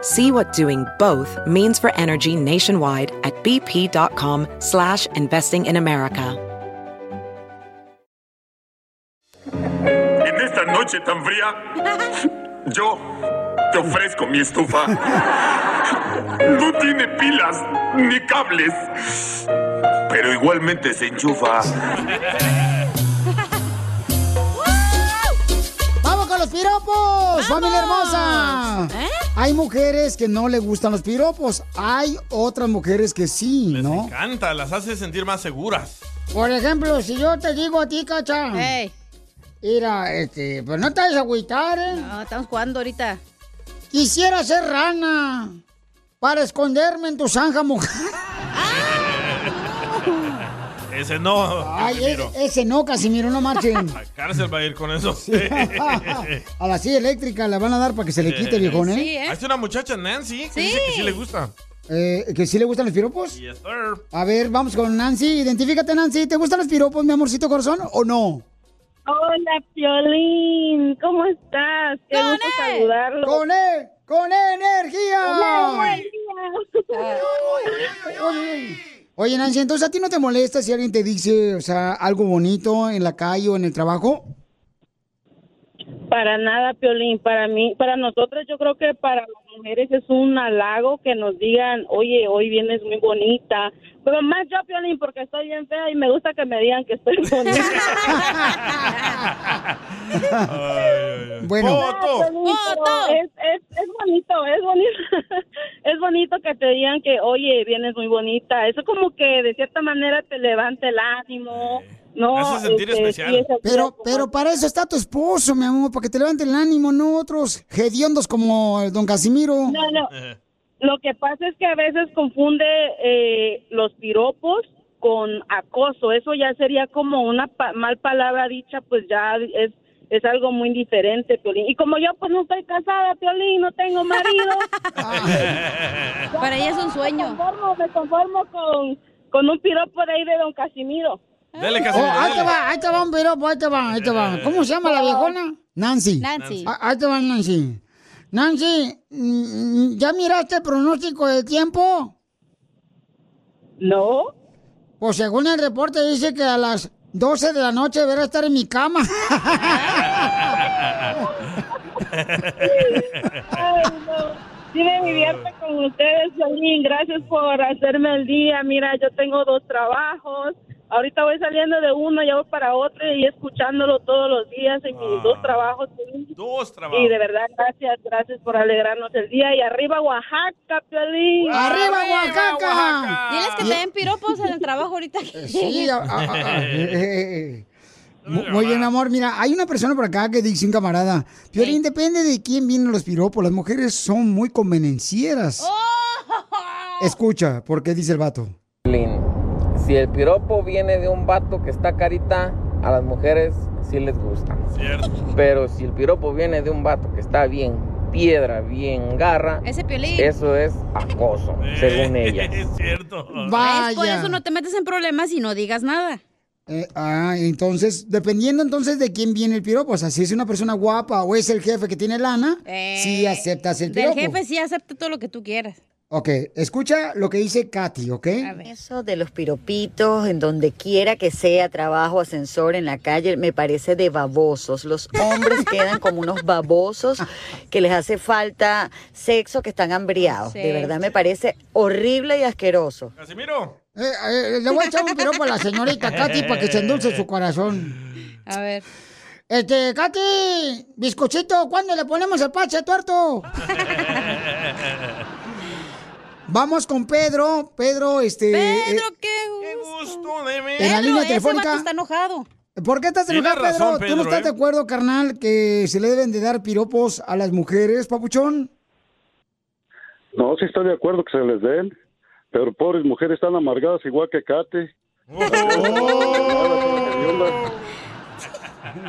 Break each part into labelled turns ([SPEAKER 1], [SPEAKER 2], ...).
[SPEAKER 1] See what doing both means for energy nationwide at bp.com slash investing in America.
[SPEAKER 2] En esta noche tan fría, yo te ofrezco mi estufa. No tiene pilas ni cables, pero igualmente se enchufa.
[SPEAKER 3] ¡Vamos con los piropos, familia hermosa! Hay mujeres que no le gustan los piropos, hay otras mujeres que sí, ¿no?
[SPEAKER 4] Canta, las hace sentir más seguras.
[SPEAKER 3] Por ejemplo, si yo te digo a ti, Cacha. Mira, este, pues no te vayas a agüitar, ¿eh? No, estamos jugando ahorita. Quisiera ser rana para esconderme en tu zanja mojada.
[SPEAKER 4] Ese no.
[SPEAKER 3] Ay, e-
[SPEAKER 4] Casimiro.
[SPEAKER 3] ese no, Casimiro, no marchen.
[SPEAKER 4] La cárcel va a ir con eso.
[SPEAKER 3] A la silla eléctrica la van a dar para que se le quite, viejón, ¿eh?
[SPEAKER 4] Ahí está una muchacha, Nancy,
[SPEAKER 3] Sí.
[SPEAKER 4] que dice que sí le gusta.
[SPEAKER 3] Eh, ¿Que sí le gustan los piropos?
[SPEAKER 4] Yes, sir.
[SPEAKER 3] A ver, vamos con Nancy. Identifícate, Nancy. ¿Te gustan los piropos, mi amorcito corazón, o no?
[SPEAKER 5] Hola, Piolín. ¿Cómo estás? Qué gusto saludarlo.
[SPEAKER 3] E. ¡Con E. él! ¡Con energía! Oye, Nancy, entonces a ti no te molesta si alguien te dice, o sea, algo bonito en la calle o en el trabajo.
[SPEAKER 5] Para nada, Piolín. Para mí, para nosotras, yo creo que para las mujeres es un halago que nos digan, oye, hoy vienes muy bonita. Pero más yo, Piolín, porque estoy bien fea y me gusta que me digan que estoy bonita.
[SPEAKER 3] Bueno.
[SPEAKER 5] No, Piolín, pero Es, es, es bonito, es bonito. es bonito que te digan que, oye, vienes muy bonita. Eso como que de cierta manera te levanta el ánimo. No, este, sí, es así,
[SPEAKER 3] Pero, pero para eso está tu esposo, mi amor, para que te levante el ánimo, no otros hediondos como el don Casimiro.
[SPEAKER 5] No, no. Lo que pasa es que a veces confunde eh, los piropos con acoso. Eso ya sería como una pa- mal palabra dicha, pues ya es, es algo muy diferente, Piolín. Y como yo pues no estoy casada, Piolín, no tengo marido.
[SPEAKER 6] Para ella es un
[SPEAKER 5] sueño. Me conformo, me conformo con, con un piropo de ahí de don Casimiro.
[SPEAKER 4] Dele,
[SPEAKER 3] Oh, ahí te va, ahí te va un piropo, ahí te va, ahí te va. ¿Cómo se llama la viejona? Nancy.
[SPEAKER 5] Nancy.
[SPEAKER 3] Ah, Ahí te va Nancy. Nancy, mm, ¿ya miraste el pronóstico de tiempo?
[SPEAKER 5] No.
[SPEAKER 3] Pues según el reporte dice que a las 12 de la noche deberá estar en mi cama.
[SPEAKER 5] Ay, no. Sí me divierto con ustedes, Piolín. Gracias por hacerme el día. Mira, yo tengo dos trabajos. Ahorita voy saliendo de uno, ya voy para otro y escuchándolo todos los días en mis
[SPEAKER 4] Ah.
[SPEAKER 5] dos trabajos. Piolín.
[SPEAKER 4] Dos trabajos.
[SPEAKER 5] Y de verdad, gracias, gracias por alegrarnos el día. Y arriba Oaxaca, Piolín.
[SPEAKER 3] ¡Arriba, Oaxaca!
[SPEAKER 6] Diles que te den piropos en el trabajo ahorita.
[SPEAKER 3] Sí, a- a- a- eh, eh, eh. Mu- Muy bien, amor. Mira, hay una persona por acá que dice un camarada. Piolín, depende de quién vienen los piropos. Las mujeres son muy convenencieras. Escucha, porque dice el vato.
[SPEAKER 7] Piolín, Si el piropo viene de un vato que está carita, a las mujeres sí les gusta. Pero si el piropo viene de un vato que está bien piedra, bien garra,
[SPEAKER 6] Ese piolín.
[SPEAKER 7] eso es acoso, según ellas.
[SPEAKER 4] Es cierto.
[SPEAKER 6] ¿Ves? Por eso no te metes en problemas y no digas nada.
[SPEAKER 3] Eh, ah, entonces, dependiendo entonces de quién viene el piropo. O sea, si es una persona guapa o es el jefe que tiene lana,
[SPEAKER 6] Eh,
[SPEAKER 3] sí aceptas el
[SPEAKER 6] Del
[SPEAKER 3] piropo.
[SPEAKER 6] jefe sí acepta todo lo que tú quieras.
[SPEAKER 3] Ok, escucha lo que dice Katy, ¿ok?
[SPEAKER 1] Eso de los piropitos, en donde quiera que sea, trabajo, ascensor, en la calle, me parece de babosos. Los hombres quedan como unos babosos que les hace falta sexo, que están hambriados. De verdad me parece horrible y asqueroso.
[SPEAKER 4] Casimiro.
[SPEAKER 3] Eh, eh, le voy a echar un piropo a la señorita Katy para que se endulce su corazón.
[SPEAKER 8] A ver.
[SPEAKER 3] Este, Katy, bizcochito, ¿cuándo le ponemos el parche tuerto? Vamos con Pedro. Pedro, este. eh,
[SPEAKER 8] Pedro, qué gusto.
[SPEAKER 3] En la línea
[SPEAKER 8] Pedro, ese vato
[SPEAKER 3] telefónica.
[SPEAKER 8] está enojado.
[SPEAKER 3] eh, ¿Por qué estás
[SPEAKER 8] Tiene
[SPEAKER 3] enojado, Pedro?
[SPEAKER 8] razón,
[SPEAKER 3] ¿Tú no
[SPEAKER 8] Pedro,
[SPEAKER 3] estás
[SPEAKER 8] ¿eh?
[SPEAKER 3] de acuerdo, carnal, que se le deben de dar piropos a las mujeres, papuchón?
[SPEAKER 9] No, sí estoy de acuerdo que se les den, pero pobres mujeres están amargadas igual que Kate.
[SPEAKER 4] Oh.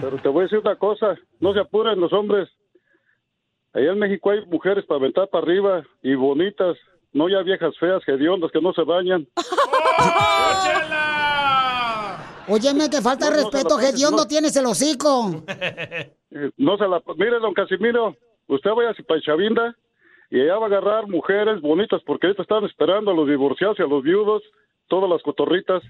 [SPEAKER 9] Pero te voy a decir una cosa, no se apuren los hombres. Allá en México hay mujeres para aventar para arriba y bonitas, no ya viejas feas, hediondas que no se bañan.
[SPEAKER 3] Óyeme, que falta de
[SPEAKER 9] No, no,
[SPEAKER 3] respeto,
[SPEAKER 9] no, no,
[SPEAKER 3] Gedión, no
[SPEAKER 9] no.
[SPEAKER 3] tienes el hocico.
[SPEAKER 9] Eh, No se la... Mire, don Casimiro, usted vaya a Pachavinda y allá va a agarrar mujeres bonitas porque ahorita están esperando a los divorciados y a los viudos, todas las cotorritas.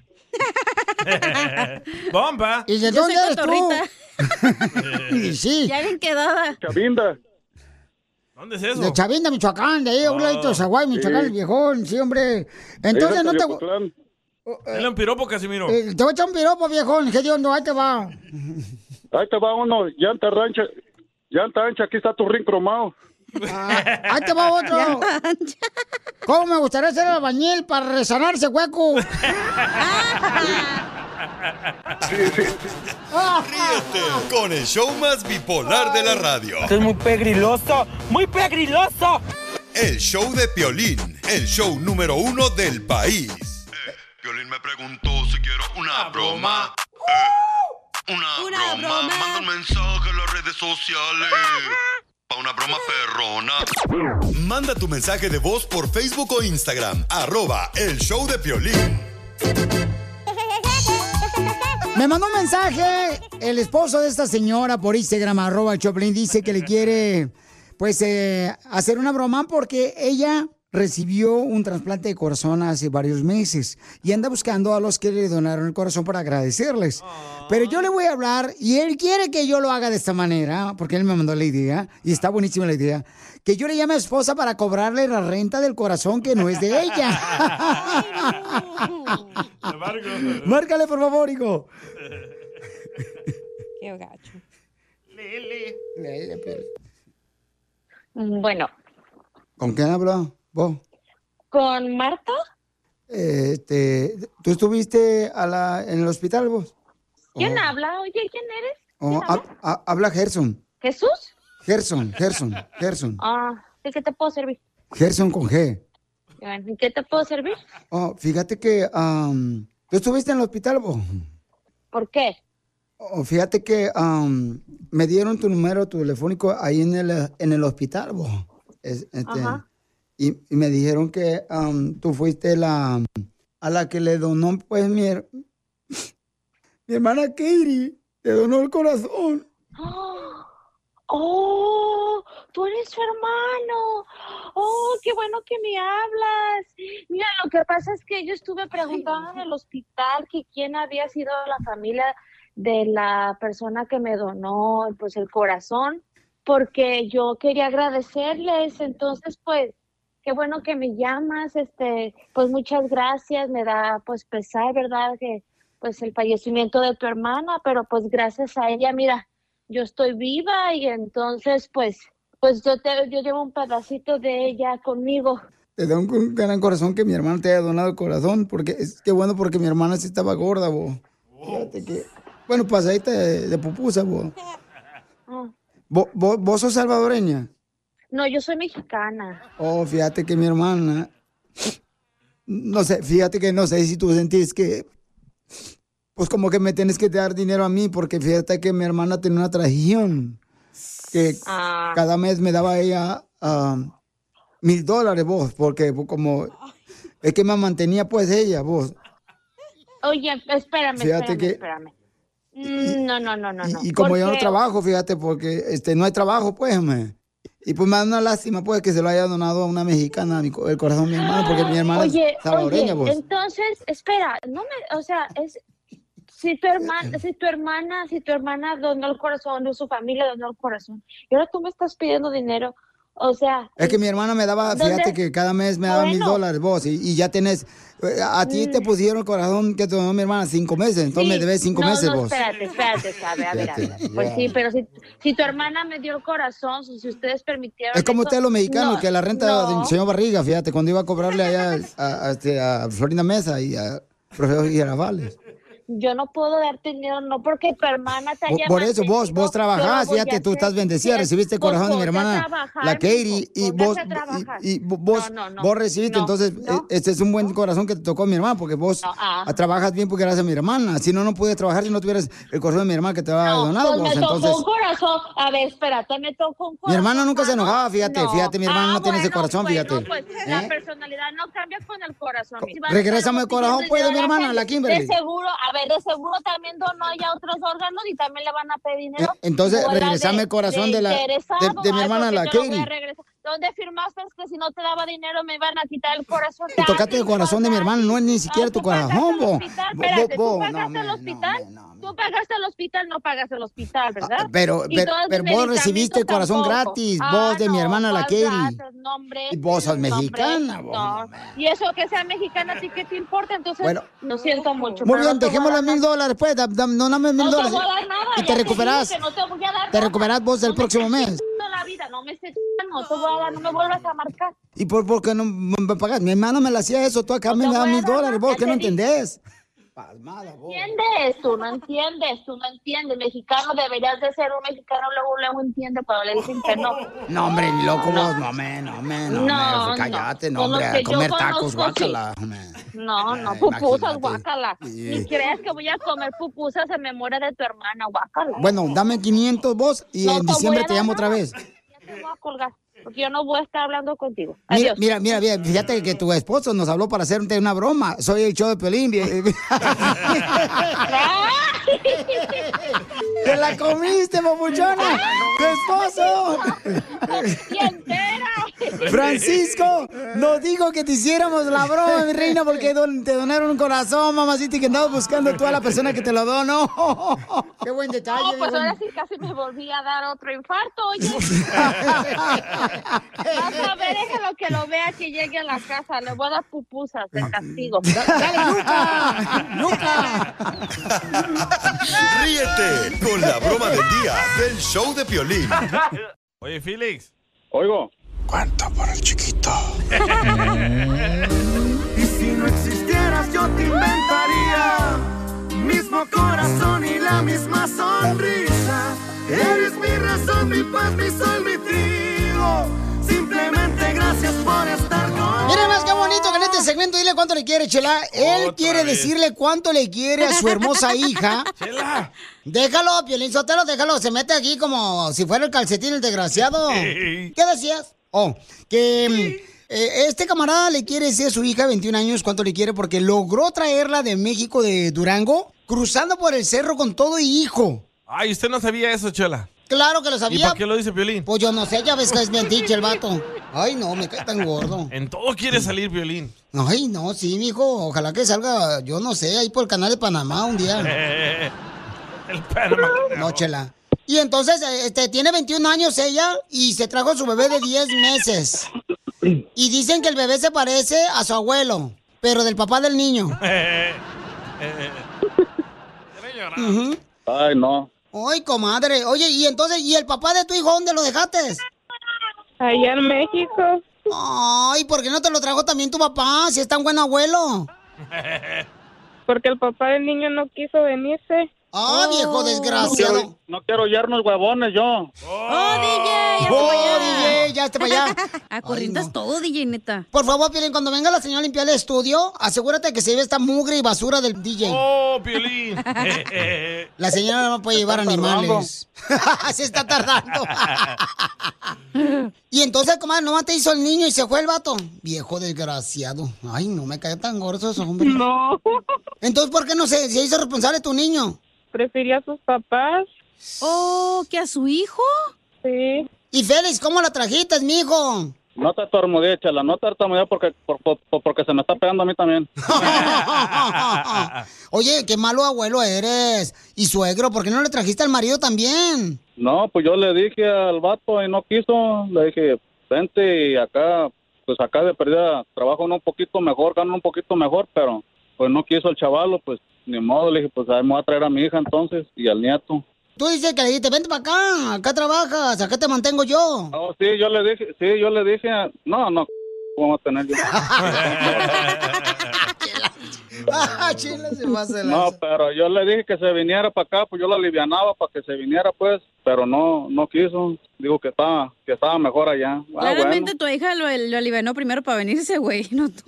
[SPEAKER 4] Bomba.
[SPEAKER 3] ¿Y de
[SPEAKER 8] Yo
[SPEAKER 3] dónde
[SPEAKER 8] soy
[SPEAKER 3] eres tú? y sí.
[SPEAKER 8] Ya bien quedada.
[SPEAKER 9] Chavinda.
[SPEAKER 4] ¿Dónde es eso? Ah.
[SPEAKER 3] De Chavinda, Michoacán, de ahí, a un ladito de Zaguay, Michoacán,
[SPEAKER 4] Sí.
[SPEAKER 3] el viejón, sí, hombre. Entonces no te...
[SPEAKER 4] Dale un piropo, Casimiro.
[SPEAKER 3] eh, te voy a echar un piropo, viejón, Gedión, ahí te va.
[SPEAKER 9] Ahí te va uno, llanta rancha, llanta ancha, aquí está tu ring cromado.
[SPEAKER 3] Ahí te va otro. ¿Cómo me gustaría ser albañil para resanar ese hueco?
[SPEAKER 10] Ríete con el show más bipolar de la radio.
[SPEAKER 2] es muy pegriloso, muy pegriloso.
[SPEAKER 10] El show de Piolín, el show número uno del país. Eh, Piolín me preguntó si quiero una broma. Eh, una, broma. Manda un mensaje a las redes sociales. Pa' una broma perrona. Manda tu mensaje de voz por Facebook o Instagram. Arroba el show de Piolín.
[SPEAKER 3] Me mandó un mensaje el esposo de esta señora por Instagram, arroba el Choplin, dice que le quiere, pues, eh, hacer una broma porque ella recibió un trasplante de corazón hace varios meses y anda buscando a los que le donaron el corazón para agradecerles. Pero yo le voy a hablar y él quiere que yo lo haga de esta manera, porque él me mandó la idea y está buenísima la idea, que yo le llame a esposa para cobrarle la renta del corazón que no es de ella. Márcale, por favor, hijo.
[SPEAKER 11] Qué
[SPEAKER 3] Ah,
[SPEAKER 11] gacho.
[SPEAKER 3] ¿Con
[SPEAKER 11] Bueno,
[SPEAKER 3] quién habló? ¿Vos?
[SPEAKER 11] con Marta,
[SPEAKER 3] Este, ¿Tú estuviste a la, en el hospital vos?
[SPEAKER 11] ¿quién
[SPEAKER 3] Oh,
[SPEAKER 11] habla? Oye, ¿quién eres?
[SPEAKER 3] oh, hab- ha- habla Gerson.
[SPEAKER 11] ¿Jesús?
[SPEAKER 3] Gerson, Gerson, Gerson.
[SPEAKER 11] Ah, ¿de qué te puedo servir?
[SPEAKER 3] Gerson con G.
[SPEAKER 11] Bueno, ¿En qué te puedo servir?
[SPEAKER 3] Oh, fíjate que... am, ¿Tú estuviste en el hospital vos?
[SPEAKER 11] ¿Por qué?
[SPEAKER 3] Oh, fíjate que am, me dieron tu número telefónico ahí en el, en el hospital vos. Es- este,
[SPEAKER 11] Ajá.
[SPEAKER 3] y, y me dijeron que am, tú fuiste la a la que le donó pues mi, her- mi hermana Katie. Le donó el corazón.
[SPEAKER 11] ¡Oh! ¡Oh! ¡Tú eres su hermano! ¡Oh! ¡Qué bueno que me hablas! Mira, lo que pasa es que yo estuve preguntando en el hospital que quién había sido la familia de la persona que me donó pues el corazón, porque yo quería agradecerles. Entonces, pues, qué bueno que me llamas, este, pues muchas gracias, me da pues pesar, ¿verdad? Que pues el fallecimiento de tu hermana, pero pues gracias a ella, mira, yo estoy viva y entonces pues pues yo te, yo llevo un pedacito de ella conmigo.
[SPEAKER 3] Te da un, un gran corazón que mi hermana te haya donado el corazón, porque es que bueno, porque mi hermana sí estaba gorda, bo. Fíjate que, bueno, pasadita de, de pupusa, bo.
[SPEAKER 11] Ah,
[SPEAKER 3] Bo- bo- ¿Vos sos salvadoreña?
[SPEAKER 11] No, yo soy mexicana.
[SPEAKER 3] Oh, fíjate que mi hermana, no sé, fíjate que no sé si tú sentís que, pues como que me tienes que dar dinero a mí, porque fíjate que mi hermana tenía una traición, que
[SPEAKER 11] Ah.
[SPEAKER 3] cada mes me daba ella ah, mil dólares vos, porque pues, como es que me mantenía pues ella vos.
[SPEAKER 11] Oye, espérame,
[SPEAKER 3] Fíjate
[SPEAKER 11] espérame,
[SPEAKER 3] que-
[SPEAKER 11] espérame. Mm, no, no, no, no, no.
[SPEAKER 3] Y como yo no
[SPEAKER 11] porque-
[SPEAKER 3] trabajo, fíjate, porque este no hay trabajo, pues, me. Y pues me da una lástima pues que se lo haya donado a una mexicana mi co- el corazón de mi hermano, porque mi hermana
[SPEAKER 11] Oye,
[SPEAKER 3] es salvadoreña,
[SPEAKER 11] oye,
[SPEAKER 3] pues.
[SPEAKER 11] entonces, espera, no me, o sea, es si tu hermana, si tu hermana, si tu hermana donó el corazón, o su familia donó el corazón, y ahora tú me estás pidiendo dinero, o sea,
[SPEAKER 3] Es que mi hermana me daba,
[SPEAKER 11] ¿Dónde?
[SPEAKER 3] fíjate que cada mes me daba mil
[SPEAKER 11] Bueno. Mm.
[SPEAKER 3] dólares vos y, y ya tenés, eh, a ti te pusieron el corazón que te donó mi hermana cinco meses, entonces
[SPEAKER 11] sí,
[SPEAKER 3] me debes cinco
[SPEAKER 11] no,
[SPEAKER 3] meses
[SPEAKER 11] no,
[SPEAKER 3] vos.
[SPEAKER 11] espérate, espérate, a ver, a ver, a ver.
[SPEAKER 3] Fíjate,
[SPEAKER 11] Pues
[SPEAKER 3] ya.
[SPEAKER 11] sí, pero si, si tu hermana me dio el corazón, si ustedes permitieron.
[SPEAKER 3] Es como
[SPEAKER 11] eso-
[SPEAKER 3] ustedes los mexicanos,
[SPEAKER 11] no,
[SPEAKER 3] que la renta
[SPEAKER 11] no.
[SPEAKER 3] del señor Barriga, fíjate, cuando iba a cobrarle allá a, a este, a Florinda Mesa y a profesor Girafales.
[SPEAKER 11] yo no puedo darte dinero, no porque tu hermana te
[SPEAKER 3] Por,
[SPEAKER 11] haya
[SPEAKER 3] por eso vos,
[SPEAKER 11] mantenido,
[SPEAKER 3] vos trabajás,
[SPEAKER 11] yo lo voy a
[SPEAKER 3] fíjate, tú
[SPEAKER 11] hacer.
[SPEAKER 3] estás bendecida,
[SPEAKER 11] Mira,
[SPEAKER 3] recibiste el
[SPEAKER 11] pues
[SPEAKER 3] corazón de mi
[SPEAKER 11] ponte a
[SPEAKER 3] hermana,
[SPEAKER 11] trabajar,
[SPEAKER 3] la Katie,
[SPEAKER 11] mijo,
[SPEAKER 3] y
[SPEAKER 11] ponte a
[SPEAKER 3] vos,
[SPEAKER 11] trabajar.
[SPEAKER 3] y, y vos,
[SPEAKER 11] No, no, no,
[SPEAKER 3] vos recibiste,
[SPEAKER 11] no,
[SPEAKER 3] entonces,
[SPEAKER 11] no.
[SPEAKER 3] eh, este es un buen corazón que te tocó mi hermana, porque vos
[SPEAKER 11] No, ah.
[SPEAKER 3] trabajas bien porque gracias a mi hermana, si no, no pudieras trabajar si no tuvieras el corazón de mi hermana que te había donado,
[SPEAKER 11] Pues
[SPEAKER 3] vos,
[SPEAKER 11] me tocó
[SPEAKER 3] entonces...
[SPEAKER 11] un corazón. A ver, espérate, me tocó un
[SPEAKER 3] Mi
[SPEAKER 11] corazón.
[SPEAKER 3] hermana nunca se enojaba, fíjate,
[SPEAKER 11] No.
[SPEAKER 3] fíjate, mi hermana
[SPEAKER 11] Ah,
[SPEAKER 3] no tiene ese
[SPEAKER 11] bueno,
[SPEAKER 3] corazón,
[SPEAKER 11] bueno,
[SPEAKER 3] fíjate.
[SPEAKER 11] pues
[SPEAKER 3] ¿Eh?
[SPEAKER 11] la personalidad no cambia con el corazón. Si vas a
[SPEAKER 3] Regrésame
[SPEAKER 11] estar
[SPEAKER 3] el corazón,
[SPEAKER 11] pidiendo
[SPEAKER 3] pues, de mi
[SPEAKER 11] dinero a
[SPEAKER 3] hermana, la
[SPEAKER 11] gente,
[SPEAKER 3] Kimberly.
[SPEAKER 11] De seguro, a ver, de seguro también donó ya otros órganos y también le van a pedir dinero.
[SPEAKER 3] Eh, entonces,
[SPEAKER 11] Bola de-
[SPEAKER 3] regresame el corazón de la- de-
[SPEAKER 11] interesado,
[SPEAKER 3] de mi
[SPEAKER 11] ay,
[SPEAKER 3] hermana,
[SPEAKER 11] ¿por qué
[SPEAKER 3] la
[SPEAKER 11] te lo voy a
[SPEAKER 3] Katie?
[SPEAKER 11] regresar? ¿Dónde firmaste que si no te daba dinero me iban a quitar el corazón?
[SPEAKER 3] Te tocaste el corazón de mi hermana, no es ni
[SPEAKER 11] Ah,
[SPEAKER 3] siquiera tu corazón, bo.
[SPEAKER 11] hospital,
[SPEAKER 3] Bo-
[SPEAKER 11] espérate,
[SPEAKER 3] bo- bo,
[SPEAKER 11] ¿tú
[SPEAKER 3] no,
[SPEAKER 11] pagaste
[SPEAKER 3] man.
[SPEAKER 11] al hospital? ¿Tú pagaste al hospital? No pagaste al hospital, ¿verdad?
[SPEAKER 3] Ah, Pero,
[SPEAKER 11] Y
[SPEAKER 3] pero,
[SPEAKER 11] todos
[SPEAKER 3] pero
[SPEAKER 11] mis
[SPEAKER 3] vos recibiste el
[SPEAKER 11] medicamentos
[SPEAKER 3] corazón
[SPEAKER 11] tampoco.
[SPEAKER 3] gratis,
[SPEAKER 11] Ah,
[SPEAKER 3] vos de mi
[SPEAKER 11] no,
[SPEAKER 3] hermana la
[SPEAKER 11] ¿cuál
[SPEAKER 3] Katie.
[SPEAKER 11] gratis? No, hombre,
[SPEAKER 3] Y vos sos
[SPEAKER 11] no, hombre,
[SPEAKER 3] mexicana, vos.
[SPEAKER 11] no. Y eso que sea mexicana, ¿a ti qué te importa? Entonces,
[SPEAKER 3] Bueno.
[SPEAKER 11] lo siento mucho.
[SPEAKER 3] Muy
[SPEAKER 11] pero
[SPEAKER 3] bien,
[SPEAKER 11] no te voy a
[SPEAKER 3] dejémoslo a mil dólares, pues, da- da- doname mil
[SPEAKER 11] no te
[SPEAKER 3] dólares.
[SPEAKER 11] voy a dar nada,
[SPEAKER 3] Y te
[SPEAKER 11] ya dije
[SPEAKER 3] recuperás,
[SPEAKER 11] que no te voy a dar
[SPEAKER 3] te
[SPEAKER 11] nada.
[SPEAKER 3] recuperás vos el próximo mes.
[SPEAKER 11] No, la vida, no me estés no te voy a dar, no me vuelvas a marcar.
[SPEAKER 3] ¿Y por, por qué no me pagas? Mi hermana me la hacía eso, tú acá me
[SPEAKER 11] te
[SPEAKER 3] dabas
[SPEAKER 11] voy a
[SPEAKER 3] mil
[SPEAKER 11] dar
[SPEAKER 3] dólares, vos,
[SPEAKER 11] nada,
[SPEAKER 3] ¿qué no
[SPEAKER 11] te dije.
[SPEAKER 3] entendés? Ah,
[SPEAKER 11] entiendes, tú no entiendes, tú no entiendes. Mexicano deberías de ser un mexicano, luego luego entiende cuando le dicen que no.
[SPEAKER 3] No, hombre, ni loco vos, no, me, no, me, no,
[SPEAKER 11] No,
[SPEAKER 3] me, cállate, no,
[SPEAKER 11] no. Con
[SPEAKER 3] hombre,
[SPEAKER 11] los que
[SPEAKER 3] a
[SPEAKER 11] yo
[SPEAKER 3] comer tacos,
[SPEAKER 11] conozco, sí.
[SPEAKER 3] guácala, hombre.
[SPEAKER 11] No, no,
[SPEAKER 3] Ay,
[SPEAKER 11] pupusas,
[SPEAKER 3] imagínate.
[SPEAKER 11] guácala. Ni
[SPEAKER 3] Sí.
[SPEAKER 11] creas que voy a comer pupusas se me muere de tu hermana, guácala.
[SPEAKER 3] Bueno, dame 500 vos y
[SPEAKER 11] No
[SPEAKER 3] en
[SPEAKER 11] te
[SPEAKER 3] diciembre
[SPEAKER 11] voy a
[SPEAKER 3] te
[SPEAKER 11] dar
[SPEAKER 3] llamo otra vez.
[SPEAKER 11] te voy a colgar, porque yo no voy a estar hablando contigo.
[SPEAKER 3] Mira, mira, mira, bien, fíjate que tu esposo nos habló para hacerte una broma. Soy el show de Pelín.
[SPEAKER 11] Ah.
[SPEAKER 3] ¡Te la comiste, papuchona! ¡Tu esposo! Francisco, nos dijo que te hiciéramos la broma, mi reina, porque don- te donaron un corazón, mamacita, y que andabas buscando tú a la persona que te lo donó. Qué buen detalle.
[SPEAKER 11] No, pues ahora sí casi me volví a dar otro infarto, oye. Vas a ver, déjalo que lo vea que llegue a la casa. Le voy a dar pupusas de castigo.
[SPEAKER 3] ¡Dale,
[SPEAKER 10] Ríete con la broma del día del show de Piolín.
[SPEAKER 4] Oye, Félix.
[SPEAKER 9] Oigo.
[SPEAKER 10] ¿Cuánto por el chiquito?
[SPEAKER 2] Y si no existieras yo te inventaría Mismo corazón y la misma sonrisa Eres mi razón, mi paz, mi sol, mi trigo Simplemente gracias por estar conmigo
[SPEAKER 3] Mira más qué bonito que en este segmento dile cuánto le quiere, Chela. Él quiere
[SPEAKER 2] vez.
[SPEAKER 3] decirle cuánto le quiere a su hermosa hija.
[SPEAKER 4] Chela.
[SPEAKER 3] Déjalo, Piolín Sotelo, déjalo. Se mete aquí como si fuera el calcetín el desgraciado.
[SPEAKER 4] Sí.
[SPEAKER 3] ¿Qué decías? Oh, que mm, eh, este camarada le quiere decir a su hija de 21 años cuánto le quiere porque logró traerla de México, de Durango, cruzando por el cerro con todo y hijo.
[SPEAKER 4] Ay, usted no sabía eso, Chela.
[SPEAKER 3] Claro que lo
[SPEAKER 4] ¿Y
[SPEAKER 3] sabía.
[SPEAKER 4] para qué lo dice Piolín?
[SPEAKER 3] Pues yo no sé, ya ves que es mentiche el vato. Ay, no, me cae tan gordo.
[SPEAKER 4] En todo Oh, quiere salir Piolín.
[SPEAKER 3] Ay, no, sí, mijo. Ojalá que salga, yo no sé, ahí por el canal de Panamá un día.
[SPEAKER 4] El Panamá.
[SPEAKER 3] No, chela. Y entonces, eh, este, tiene 21 años ella y se trajo su bebé de 10 meses. Y dicen que el bebé se parece a su abuelo, pero del papá del niño. Ujú.
[SPEAKER 9] Ay, no.
[SPEAKER 3] Ay, comadre. Oye, y entonces, ¿y el papá de tu hijo dónde lo dejaste?
[SPEAKER 12] Allá en México.
[SPEAKER 3] Ay, ¿por qué no te lo trajo también tu papá, si es tan buen abuelo?
[SPEAKER 12] Porque el papá del niño no quiso venirse.
[SPEAKER 3] ¡Ah, viejo
[SPEAKER 9] No quiero, no quiero hallarnos huevones yo.
[SPEAKER 12] ¡Oh, DJ!
[SPEAKER 3] ¡Oh, DJ! ¡Ya está para allá!
[SPEAKER 13] Acorrientas Ah, todo, DJ, neta.
[SPEAKER 3] Por favor, Piolín, cuando venga la señora a limpiar el estudio, asegúrate que se lleve esta mugre y basura del DJ.
[SPEAKER 4] ¡Oh, Piolín!
[SPEAKER 3] La señora no puede llevar
[SPEAKER 4] Está tardando.
[SPEAKER 3] animales. se está tardando. y entonces, comadre, nomás te hizo el niño y se fue el vato. Viejo desgraciado. Ay, no me cae tan gordo ese hombre.
[SPEAKER 12] No.
[SPEAKER 3] Entonces, ¿por qué no se, se hizo responsable tu niño?
[SPEAKER 12] Prefería a sus papás.
[SPEAKER 13] Oh, ¿que a su hijo?
[SPEAKER 12] Sí.
[SPEAKER 3] Y Félix, ¿cómo la trajiste, mijo?
[SPEAKER 14] No te atormudeé, chela, no te atormudeé porque, por- por- por- porque se me está pegando a mí también.
[SPEAKER 3] Oye, qué malo abuelo eres. Y suegro, ¿por qué no le trajiste al marido también?
[SPEAKER 14] No, pues yo le dije al vato y no quiso. Le dije, vente y acá, pues acá de perdida trabajo uno un poquito mejor, gano un poquito mejor, pero pues no quiso el chavalo, pues ni modo. Le dije, pues ahí me voy a traer a mi hija entonces y al nieto.
[SPEAKER 3] Tú dices que le dijiste, vente para acá, acá trabajas, acá te mantengo yo.
[SPEAKER 14] No, sí, yo le dije, sí, yo le dije, no, no, vamos a tener yo.
[SPEAKER 3] Ah, chela, se va a hacer
[SPEAKER 14] No, pero yo le dije que se viniera para acá, pues yo la alivianaba para que se viniera, pues, pero no, no quiso. Digo que estaba, que estaba mejor allá. Ah, bueno.
[SPEAKER 6] Claramente tu hija lo, lo alivianó primero para venirse, güey, no tú.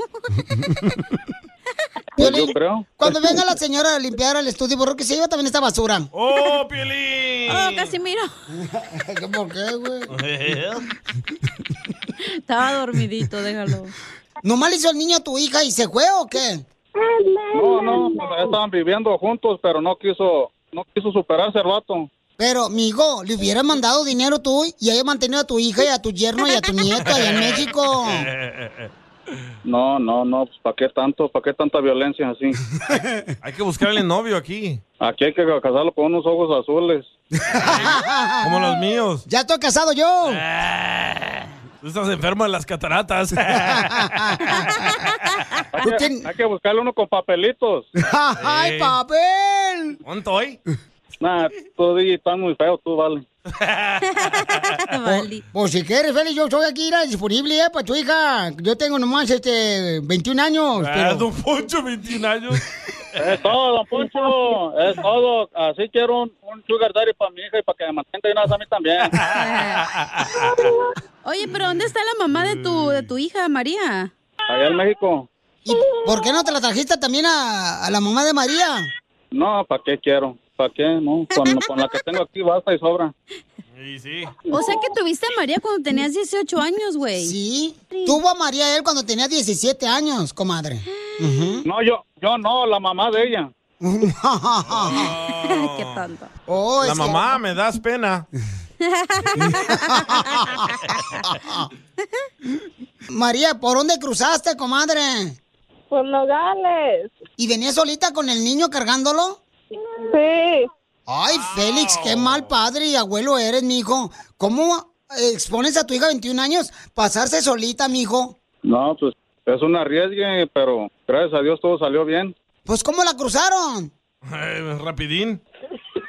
[SPEAKER 14] Pues yo creo.
[SPEAKER 3] Cuando venga la señora a limpiar el estudio, ¿por qué se lleva también esta basura?
[SPEAKER 4] ¡Oh, Piolín!
[SPEAKER 6] Oh, Casimiro.
[SPEAKER 3] ¿Por qué, güey?
[SPEAKER 6] Estaba dormidito, déjalo.
[SPEAKER 3] ¿Nomás le hizo el niño a tu hija y se fue o qué?
[SPEAKER 14] No, no, pues, estaban viviendo juntos, pero no quiso, no quiso superarse el vato.
[SPEAKER 3] Pero, migo, le hubieras mandado dinero tú y haya mantenido a tu hija y a tu yerno y a tu nieta allá en México.
[SPEAKER 14] No, no, no, pues ¿para qué tanto? ¿Para qué tanta violencia así?
[SPEAKER 4] Hay que buscarle novio aquí.
[SPEAKER 14] Aquí hay que casarlo con unos ojos azules.
[SPEAKER 4] Como los míos. Ah.
[SPEAKER 3] ¡Ya estoy casado yo!
[SPEAKER 4] Tú estás enfermo de las cataratas.
[SPEAKER 14] Hay que, hay que buscarle uno con papelitos.
[SPEAKER 3] ¡Ay, papel!
[SPEAKER 4] ¿Cuánto hoy?
[SPEAKER 14] Nah, tú, DJ, estás muy feo, tú, vale.
[SPEAKER 3] Pues, pues si quieres, Félix, yo estoy aquí mira, disponible eh, para tu hija. Yo tengo nomás este 21 años.
[SPEAKER 4] Ah,
[SPEAKER 3] pero-
[SPEAKER 4] don Poncho, 21 años.
[SPEAKER 14] Es todo, don Poncho, es todo. Así quiero un, un sugar daddy para mi hija y para que me mantenga y una vez a mí también.
[SPEAKER 6] Oye, pero ¿dónde está la mamá de tu, de tu hija, María?
[SPEAKER 14] Allá en México.
[SPEAKER 3] ¿Y por qué no te la trajiste también a, a la mamá de María?
[SPEAKER 14] No, ¿para qué quiero? ¿Para qué? No, con, con la que tengo aquí basta y sobra.
[SPEAKER 4] Sí, sí.
[SPEAKER 6] O sea que tuviste a María cuando tenías 18 años, güey.
[SPEAKER 3] Sí. Tuvo a María él cuando tenía 17 años, comadre.
[SPEAKER 14] No, yo, yo no, la mamá de ella.
[SPEAKER 6] Qué tonto.
[SPEAKER 3] Oh,
[SPEAKER 4] La
[SPEAKER 3] es que-
[SPEAKER 4] mamá, me das pena.
[SPEAKER 3] María, ¿por dónde cruzaste, comadre?
[SPEAKER 2] Por Nogales.
[SPEAKER 3] ¿Y venías solita con el niño cargándolo?
[SPEAKER 2] Sí.
[SPEAKER 3] Ay, Félix, qué mal padre y abuelo eres, mijo. ¿Cómo expones a tu hija de 21 años pasarse solita, mijo?
[SPEAKER 14] No, pues es un arriesgue, pero gracias a Dios todo salió bien.
[SPEAKER 3] Pues, ¿cómo la cruzaron?
[SPEAKER 4] Eh, rapidín.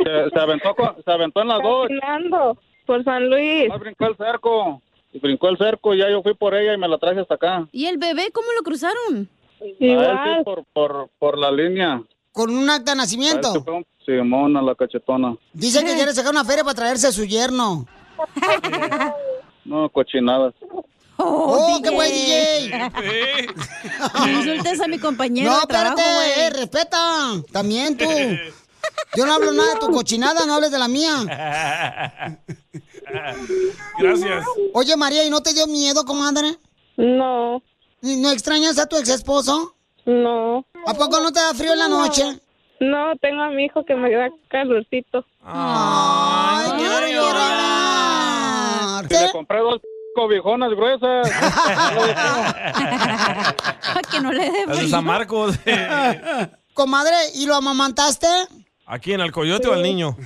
[SPEAKER 14] Se, se aventó, con- se aventó en las dos.
[SPEAKER 2] por San Luis.
[SPEAKER 14] Ah, brincó el cerco. Y brincó el cerco y ya yo fui por ella y me la traje hasta acá.
[SPEAKER 6] ¿Y el bebé cómo lo cruzaron?
[SPEAKER 14] A él sí, por, por, por la línea.
[SPEAKER 3] Con un acta de
[SPEAKER 14] A él sí
[SPEAKER 4] Pues,
[SPEAKER 3] nacimiento.
[SPEAKER 14] fue un Simón a la cachetona.
[SPEAKER 3] Dice que quiere sacar una feria para traerse a su yerno.
[SPEAKER 14] No, cochinadas.
[SPEAKER 3] ¡Oh, qué güey, DJ!
[SPEAKER 6] No insultes a mi compañero
[SPEAKER 3] No,
[SPEAKER 6] de trabajo,
[SPEAKER 3] espérate, eh, respeta. También tú. Yo no hablo nada de tu cochinada, no hables de la mía.
[SPEAKER 4] Gracias.
[SPEAKER 3] Oye, María, ¿y no te dio miedo, comadre?
[SPEAKER 2] No.
[SPEAKER 3] ¿No extrañas a tu ex esposo?
[SPEAKER 2] No.
[SPEAKER 3] ¿A poco no te da frío en la noche?
[SPEAKER 2] No, tengo a mi hijo que me da calorcito.
[SPEAKER 3] Ay, quiero llorar.
[SPEAKER 14] Y le compré dos cobijonas gruesas.
[SPEAKER 6] Para Ah, que no le dé
[SPEAKER 4] A de San Marcos.
[SPEAKER 3] Comadre, ¿y lo amamantaste?
[SPEAKER 4] ¿A quién? ¿Al coyote o al niño?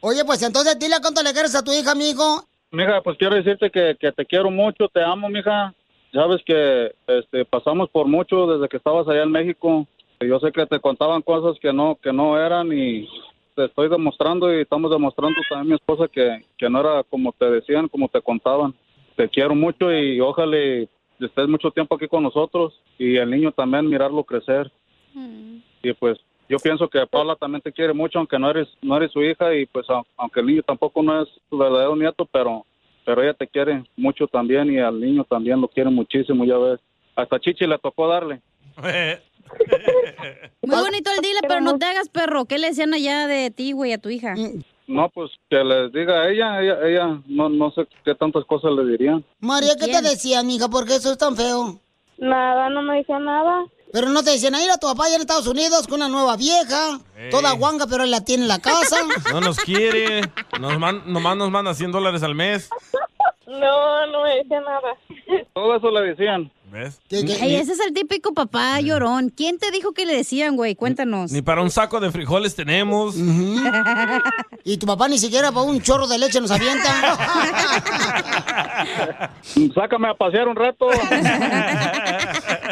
[SPEAKER 3] Oye, pues entonces dile cuánto le quieres a tu hija, amigo.
[SPEAKER 14] Mija, pues quiero decirte que, que te quiero mucho, te amo, mija. Sabes que este, pasamos por mucho desde que estabas allá en México. Yo sé que te contaban cosas que no, que no eran y te estoy demostrando y estamos demostrando también mi esposa que, que no era como te decían, como te contaban. Te quiero mucho y ojalá y estés mucho tiempo aquí con nosotros y el niño también mirarlo crecer.
[SPEAKER 15] Mm.
[SPEAKER 14] Y pues yo pienso que Paula también te quiere mucho, aunque no eres no eres su hija y pues au- aunque el niño tampoco no es su verdadero nieto, pero pero ella te quiere mucho también y al niño también lo quiere muchísimo, ya ves. Hasta Chichi le tocó darle.
[SPEAKER 6] Muy bonito el dile, pues, pero no te hagas perro. ¿Qué le decían allá de ti, güey, a tu hija?
[SPEAKER 3] Mm.
[SPEAKER 14] No, pues que les diga a ella, ella, ella no, no sé qué tantas cosas le dirían.
[SPEAKER 3] María, ¿qué te decían, hija? ¿Por qué eso es tan feo?
[SPEAKER 2] Nada, no me decía nada.
[SPEAKER 3] Pero no te decían, a ir a tu papá allá en Estados Unidos con una nueva vieja,
[SPEAKER 4] Ey.
[SPEAKER 3] toda guanga, pero él la tiene en la casa.
[SPEAKER 4] No nos quiere. Nos man- nomás nos manda 100 dólares al mes.
[SPEAKER 16] No, no me dice nada.
[SPEAKER 14] Todo eso le decían.
[SPEAKER 4] ¿Ves?
[SPEAKER 6] Ey, ese es el típico papá llorón. ¿Quién te dijo que le decían, güey? Cuéntanos.
[SPEAKER 3] Mm.
[SPEAKER 4] Ni para un saco de frijoles tenemos.
[SPEAKER 3] Y tu papá ni siquiera para un chorro de leche nos avienta.
[SPEAKER 14] Sácame a pasear un rato.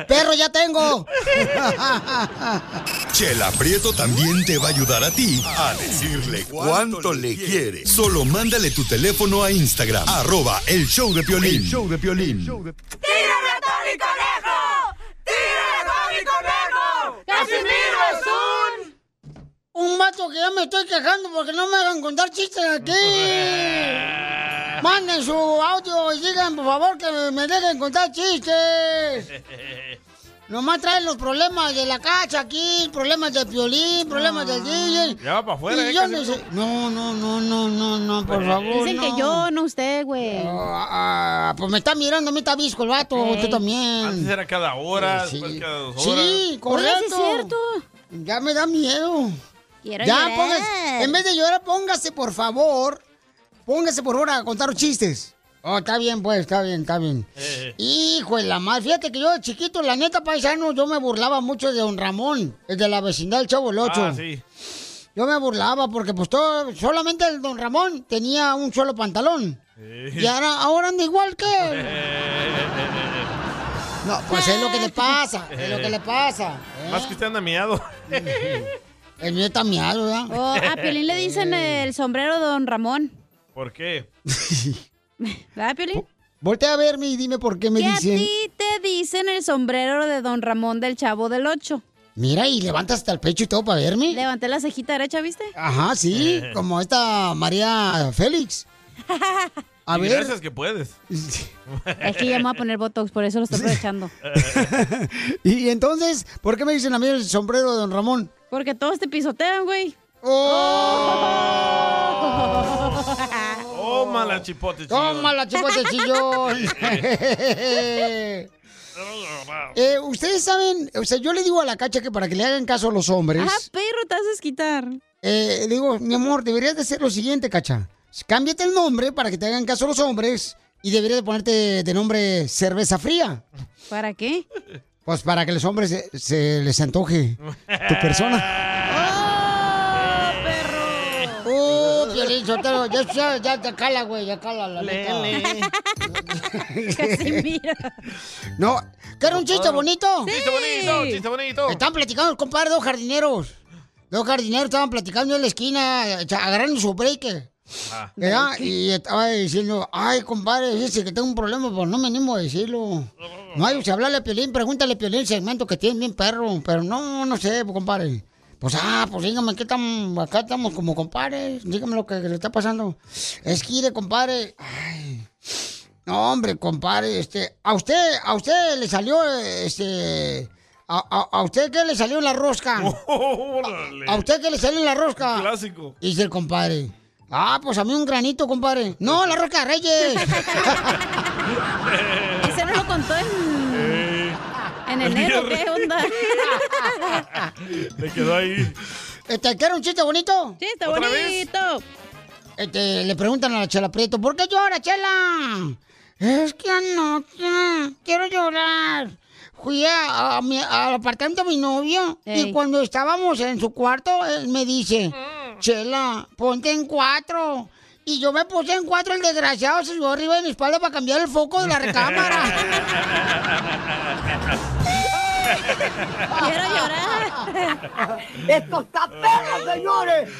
[SPEAKER 3] ¡Perro, ya tengo!
[SPEAKER 10] Chela Prieto también te va a ayudar a ti a decirle cuánto le quiere. Solo mándale tu teléfono a Instagram, arroba el show de Piolín.
[SPEAKER 17] El
[SPEAKER 10] show de Piolín.
[SPEAKER 17] ¡Tírame a Tony Conejo! ¡Tírame a Tony Conejo! ¡Casimiro es un...
[SPEAKER 3] Un macho que ya me estoy quejando porque no me hagan contar chistes aquí. Manden su audio y digan, por favor, que me dejen contar chistes. Nomás traen los problemas de la cacha aquí, problemas de violín, problemas del DJ.
[SPEAKER 4] Ya va para afuera,
[SPEAKER 3] Y
[SPEAKER 4] eh,
[SPEAKER 3] yo
[SPEAKER 4] Casimiro.
[SPEAKER 3] no, sé- no, no, no, no, no, no, por favor.
[SPEAKER 6] Dicen
[SPEAKER 3] no.
[SPEAKER 6] que yo, no usted, güey.
[SPEAKER 3] Ah, ah, pues me está mirando, me está visco el vato, tú
[SPEAKER 4] Antes
[SPEAKER 3] también. Pues
[SPEAKER 4] era cada hora,
[SPEAKER 3] Sí.
[SPEAKER 4] después cada dos horas.
[SPEAKER 3] Sí, correcto.
[SPEAKER 4] Oye, sí es
[SPEAKER 6] cierto.
[SPEAKER 3] Ya me da miedo.
[SPEAKER 6] Quiero
[SPEAKER 3] ya,
[SPEAKER 6] llorar.
[SPEAKER 3] póngase- en vez de llorar, póngase, por favor, póngase, por favor, a contar chistes. Oh, está bien, pues, está bien, está bien.
[SPEAKER 4] Eh.
[SPEAKER 3] Hijo de la madre, fíjate que yo de chiquito, la neta, paisano, yo me burlaba mucho de Don Ramón, el de la vecindad del Chavo el Ocho.
[SPEAKER 4] Ah, sí.
[SPEAKER 3] Yo me burlaba porque pues todo, solamente el Don Ramón tenía un solo pantalón. Y ahora, ahora anda igual que... él.
[SPEAKER 4] Eh.
[SPEAKER 3] No, pues es lo
[SPEAKER 6] Ah.
[SPEAKER 3] que le pasa, es lo que le pasa.
[SPEAKER 4] Más que usted anda miado.
[SPEAKER 3] El mío está miado, ¿verdad?
[SPEAKER 6] Oh, a Piolín le dicen eh, el sombrero de Don Ramón.
[SPEAKER 4] ¿Por qué?
[SPEAKER 6] ¿Verdad, Piolín?
[SPEAKER 3] Voltea a verme y dime por qué me
[SPEAKER 6] ¿Qué a
[SPEAKER 3] dicen.
[SPEAKER 6] ti te dicen el sombrero de Don Ramón del Chavo del Ocho?
[SPEAKER 3] Mira, y levantas hasta el pecho y todo para verme.
[SPEAKER 6] Levanté la cejita derecha, ¿viste?
[SPEAKER 3] Ajá, sí, como esta María Félix. A
[SPEAKER 4] Y
[SPEAKER 3] ver.
[SPEAKER 4] Gracias que puedes.
[SPEAKER 6] Es que ya me voy a poner Botox, por eso lo estoy aprovechando.
[SPEAKER 3] y entonces, ¿por qué me dicen a mí el sombrero de Don Ramón?
[SPEAKER 6] Porque todos te pisotean, güey.
[SPEAKER 3] ¡Oh!
[SPEAKER 4] Toma la chipote,
[SPEAKER 3] Toma la chupa del sillón. Eh, Ustedes saben, o sea, yo le digo a la cacha que para que le hagan caso a los hombres.
[SPEAKER 6] Ah, perro, te haces quitar.
[SPEAKER 3] Eh, le digo, mi amor, deberías de hacer lo siguiente, cacha. Cámbiate el nombre para que te hagan caso los hombres y deberías de ponerte de nombre cerveza fría.
[SPEAKER 6] ¿Para qué?
[SPEAKER 3] Pues para que los hombres se, se les antoje tu persona. ¡Oh, Piolín Sotelo, ya, ya, ya te cala, güey, ya cala la neta. No, ¿qué era un chiste bonito?
[SPEAKER 4] Chiste bonito, chiste bonito.
[SPEAKER 3] Estaban platicando, el compadre, dos jardineros. Dos jardineros estaban platicando en la esquina, eh, agarrando su break.
[SPEAKER 4] Ah.
[SPEAKER 3] ¿verdad? Y estaba diciendo, ay, compadre, dice que tengo un problema, pues no me animo a decirlo. No hay, si hablarle a Piolín, pregúntale a Piolín el segmento que tiene bien perro, pero no, no sé, pues, compadre. Pues, ah, pues dígame, ¿qué tam, acá estamos como compadres, dígame lo que, que le está pasando. Es que, mire, compadre, ay, no, hombre, compadre, este, a usted, a usted le salió, este, a, a- a usted qué le salió en la rosca.
[SPEAKER 4] Órale.
[SPEAKER 3] ¿A usted qué le sale en la rosca?
[SPEAKER 4] Clásico.
[SPEAKER 3] Dice el compadre. Ah, pues a mí un granito, compadre. No, la rosca de Reyes.
[SPEAKER 6] Ese no lo contó en, en enero, ¿qué onda?
[SPEAKER 4] Le quedó ahí.
[SPEAKER 3] Este, ¿qué era un chiste bonito?
[SPEAKER 6] Chiste ¿Otra vez?
[SPEAKER 3] Este, le preguntan a la Chela Prieto, ¿por qué llora, Chela? Es que anoche quiero llorar. Fui a, a mi- al apartamento de mi novio y cuando estábamos en su cuarto, él me dice, Chela, ponte en cuatro. Y yo me puse en cuatro, el desgraciado se subió arriba de mi espalda para cambiar el foco de la recámara.
[SPEAKER 17] Quiero llorar.
[SPEAKER 3] ¡Esto está perro, señores!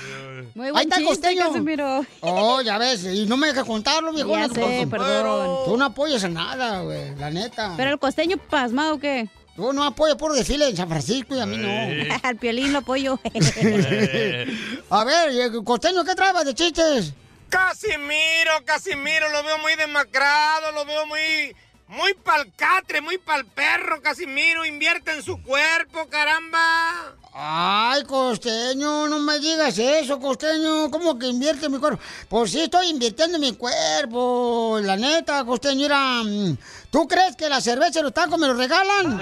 [SPEAKER 6] Muy
[SPEAKER 3] Ahí está el costeño. Oh, ya ves, y no me deja contarlo, viejo.
[SPEAKER 6] Ya sé, perdón.
[SPEAKER 3] Tú no apoyas en nada, güey, la neta.
[SPEAKER 6] ¿Pero el costeño pasmado qué?
[SPEAKER 3] Tú no apoyas por desfile en San Francisco y a mí no.
[SPEAKER 6] Al piolín lo apoyo.
[SPEAKER 4] Pues.
[SPEAKER 3] a ver, y el costeño, ¿qué traes de chistes?
[SPEAKER 2] Casimiro, Casimiro, lo veo muy demacrado, lo veo muy, muy pa'l catre, muy pa'l perro, Casimiro, invierte en su cuerpo, caramba.
[SPEAKER 3] Ay, costeño, no me digas eso, costeño. ¿Cómo que invierte en mi cuerpo? Pues sí, estoy invirtiendo en mi cuerpo. La neta, costeño, mira. mm, ¿Tú crees que la cerveza y los tacos me los regalan?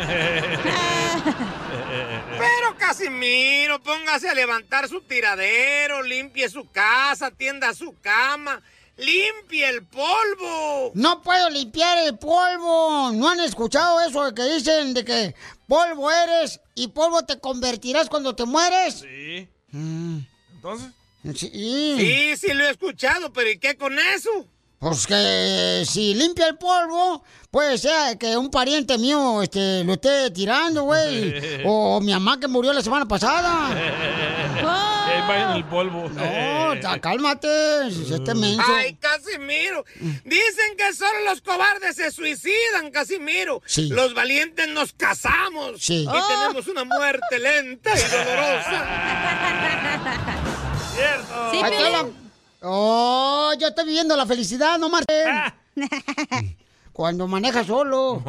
[SPEAKER 2] Pero Casimiro, pues. póngase a levantar su tiradero, limpie su casa, tienda su cama, limpie el polvo.
[SPEAKER 3] No puedo limpiar el polvo. ¿No han escuchado eso de que dicen de que polvo eres y polvo te convertirás cuando te mueres?
[SPEAKER 4] Sí.
[SPEAKER 3] ¿Entonces? Mm. Sí.
[SPEAKER 2] Sí, sí lo he escuchado, pero ¿y qué con eso?
[SPEAKER 3] Pues que si limpia el polvo, puede ser que un pariente mío este, lo esté tirando, güey. o, mi mamá que murió la semana pasada.
[SPEAKER 4] Y ahí va en el polvo.
[SPEAKER 3] No, ta- cálmate, este menso. Mm.
[SPEAKER 2] Ay, Casimiro. Dicen que solo los cobardes se suicidan, Casimiro.
[SPEAKER 3] Sí.
[SPEAKER 2] Los valientes nos casamos.
[SPEAKER 3] Sí.
[SPEAKER 2] Y
[SPEAKER 3] Oh.
[SPEAKER 2] tenemos una muerte lenta y dolorosa.
[SPEAKER 4] Cierto.
[SPEAKER 3] Ay, Tela. Oh, yo estoy viviendo la felicidad, no marchen. Cuando maneja solo.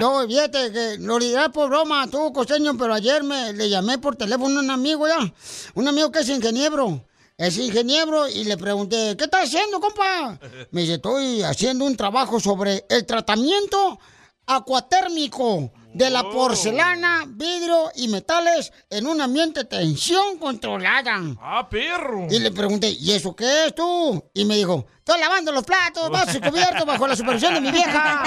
[SPEAKER 3] No, fíjate que lo dirás por broma, tú, costeño, pero ayer me le llamé por teléfono a un amigo ya. Un amigo que es ingeniero. Es ingeniero y le pregunté, ¿qué estás haciendo, compa? Me dice, estoy haciendo un trabajo sobre el tratamiento acuatérmico de
[SPEAKER 4] Oh.
[SPEAKER 3] la porcelana, vidrio y metales en un ambiente de tensión controlada.
[SPEAKER 4] Ah, perro.
[SPEAKER 3] Y le pregunté, ¿y eso qué es tú? Y me dijo, estoy lavando los platos, vasos y cubiertos bajo la supervisión de mi vieja.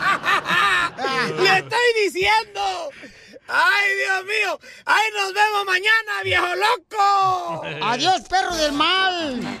[SPEAKER 2] ¡Le estoy diciendo! ¡Ay, Dios mío! ¡Ay, nos vemos mañana, viejo loco!
[SPEAKER 3] Adiós, perro del mal.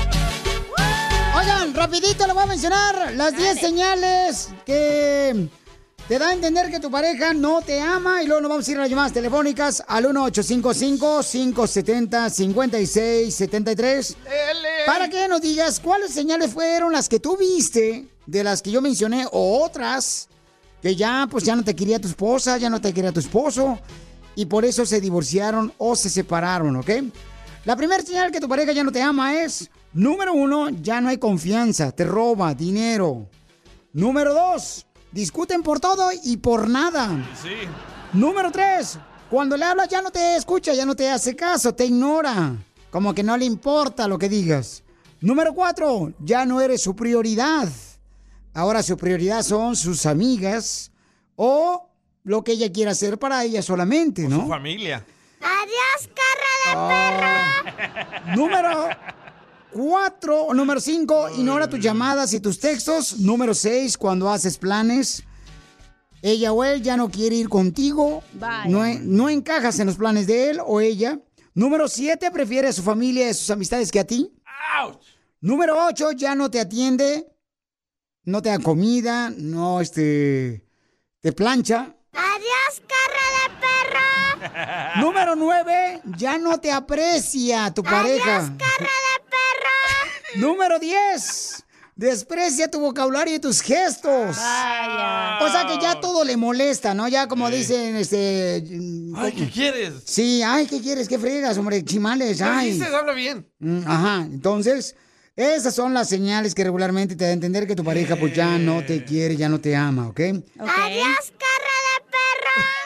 [SPEAKER 3] Oigan, rapidito le voy a mencionar las 10 señales que te da a entender que tu pareja no te ama y luego nos vamos a ir a las llamadas telefónicas al 1855-570-5673 para que nos digas cuáles señales fueron las que tú viste de las que yo mencioné o otras que ya pues ya no te quería tu esposa, ya no te quería tu esposo y por eso se divorciaron o se separaron, ¿ok? La primera señal que tu pareja ya no te ama es, número uno, ya no hay confianza, te roba dinero. Número dos, discuten por todo y por nada.
[SPEAKER 4] Sí.
[SPEAKER 3] Número tres, cuando le hablas ya no te escucha, ya no te hace caso, te ignora. Como que no le importa lo que digas. Número cuatro, ya no eres su prioridad. Ahora su prioridad son sus amigas o lo que ella quiera hacer para ella solamente, ¿no?
[SPEAKER 4] Su familia.
[SPEAKER 3] Adiós, carra de perro. Número 4 o número 5, ignora tus llamadas y tus textos. Número 6, cuando haces planes. Ella o él ya no quiere ir contigo.
[SPEAKER 18] Vaya.
[SPEAKER 3] No, e- no encajas en los planes de él o ella. Número 7, prefiere a su familia y a sus amistades que a ti. Número 8, ya no te atiende. No te da comida, no este te plancha.
[SPEAKER 6] Adiós, carra de perro.
[SPEAKER 3] Número 9, ya no te aprecia tu pareja. Número 10, desprecia tu vocabulario y tus gestos. O sea que ya todo le molesta, ¿no? Ya como dicen, este...
[SPEAKER 4] Ay, ¿qué quieres?
[SPEAKER 3] Sí, ay, ¿qué quieres? ¿Qué fregas, hombre? Chimales,
[SPEAKER 4] ¿Qué
[SPEAKER 3] ay.
[SPEAKER 4] dices? Habla bien.
[SPEAKER 3] Mm, Ajá, entonces, esas son las señales que regularmente te da a entender que tu pareja pues ya no te quiere, ya no te ama, ¿ok?
[SPEAKER 6] Adiós,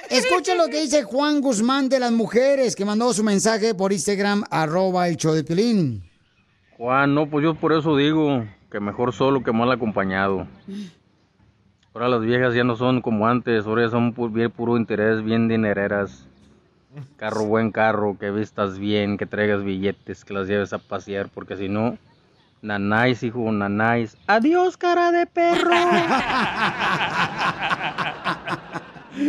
[SPEAKER 3] Escucha lo que dice Juan Guzmán de las Mujeres, que mandó su mensaje por Instagram, arroba el show de Piolín.
[SPEAKER 7] Juan, no, pues yo por eso digo que mejor solo que mal acompañado. Ahora las viejas ya no son como antes, ahora ya son pu- bien puro interés, bien dinereras. Carro, buen carro, que vistas bien, que traigas billetes, que las lleves a pasear, porque si no, nanáis, hijo, nanáis. Adiós, cara de perro.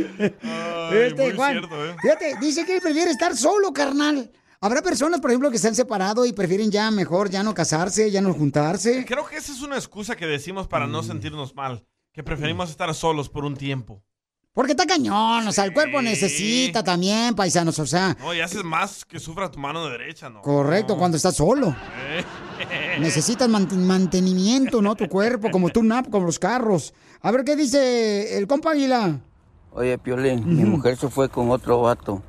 [SPEAKER 3] este Juan, fíjate, dice que él prefiere estar solo, carnal. Habrá personas, por ejemplo, que se han separado y prefieren ya mejor ya no casarse, ya no juntarse. Mm.
[SPEAKER 4] Creo que esa es una excusa que decimos para no sentirnos mal. Que preferimos estar solos por un tiempo.
[SPEAKER 3] Porque está cañón, o sea, el cuerpo necesita también, paisanos, o sea.
[SPEAKER 4] No, y haces más que sufra tu mano derecha, ¿no?
[SPEAKER 3] Ah. Correcto, cuando estás solo. Necesitas mant- mantenimiento, ¿no? Tu cuerpo, como tu nap, como los carros. A ver, ¿qué dice el compa Águila?
[SPEAKER 19] Oye, Piolín, mi mujer se fue con otro vato.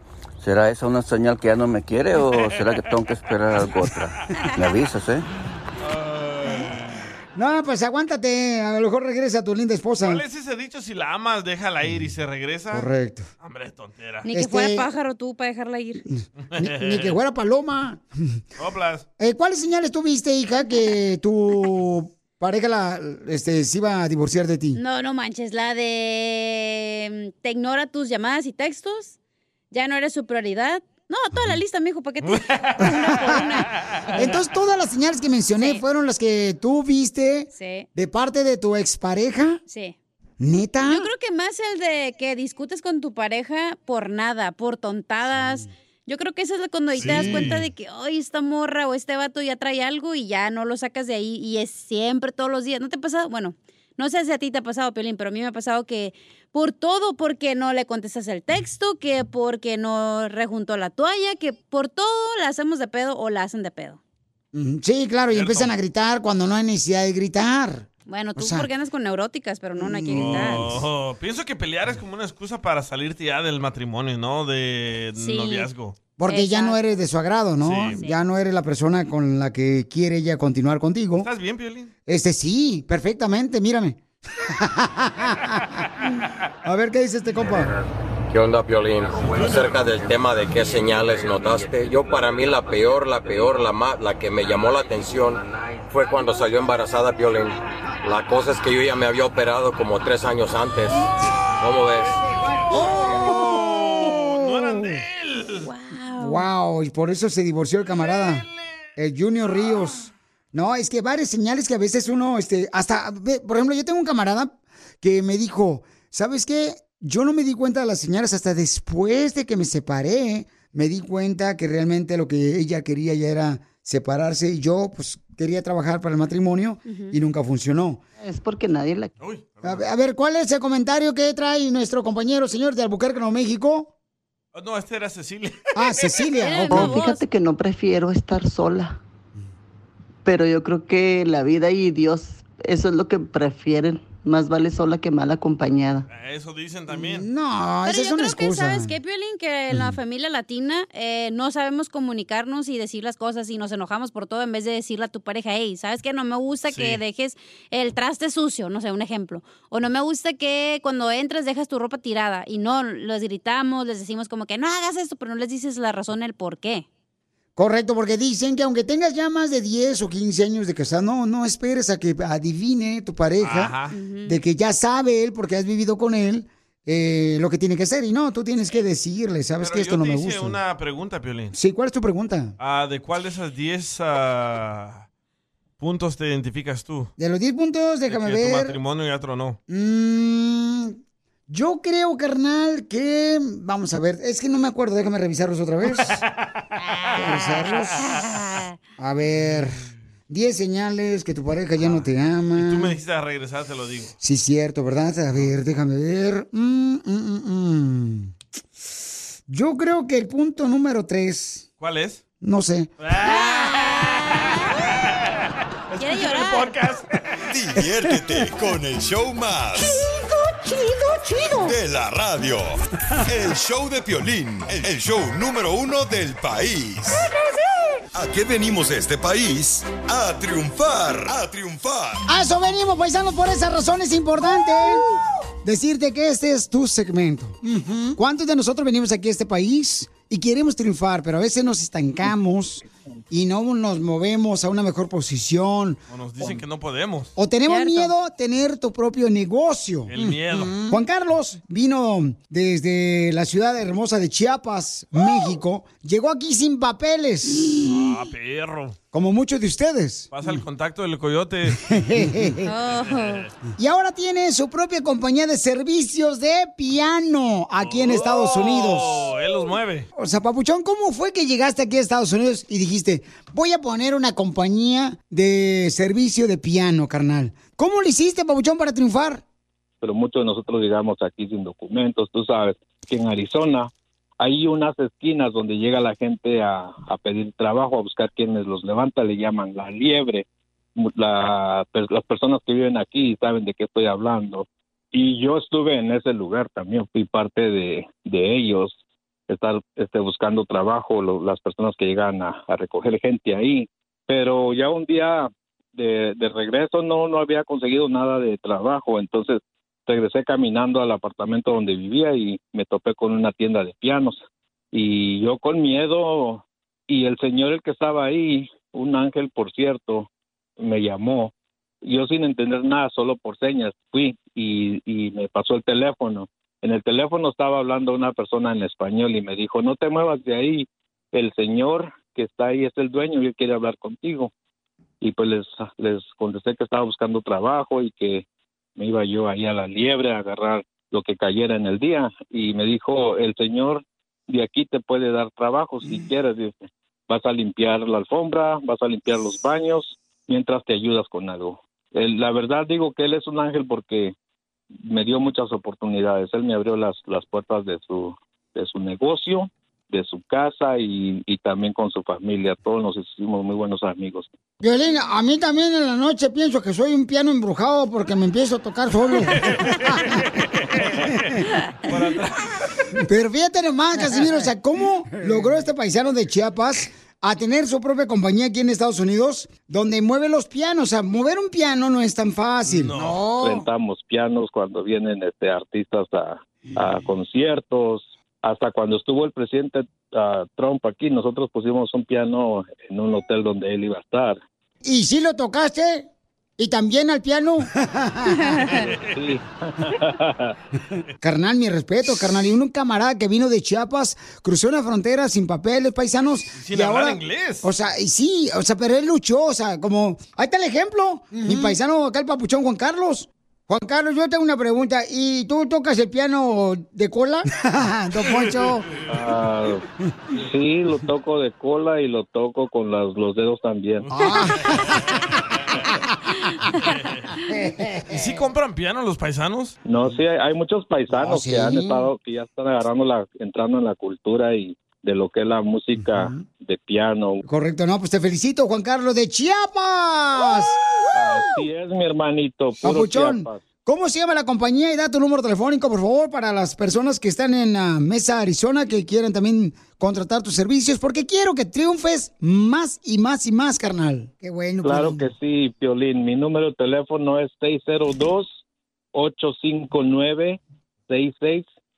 [SPEAKER 19] ¿Será esa una señal que ya no me quiere o será que tengo que esperar algo otra? Me avisas, ¿eh?
[SPEAKER 3] No, pues aguántate, a lo mejor regresa tu linda esposa.
[SPEAKER 4] ¿Cuál es ese dicho? Si la amas, déjala ir y se regresa.
[SPEAKER 3] Correcto. Este,
[SPEAKER 4] Hombre, tontera.
[SPEAKER 6] Ni que fuera pájaro tú para dejarla ir.
[SPEAKER 3] Ni, ni que fuera paloma.
[SPEAKER 4] Soplas.
[SPEAKER 3] Eh, ¿Cuáles señales tuviste, hija, que tu pareja la, este, se iba a divorciar de ti?
[SPEAKER 6] No, no manches, la de mm, te ignora tus llamadas y textos, ya no eres su prioridad. No, toda la lista, mijo, ¿para qué te...
[SPEAKER 3] Entonces, todas las señales que mencioné fueron las que tú viste
[SPEAKER 6] Sí.
[SPEAKER 3] de parte de tu expareja.
[SPEAKER 6] Sí.
[SPEAKER 3] ¿Neta?
[SPEAKER 6] Yo creo que más el de que discutes con tu pareja por nada, por tontadas. Yo creo que esa es la cuando ahí te das
[SPEAKER 3] Sí.
[SPEAKER 6] cuenta de que, hoy esta morra o este vato ya trae algo y ya no lo sacas de ahí y es siempre todos los días. ¿No te ha pasado? Bueno, no sé si a ti te ha pasado, Piolín, pero a mí me ha pasado que por todo, porque no le contestas el texto, que porque no rejuntó la toalla, que por todo la hacemos de pedo o la hacen de pedo.
[SPEAKER 3] Mm, Sí, claro, y empiezan a gritar cuando no hay necesidad de gritar.
[SPEAKER 6] Bueno, tú
[SPEAKER 3] sea-
[SPEAKER 6] porque andas con neuróticas, pero no, no hay que gritar.
[SPEAKER 4] Oh, pienso que pelear es como una excusa para salirte ya del matrimonio, ¿no? De
[SPEAKER 6] Sí.
[SPEAKER 4] noviazgo.
[SPEAKER 3] Porque ya no eres de su agrado, ¿no?
[SPEAKER 4] Sí.
[SPEAKER 3] Ya no eres la persona con la que quiere ella continuar contigo.
[SPEAKER 4] ¿Estás bien, Piolín?
[SPEAKER 3] Este sí, perfectamente, mírame. A ver qué dice este compa.
[SPEAKER 20] ¿Qué onda, Piolín? Acerca del tema de qué señales notaste, yo para mí la peor, la peor, la ma- la que me llamó la atención fue cuando salió embarazada Piolín. La cosa es que yo ya me había operado como tres años antes. ¿Cómo ves?
[SPEAKER 3] no eran de él. Wow. y por eso se divorció el camarada, el Junior Ríos. No, es que varias señales que a veces uno, este, hasta, ve, por ejemplo, yo tengo un camarada que me dijo, ¿sabes qué? Yo no me di cuenta de las señales hasta después de que me separé, me di cuenta que realmente lo que ella quería ya era separarse y yo, pues, quería trabajar para el matrimonio
[SPEAKER 21] Ujú.
[SPEAKER 3] y nunca funcionó.
[SPEAKER 21] Es porque nadie la...
[SPEAKER 3] A ver, a ver, ¿cuál es el comentario que trae nuestro compañero, señor de Albuquerque, Nuevo México?
[SPEAKER 4] Oh, No, este era Cecilia.
[SPEAKER 3] Ah, Cecilia. ok.
[SPEAKER 21] Oh, fíjate que no prefiero estar sola. Pero yo creo que la vida y Dios, eso es lo que prefieren. Más vale sola que mal acompañada.
[SPEAKER 4] Ah, Eso dicen también.
[SPEAKER 3] No,
[SPEAKER 6] Pero yo creo que, ¿sabes qué, Piolín? Que en la familia latina eh, no sabemos comunicarnos y decir las cosas y nos enojamos por todo en vez de decirle a tu pareja, hey, ¿sabes qué? No me gusta que
[SPEAKER 22] Sí.
[SPEAKER 6] dejes el traste sucio, no sé, un ejemplo. O no me gusta que cuando entres dejas tu ropa tirada. Y no, les gritamos, les decimos como que no hagas esto, pero no les dices la razón, el por qué.
[SPEAKER 3] Correcto, porque dicen que aunque tengas ya más de 10 o 15 años de casado, no, no esperes a que adivine tu pareja
[SPEAKER 4] Ajá. Ujú.
[SPEAKER 3] de que ya sabe él, porque has vivido con él, eh, lo que tiene que hacer. Y no, tú tienes que decirle, ¿sabes que
[SPEAKER 4] Pero
[SPEAKER 3] Esto
[SPEAKER 4] yo
[SPEAKER 3] no
[SPEAKER 4] te
[SPEAKER 3] me
[SPEAKER 4] hice
[SPEAKER 3] gusta.
[SPEAKER 4] una pregunta, Piolín.
[SPEAKER 3] Sí, ¿cuál es tu pregunta?
[SPEAKER 4] Ah, ¿De cuál de esas 10 ah, puntos te identificas tú?
[SPEAKER 3] De los 10 puntos, déjame
[SPEAKER 4] que tu
[SPEAKER 3] ver.
[SPEAKER 4] matrimonio ya tronó.
[SPEAKER 3] Mm, yo creo, carnal, que... Vamos a ver, es que no me acuerdo, déjame revisarlos otra vez. revisarlos. A ver, 10 señales que tu pareja ya no te ama.
[SPEAKER 4] Mm. Ah, Tú me dijiste a regresar, te lo digo.
[SPEAKER 3] Sí, cierto, ¿verdad? A ver, déjame ver. Mm, mm, mm, mm. Yo creo que el punto número tres,
[SPEAKER 4] ¿Cuál es?
[SPEAKER 3] no sé.
[SPEAKER 4] Ah.
[SPEAKER 6] Quiere
[SPEAKER 4] llorar.
[SPEAKER 10] Diviértete con el show más. Chido, chido, chido. De la radio. El show de Piolín. El show número uno del país. ¿A qué venimos a este país? A triunfar. A triunfar.
[SPEAKER 3] A eso venimos, paisanos, por esa razón es importante
[SPEAKER 4] Uh.
[SPEAKER 3] decirte que este es tu segmento. ¿Cuántos de nosotros venimos aquí a este país y queremos triunfar, pero a veces nos estancamos y no nos movemos a una mejor posición?
[SPEAKER 4] O nos dicen que no podemos.
[SPEAKER 3] O tenemos miedo a tener tu propio negocio.
[SPEAKER 4] El miedo.
[SPEAKER 3] Mm. Juan Carlos vino desde la ciudad hermosa de Chiapas, México. Llegó aquí sin papeles,
[SPEAKER 4] Ah, perro.
[SPEAKER 3] como muchos de ustedes.
[SPEAKER 4] Pasa el contacto del coyote.
[SPEAKER 3] Y ahora tiene su propia compañía de servicios de piano aquí en Estados Unidos.
[SPEAKER 4] Oh, él los mueve.
[SPEAKER 3] O sea, Papuchón, ¿cómo fue que llegaste aquí a Estados Unidos y dijiste, voy a poner una compañía de servicio de piano, carnal? ¿Cómo lo hiciste, Papuchón, para triunfar?
[SPEAKER 23] pero muchos de nosotros llegamos aquí sin documentos. Tú sabes que en Arizona hay unas esquinas donde llega la gente a, a pedir trabajo, a buscar quienes los levanta, le llaman la liebre. La- per- las personas que viven aquí saben de qué estoy hablando. Y yo estuve en ese lugar también, fui parte de, de ellos, estar este, buscando trabajo, lo- las personas que llegan a, a recoger gente ahí. Pero ya un día de, de regreso no, no había conseguido nada de trabajo, entonces regresé caminando al apartamento donde vivía y me topé con una tienda de pianos. Y yo con miedo, y el señor el que estaba ahí, un ángel por cierto, me llamó. Yo sin entender nada, solo por señas, fui y, y me pasó el teléfono. En el teléfono estaba hablando una persona en español y me dijo, no te muevas de ahí, el señor que está ahí es el dueño y él quiere hablar contigo. Y pues les, les contesté que estaba buscando trabajo y que me iba yo ahí a la liebre a agarrar lo que cayera en el día y me dijo el señor de aquí te puede dar trabajo si quieres dice vas a limpiar la alfombra vas a limpiar los baños mientras te ayudas con algo Él- la verdad digo que él es un ángel porque me dio muchas oportunidades él me abrió las las puertas de su de su negocio de su casa y, y también con su familia todos nos hicimos muy buenos amigos
[SPEAKER 24] Violín, a mí también en la noche pienso que soy un piano embrujado porque me empiezo a tocar solo.
[SPEAKER 3] Pero fíjate nomás, Casimiro, o sea, ¿cómo logró este paisano de Chiapas a tener su propia compañía aquí en Estados Unidos donde mueve los pianos? O sea, mover un piano no es tan fácil. No.
[SPEAKER 23] rentamos pianos cuando vienen este artistas a, a conciertos hasta cuando estuvo el presidente ah, Trump aquí nosotros pusimos un piano en un hotel donde él iba a estar
[SPEAKER 24] ¿Y si lo tocaste? ¿Y también al piano?
[SPEAKER 23] Sí.
[SPEAKER 3] Carnal, mi respeto, carnal. Y un camarada que vino de Chiapas, cruzó una frontera sin papeles, paisanos.
[SPEAKER 4] Sin
[SPEAKER 3] y
[SPEAKER 4] hablar
[SPEAKER 3] ahora,
[SPEAKER 4] inglés.
[SPEAKER 3] O sea, y sí, o sea, pero él luchó, o sea, como. Ahí está el ejemplo. Mi paisano acá, el papuchón Juan Carlos. Juan Carlos, yo tengo una pregunta. ¿Y tú tocas el piano de cola? Don Poncho.
[SPEAKER 23] Ah, sí lo toco de cola y lo toco con las- los dedos también
[SPEAKER 4] Ah, ¿Y si compran piano los paisanos?
[SPEAKER 23] no sí hay, hay muchos paisanos
[SPEAKER 4] Ah, sí.
[SPEAKER 23] que han estado que ya están agarrando la entrando en la cultura y de lo que es la música de piano
[SPEAKER 3] Correcto, no, pues te felicito, Juan Carlos de Chiapas.
[SPEAKER 23] así es mi hermanito puro
[SPEAKER 3] Papuchón,
[SPEAKER 23] Chiapas.
[SPEAKER 3] ¿cómo se llama la compañía? Y da tu número telefónico, por favor, para las personas que están en la Mesa Arizona que quieran también contratar tus servicios, porque quiero que triunfes más y más y más, carnal. Qué bueno. pues.
[SPEAKER 23] Claro que sí, Piolín. Mi número de teléfono es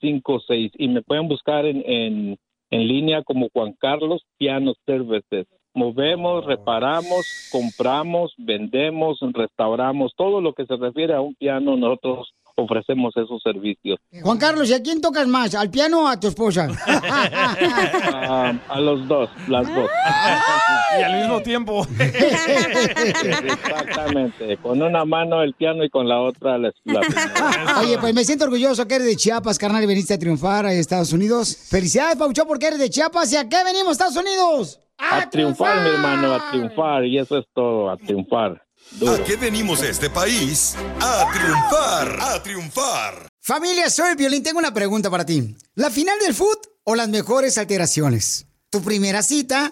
[SPEAKER 23] 602-859-6656. Y me pueden buscar en, en, en línea como Juan Carlos Piano Services.
[SPEAKER 3] Oh.
[SPEAKER 23] Movemos, reparamos, compramos, vendemos, restauramos. Todo lo que se refiere a un piano, nosotros ofrecemos esos servicios.
[SPEAKER 24] Juan Carlos, ¿y a quién tocas más? ¿Al piano o a tu esposa?
[SPEAKER 23] Ah, a los dos, las dos.
[SPEAKER 3] Ah.
[SPEAKER 4] Y al mismo tiempo.
[SPEAKER 23] Exactamente. Con una mano el piano y con la otra la, la
[SPEAKER 3] Oye, pues me siento orgulloso que eres de Chiapas, carnal, y viniste a triunfar a Estados Unidos. Felicidades, Pauchón, porque eres de Chiapas. ¿Y a qué venimos, Estados Unidos?
[SPEAKER 23] A triunfar, mi hermano, a triunfar. Y eso es todo, a triunfar.
[SPEAKER 10] ¿A Ah, qué venimos a este país? A triunfar, a triunfar.
[SPEAKER 3] Familia, soy el Violín. Tengo una pregunta para ti. ¿La final del foot o las mejores alteraciones? ¿Tu primera cita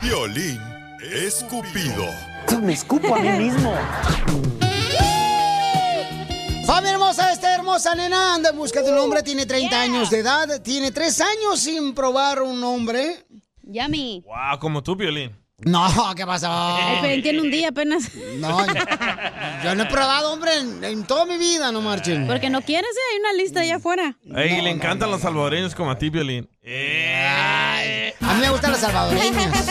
[SPEAKER 10] Violín escupido.
[SPEAKER 24] Me escupo a mí mismo.
[SPEAKER 3] Familia hermosa, esta hermosa nena anda en busca de un hombre, tiene 30 años de edad, tiene 3 años sin probar un hombre.
[SPEAKER 6] Yami.
[SPEAKER 4] Wow, como tú, Violín.
[SPEAKER 3] No, ¿qué pasó?
[SPEAKER 6] Tiene un día apenas.
[SPEAKER 3] No, Yo no he probado hombre en, en toda mi vida, no marchen. Mm.
[SPEAKER 6] Porque no quieres, eh, hay una lista allá afuera.
[SPEAKER 4] Ey, le encantan los salvadoreños como a ti, Violín.
[SPEAKER 3] A mí me gustan las salvadoreñas.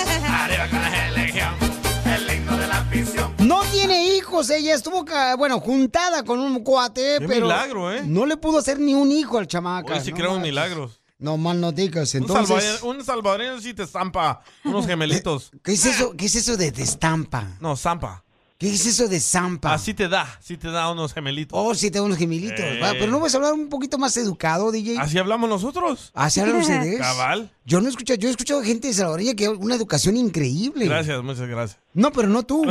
[SPEAKER 3] No tiene hijos, ella estuvo, ca- bueno, juntada con un cuate,
[SPEAKER 4] Qué
[SPEAKER 3] pero
[SPEAKER 4] milagro, ¿eh?
[SPEAKER 3] no le pudo hacer ni un hijo al chamaca.
[SPEAKER 4] Hoy sí
[SPEAKER 3] no
[SPEAKER 4] creo en
[SPEAKER 3] marches.
[SPEAKER 4] milagros.
[SPEAKER 3] No mal no digas,
[SPEAKER 4] Un
[SPEAKER 3] entonces...
[SPEAKER 4] salvadoreño- Un salvadoreño sí te zampa unos gemelitos.
[SPEAKER 3] ¿Qué es eso? ¿Qué es eso de, de estampa?
[SPEAKER 4] No, zampa.
[SPEAKER 3] ¿Qué es eso de zampa?
[SPEAKER 4] Así te da, sí te da unos gemelitos.
[SPEAKER 3] Oh, sí te da unos gemelitos.
[SPEAKER 4] Eh.
[SPEAKER 3] Va, Pero no vas a hablar un poquito más educado, DJ.
[SPEAKER 4] Así hablamos nosotros.
[SPEAKER 3] Así hablan ustedes.
[SPEAKER 4] Cabal.
[SPEAKER 3] Yo no he escuchado, yo he escuchado gente de Salvadoreña que una educación increíble.
[SPEAKER 4] Gracias, muchas gracias.
[SPEAKER 3] No, pero no tú.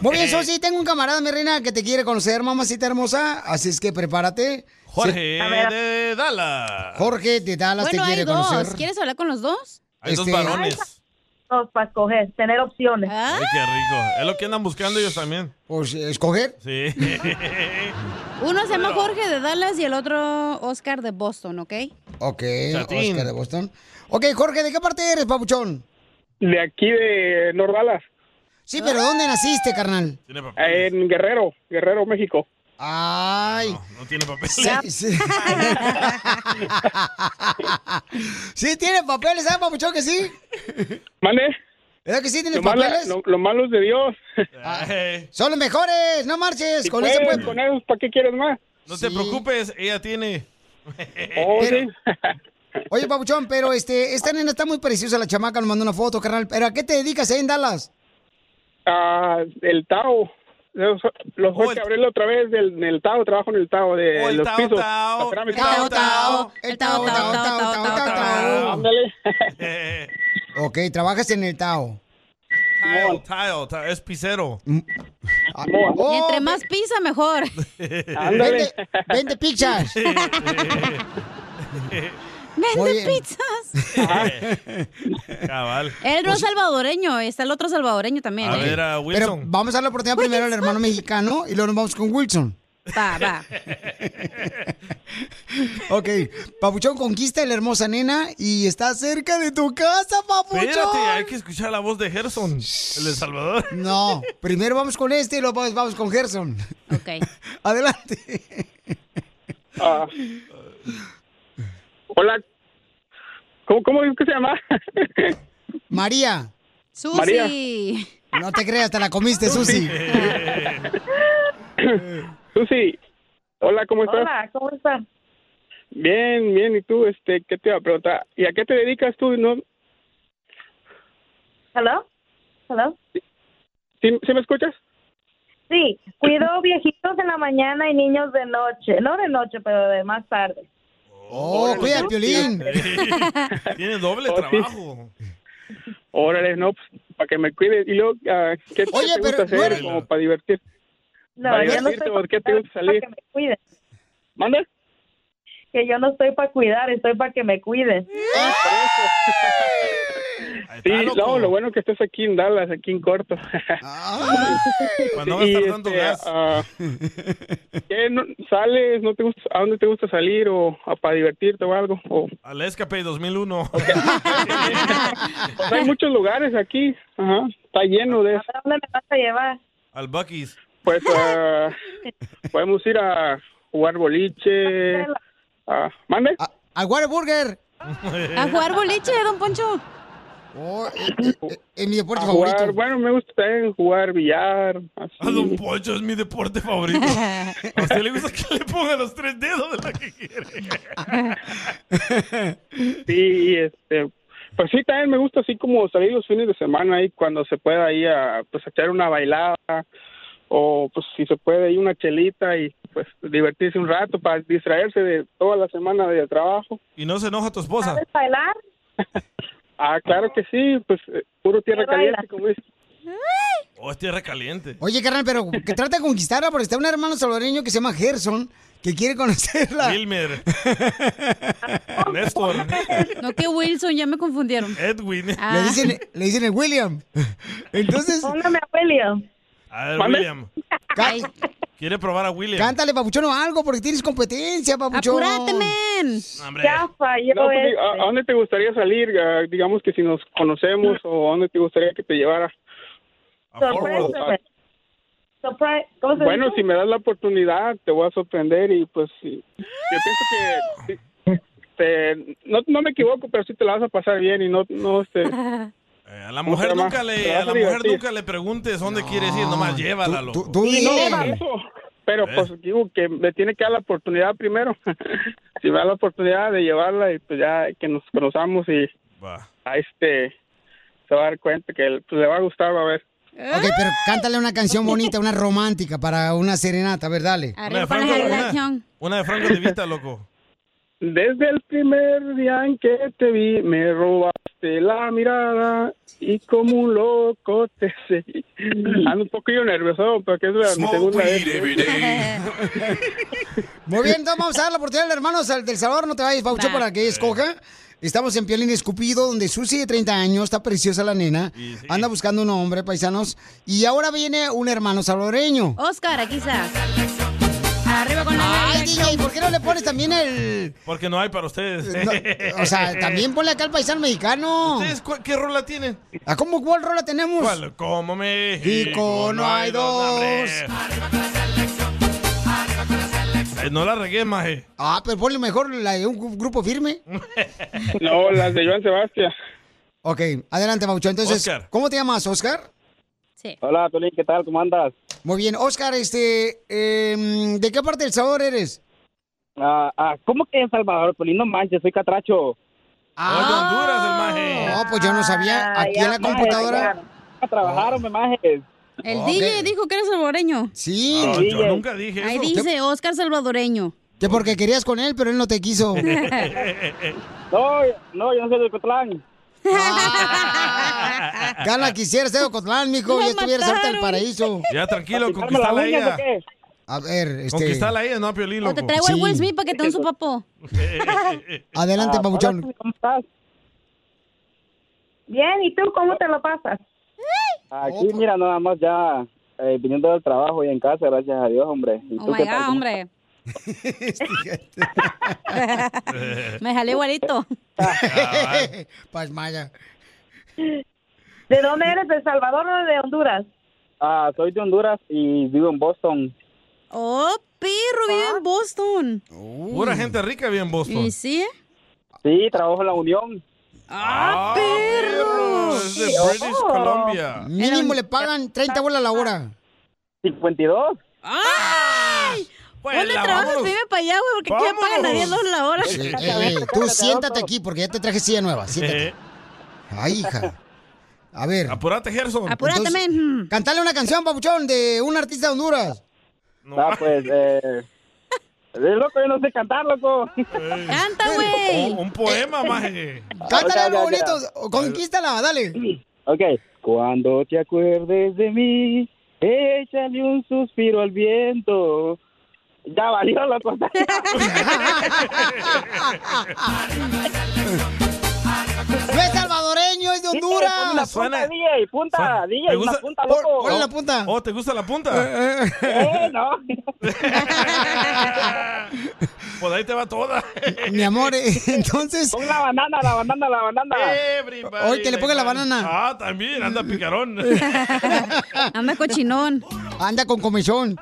[SPEAKER 3] Muy bien, Sosi, tengo un camarada, mi reina, que te quiere conocer, mamacita hermosa. Así es que prepárate.
[SPEAKER 4] Jorge
[SPEAKER 3] Sí.
[SPEAKER 4] de Dallas.
[SPEAKER 3] Jorge de Dallas
[SPEAKER 6] bueno,
[SPEAKER 3] te quiere
[SPEAKER 6] hay dos.
[SPEAKER 3] conocer.
[SPEAKER 6] ¿Quieres hablar con los dos?
[SPEAKER 4] Hay dos
[SPEAKER 3] Este-
[SPEAKER 4] varones.
[SPEAKER 25] para escoger, tener opciones.
[SPEAKER 6] Ah,
[SPEAKER 4] Ay, qué rico. Es lo que andan buscando ellos también.
[SPEAKER 3] Pues, ¿escoger?
[SPEAKER 4] Sí.
[SPEAKER 6] Uno se llama Jorge de Dallas y el otro Oscar de Boston, ¿ok?
[SPEAKER 3] Ok,
[SPEAKER 6] Chatín.
[SPEAKER 3] Oscar de Boston. Ok, Jorge, ¿de qué parte eres, papuchón?
[SPEAKER 15] De aquí de Nordalas.
[SPEAKER 3] Sí, pero ¿dónde naciste, carnal?
[SPEAKER 15] En Guerrero, Guerrero, México.
[SPEAKER 3] Ay.
[SPEAKER 4] No tiene papel.
[SPEAKER 3] Sí, sí. Sí tiene papeles, ¿sabes, papuchón, que sí?
[SPEAKER 15] ¿Mande?
[SPEAKER 3] ¿Verdad que sí tienes
[SPEAKER 15] Lo malo-
[SPEAKER 3] papeles?
[SPEAKER 15] lo- lo malo es de Dios. Ah.
[SPEAKER 3] Son los mejores, no marches.
[SPEAKER 15] Si
[SPEAKER 3] con
[SPEAKER 15] puedes,
[SPEAKER 3] eso puedes.
[SPEAKER 15] pues, con esos, ¿para qué quieres más?
[SPEAKER 4] No te preocupes, ella tiene.
[SPEAKER 3] Pero- Oye, Papuchón, pero este, esta nena está muy preciosa, la chamaca, nos mandó una foto, carnal. ¿Pero a qué te dedicas ahí en Dallas?
[SPEAKER 15] Ah, el Tao. Los, los fue que abrirlo otra vez del, en el Tao, trabajo en Oh, el Tao de los pisos. la cerámica.
[SPEAKER 3] el Tao, Tao, Tao, Tao, Tao, Tao.
[SPEAKER 15] Ándale.
[SPEAKER 3] Ok, trabajas en el Tao.
[SPEAKER 4] Tile, tile, tile, es pisero.
[SPEAKER 3] Mm. Ah,
[SPEAKER 6] Y entre más pizza, mejor.
[SPEAKER 4] Ándale.
[SPEAKER 3] oh, Vende, vende pizzas.
[SPEAKER 6] Vende
[SPEAKER 3] Oye.
[SPEAKER 6] pizzas.
[SPEAKER 4] Cabal.
[SPEAKER 6] Él
[SPEAKER 3] Pues
[SPEAKER 6] no es salvadoreño, está el otro salvadoreño también.
[SPEAKER 4] A
[SPEAKER 6] ¿eh?
[SPEAKER 4] ver, a
[SPEAKER 3] Pero
[SPEAKER 4] Wilson.
[SPEAKER 3] vamos a dar la oportunidad primero al hermano mexicano y luego nos vamos con Wilson.
[SPEAKER 6] Va, va.
[SPEAKER 3] Ok, Papuchón conquista a la hermosa nena y está cerca de tu casa, Papuchón.
[SPEAKER 4] Espérate, hay que escuchar la voz de Gerson, el de Salvador.
[SPEAKER 3] No, primero vamos con este y luego vamos- vamos con Gerson.
[SPEAKER 6] Ok.
[SPEAKER 3] Adelante.
[SPEAKER 15] Ah. Hola. ¿Cómo, ¿Cómo dices que se llama?
[SPEAKER 3] María.
[SPEAKER 6] Susi. María.
[SPEAKER 3] No te creas, te la comiste, Susi.
[SPEAKER 15] Susi. Hola, ¿cómo estás?
[SPEAKER 25] Hola, ¿cómo estás?
[SPEAKER 15] Bien, bien. ¿Y tú, este, qué te iba a preguntar? ¿Y a qué te dedicas tú? ¿No?
[SPEAKER 25] ¿Hello? ¿Hello?
[SPEAKER 15] ¿Sí, sí me escuchas?
[SPEAKER 25] Sí, cuido viejitos en la mañana y niños de noche. No de noche, pero de más tarde.
[SPEAKER 3] Oh, cuida el violín.
[SPEAKER 4] Tiene doble
[SPEAKER 15] Oh, sí.
[SPEAKER 4] trabajo.
[SPEAKER 15] Órale, no, pues, para que me cuides. Y luego, ah, ¿qué qué
[SPEAKER 3] Oye,
[SPEAKER 15] te
[SPEAKER 3] pero
[SPEAKER 15] gusta
[SPEAKER 3] no
[SPEAKER 15] hacer?
[SPEAKER 3] eres-
[SPEAKER 15] Como para divertir.
[SPEAKER 25] No,
[SPEAKER 15] para
[SPEAKER 25] yo no
[SPEAKER 15] divertirte,
[SPEAKER 25] estoy
[SPEAKER 15] ¿o ¿qué te gusta salir?
[SPEAKER 25] Cuiden.
[SPEAKER 15] ¿Manda?
[SPEAKER 25] Que yo no estoy para cuidar, estoy para que me cuiden.
[SPEAKER 15] Sí, no, lo bueno que estás aquí en Dallas, aquí en corto.
[SPEAKER 3] Ah,
[SPEAKER 4] Para no gastar
[SPEAKER 15] Y,
[SPEAKER 4] tanto
[SPEAKER 15] este,
[SPEAKER 4] gas.
[SPEAKER 15] ah, ¿qué, no- ¿Sales? No te gusta, ¿A dónde te gusta salir? ¿O a- para divertirte o algo? O,
[SPEAKER 4] Al Escape 2001.
[SPEAKER 15] pues hay muchos lugares aquí. Ajá, está lleno de eso.
[SPEAKER 25] ¿A dónde me vas a llevar?
[SPEAKER 4] Al Bucky's.
[SPEAKER 15] Pues ah, podemos ir a jugar boliche. ah, ¿Mande?
[SPEAKER 3] Al Whataburger.
[SPEAKER 6] A jugar boliche, don Poncho.
[SPEAKER 24] Oh, eh, eh, eh, mi deporte
[SPEAKER 15] A
[SPEAKER 24] favorito.
[SPEAKER 15] jugar, bueno, me gusta también jugar billar. Así.
[SPEAKER 4] A Ah, Don Poncho es mi deporte favorito. A usted le gusta que le ponga los tres dedos de la que quiere.
[SPEAKER 15] Sí, este, pues sí, también me gusta así como salir los fines de semana ahí cuando se pueda ahí a, pues, a echar una bailada o pues si se puede ahí una chelita y pues divertirse un rato para distraerse de toda la semana de trabajo.
[SPEAKER 4] Y no se enoja tu esposa.
[SPEAKER 15] bailar? ah, claro que sí, pues eh, puro tierra
[SPEAKER 4] ¿Qué baila?
[SPEAKER 15] caliente como dice.
[SPEAKER 4] Oh, es tierra caliente.
[SPEAKER 3] Oye, carnal, pero que trata de conquistarla porque está un hermano salvadoreño que se llama Gerson que quiere conocerla.
[SPEAKER 4] Wilmer. Néstor.
[SPEAKER 6] No, que Wilson, ya me confundieron. Ah.
[SPEAKER 4] Edwin.
[SPEAKER 3] Le, dicen, le dicen el William. Entonces.
[SPEAKER 25] Póngame a William.
[SPEAKER 4] A ver,
[SPEAKER 3] ¿Mande?
[SPEAKER 4] William. ¿Quiere probar a William?
[SPEAKER 3] Cántale, papuchón, o algo porque tienes competencia, papuchón.
[SPEAKER 15] Apúrate,
[SPEAKER 6] men.
[SPEAKER 4] Hombre.
[SPEAKER 15] No, pues, digo, ¿a, a dónde te gustaría salir? Ah, digamos que si nos conocemos o a dónde te gustaría que te llevara. Ah,
[SPEAKER 25] Sorpresa. Surprise.
[SPEAKER 5] pues,
[SPEAKER 25] ¿Cómo se
[SPEAKER 15] Bueno,
[SPEAKER 25] dice?
[SPEAKER 15] si me das la oportunidad, te voy a sorprender y pues sí. yo pienso que sí, te- Este, no, no me equivoco, pero sí te la vas a pasar bien y no no este
[SPEAKER 4] Eh, A la mujer nunca le, a la mujer nunca le preguntes dónde quieres ir, nomás llévala, loco.
[SPEAKER 15] Sí, no, eso. Pero pues digo que me tiene que dar la oportunidad primero. si me da la oportunidad de llevarla y pues ya que nos conozcamos y a este se va a dar cuenta que pues, le va a gustar, va a ver.
[SPEAKER 3] Ok, Eh, pero cántale una canción bonita, una romántica para una serenata, a ver, dale.
[SPEAKER 4] Una de Franco, una, una de Franco de Vita, loco.
[SPEAKER 15] Desde el primer día en que te vi, me robaste la mirada y como un loco te seguí. Ando un poquillo nervioso porque es la, mi segunda vez.
[SPEAKER 3] Muy bien, entonces vamos a dar la oportunidad al hermano Sal- del Salvador, no te vayas, Paucho,
[SPEAKER 4] Va.
[SPEAKER 3] para que escoja. Estamos en Piolín Escupido, donde Susi de 30 años, está preciosa la nena, anda buscando un hombre, paisanos, y ahora viene un hermano salvadoreño.
[SPEAKER 6] Oscar, aquí está. Arriba con la
[SPEAKER 3] Ay, DJ, ¿por qué no le pones también el...?
[SPEAKER 4] Porque no hay para ustedes.
[SPEAKER 3] no, o sea, también ponle acá al paisano mexicano.
[SPEAKER 4] ¿Ustedes qué rola tienen?
[SPEAKER 3] ¿A cómo cuál rola tenemos?
[SPEAKER 4] ¿Cuál? Como México.
[SPEAKER 3] Pico, no hay dos.
[SPEAKER 4] hombre. Eh, No la regué, maje.
[SPEAKER 3] Ah, pero ponle mejor la de un gru- grupo firme.
[SPEAKER 15] No, las de Joan Sebastián.
[SPEAKER 3] Ok, adelante, Paucho. Entonces,
[SPEAKER 15] Oscar.
[SPEAKER 3] ¿cómo te llamas, Oscar?
[SPEAKER 8] Hola, Piolín, ¿qué tal? ¿Cómo andas?
[SPEAKER 3] Muy bien, Oscar, este, em, ¿de qué parte del Salvador eres?
[SPEAKER 8] Ah, ah, ¿Cómo que en Salvador, Piolín? No manches, soy catracho.
[SPEAKER 4] Ah, de Honduras, el
[SPEAKER 3] No, pues yo no sabía. Aquí en la computadora.
[SPEAKER 8] A trabajar, hombre, majes.
[SPEAKER 6] El DJ dijo que eres salvadoreño.
[SPEAKER 3] Sí.
[SPEAKER 8] Ah, yo nunca
[SPEAKER 4] dije
[SPEAKER 6] Ahí dice Oscar salvadoreño.
[SPEAKER 3] Que porque querías con él, pero él no te quiso.
[SPEAKER 8] No, no, yo no soy de Cotlán.
[SPEAKER 3] Ah, Gana, quisiera ser de Ocotlán, mijo,
[SPEAKER 8] Lo
[SPEAKER 3] y estuviera cerca del
[SPEAKER 8] mataron.
[SPEAKER 3] paraíso.
[SPEAKER 4] Ya, tranquilo, conquistala ella.
[SPEAKER 3] A ver, este...
[SPEAKER 4] Conquistala ella, no a Piolín,
[SPEAKER 6] O
[SPEAKER 4] loco.
[SPEAKER 6] te traigo al Will Smith para que te den su papo.
[SPEAKER 3] Adelante,
[SPEAKER 25] Ah,
[SPEAKER 5] Ah,
[SPEAKER 3] Pabuchón.
[SPEAKER 8] ¿Cómo estás?
[SPEAKER 25] Bien, ¿y tú cómo te lo pasas?
[SPEAKER 8] Aquí, mira, nada más ya eh, viniendo del trabajo y en casa, gracias a Dios, hombre. ¿Y
[SPEAKER 6] Oh
[SPEAKER 8] tú
[SPEAKER 6] my
[SPEAKER 8] qué tal?
[SPEAKER 6] God, hombre. Me jalé igualito.
[SPEAKER 3] Maya.
[SPEAKER 8] ¿De dónde eres? ¿De Salvador o de Honduras? Ah, soy de Honduras y vivo en Boston.
[SPEAKER 6] Oh, perro, vive en Boston.
[SPEAKER 4] Pura gente rica vive en Boston.
[SPEAKER 6] ¿Y sí?
[SPEAKER 8] Sí, trabajo en la Unión.
[SPEAKER 6] ¡Ah, perro!
[SPEAKER 4] Es de British
[SPEAKER 6] Oh.
[SPEAKER 4] Columbia.
[SPEAKER 3] Mínimo le pagan 30 bolas la hora.
[SPEAKER 8] 52.
[SPEAKER 6] ¡Ay! ¿Dónde
[SPEAKER 3] Vuela,
[SPEAKER 6] trabajas?
[SPEAKER 3] vámonos.
[SPEAKER 6] Vive para allá, güey, porque aquí me pagan a 10 dólares la hora.
[SPEAKER 3] Sí, eh, eh, tú siéntate aquí porque ya te traje silla nueva. Siéntate.
[SPEAKER 4] Eh.
[SPEAKER 3] Ay, hija. A ver.
[SPEAKER 4] Apúrate, Gerson.
[SPEAKER 3] Apúrate, men. Cantale una canción, papuchón, de un artista de Honduras.
[SPEAKER 8] Ah, pues, eh... eh, loco, yo no sé cantar, loco.
[SPEAKER 6] Canta,
[SPEAKER 8] güey.
[SPEAKER 4] Un poema, eh. maje.
[SPEAKER 8] Cántale
[SPEAKER 3] algo bonito, o conquístala, dale.
[SPEAKER 8] Ok. Cuando te acuerdes de mí, échale un suspiro al viento. Ya valió la cosa.
[SPEAKER 3] No es salvadoreño, es de Honduras.
[SPEAKER 4] Suena- suena- ¿Te gusta-
[SPEAKER 3] Ponle la punta.
[SPEAKER 4] Oh, ¿te gusta la punta?
[SPEAKER 2] eh.
[SPEAKER 8] Eh, no.
[SPEAKER 4] Pues ahí te va toda.
[SPEAKER 3] Mi amor, eh, entonces.
[SPEAKER 8] Pon la banana, la banana, la banana.
[SPEAKER 3] Hoy que le ponga la banana.
[SPEAKER 4] Ah, también, anda picarón.
[SPEAKER 6] Anda cochinón.
[SPEAKER 3] Anda con comezón.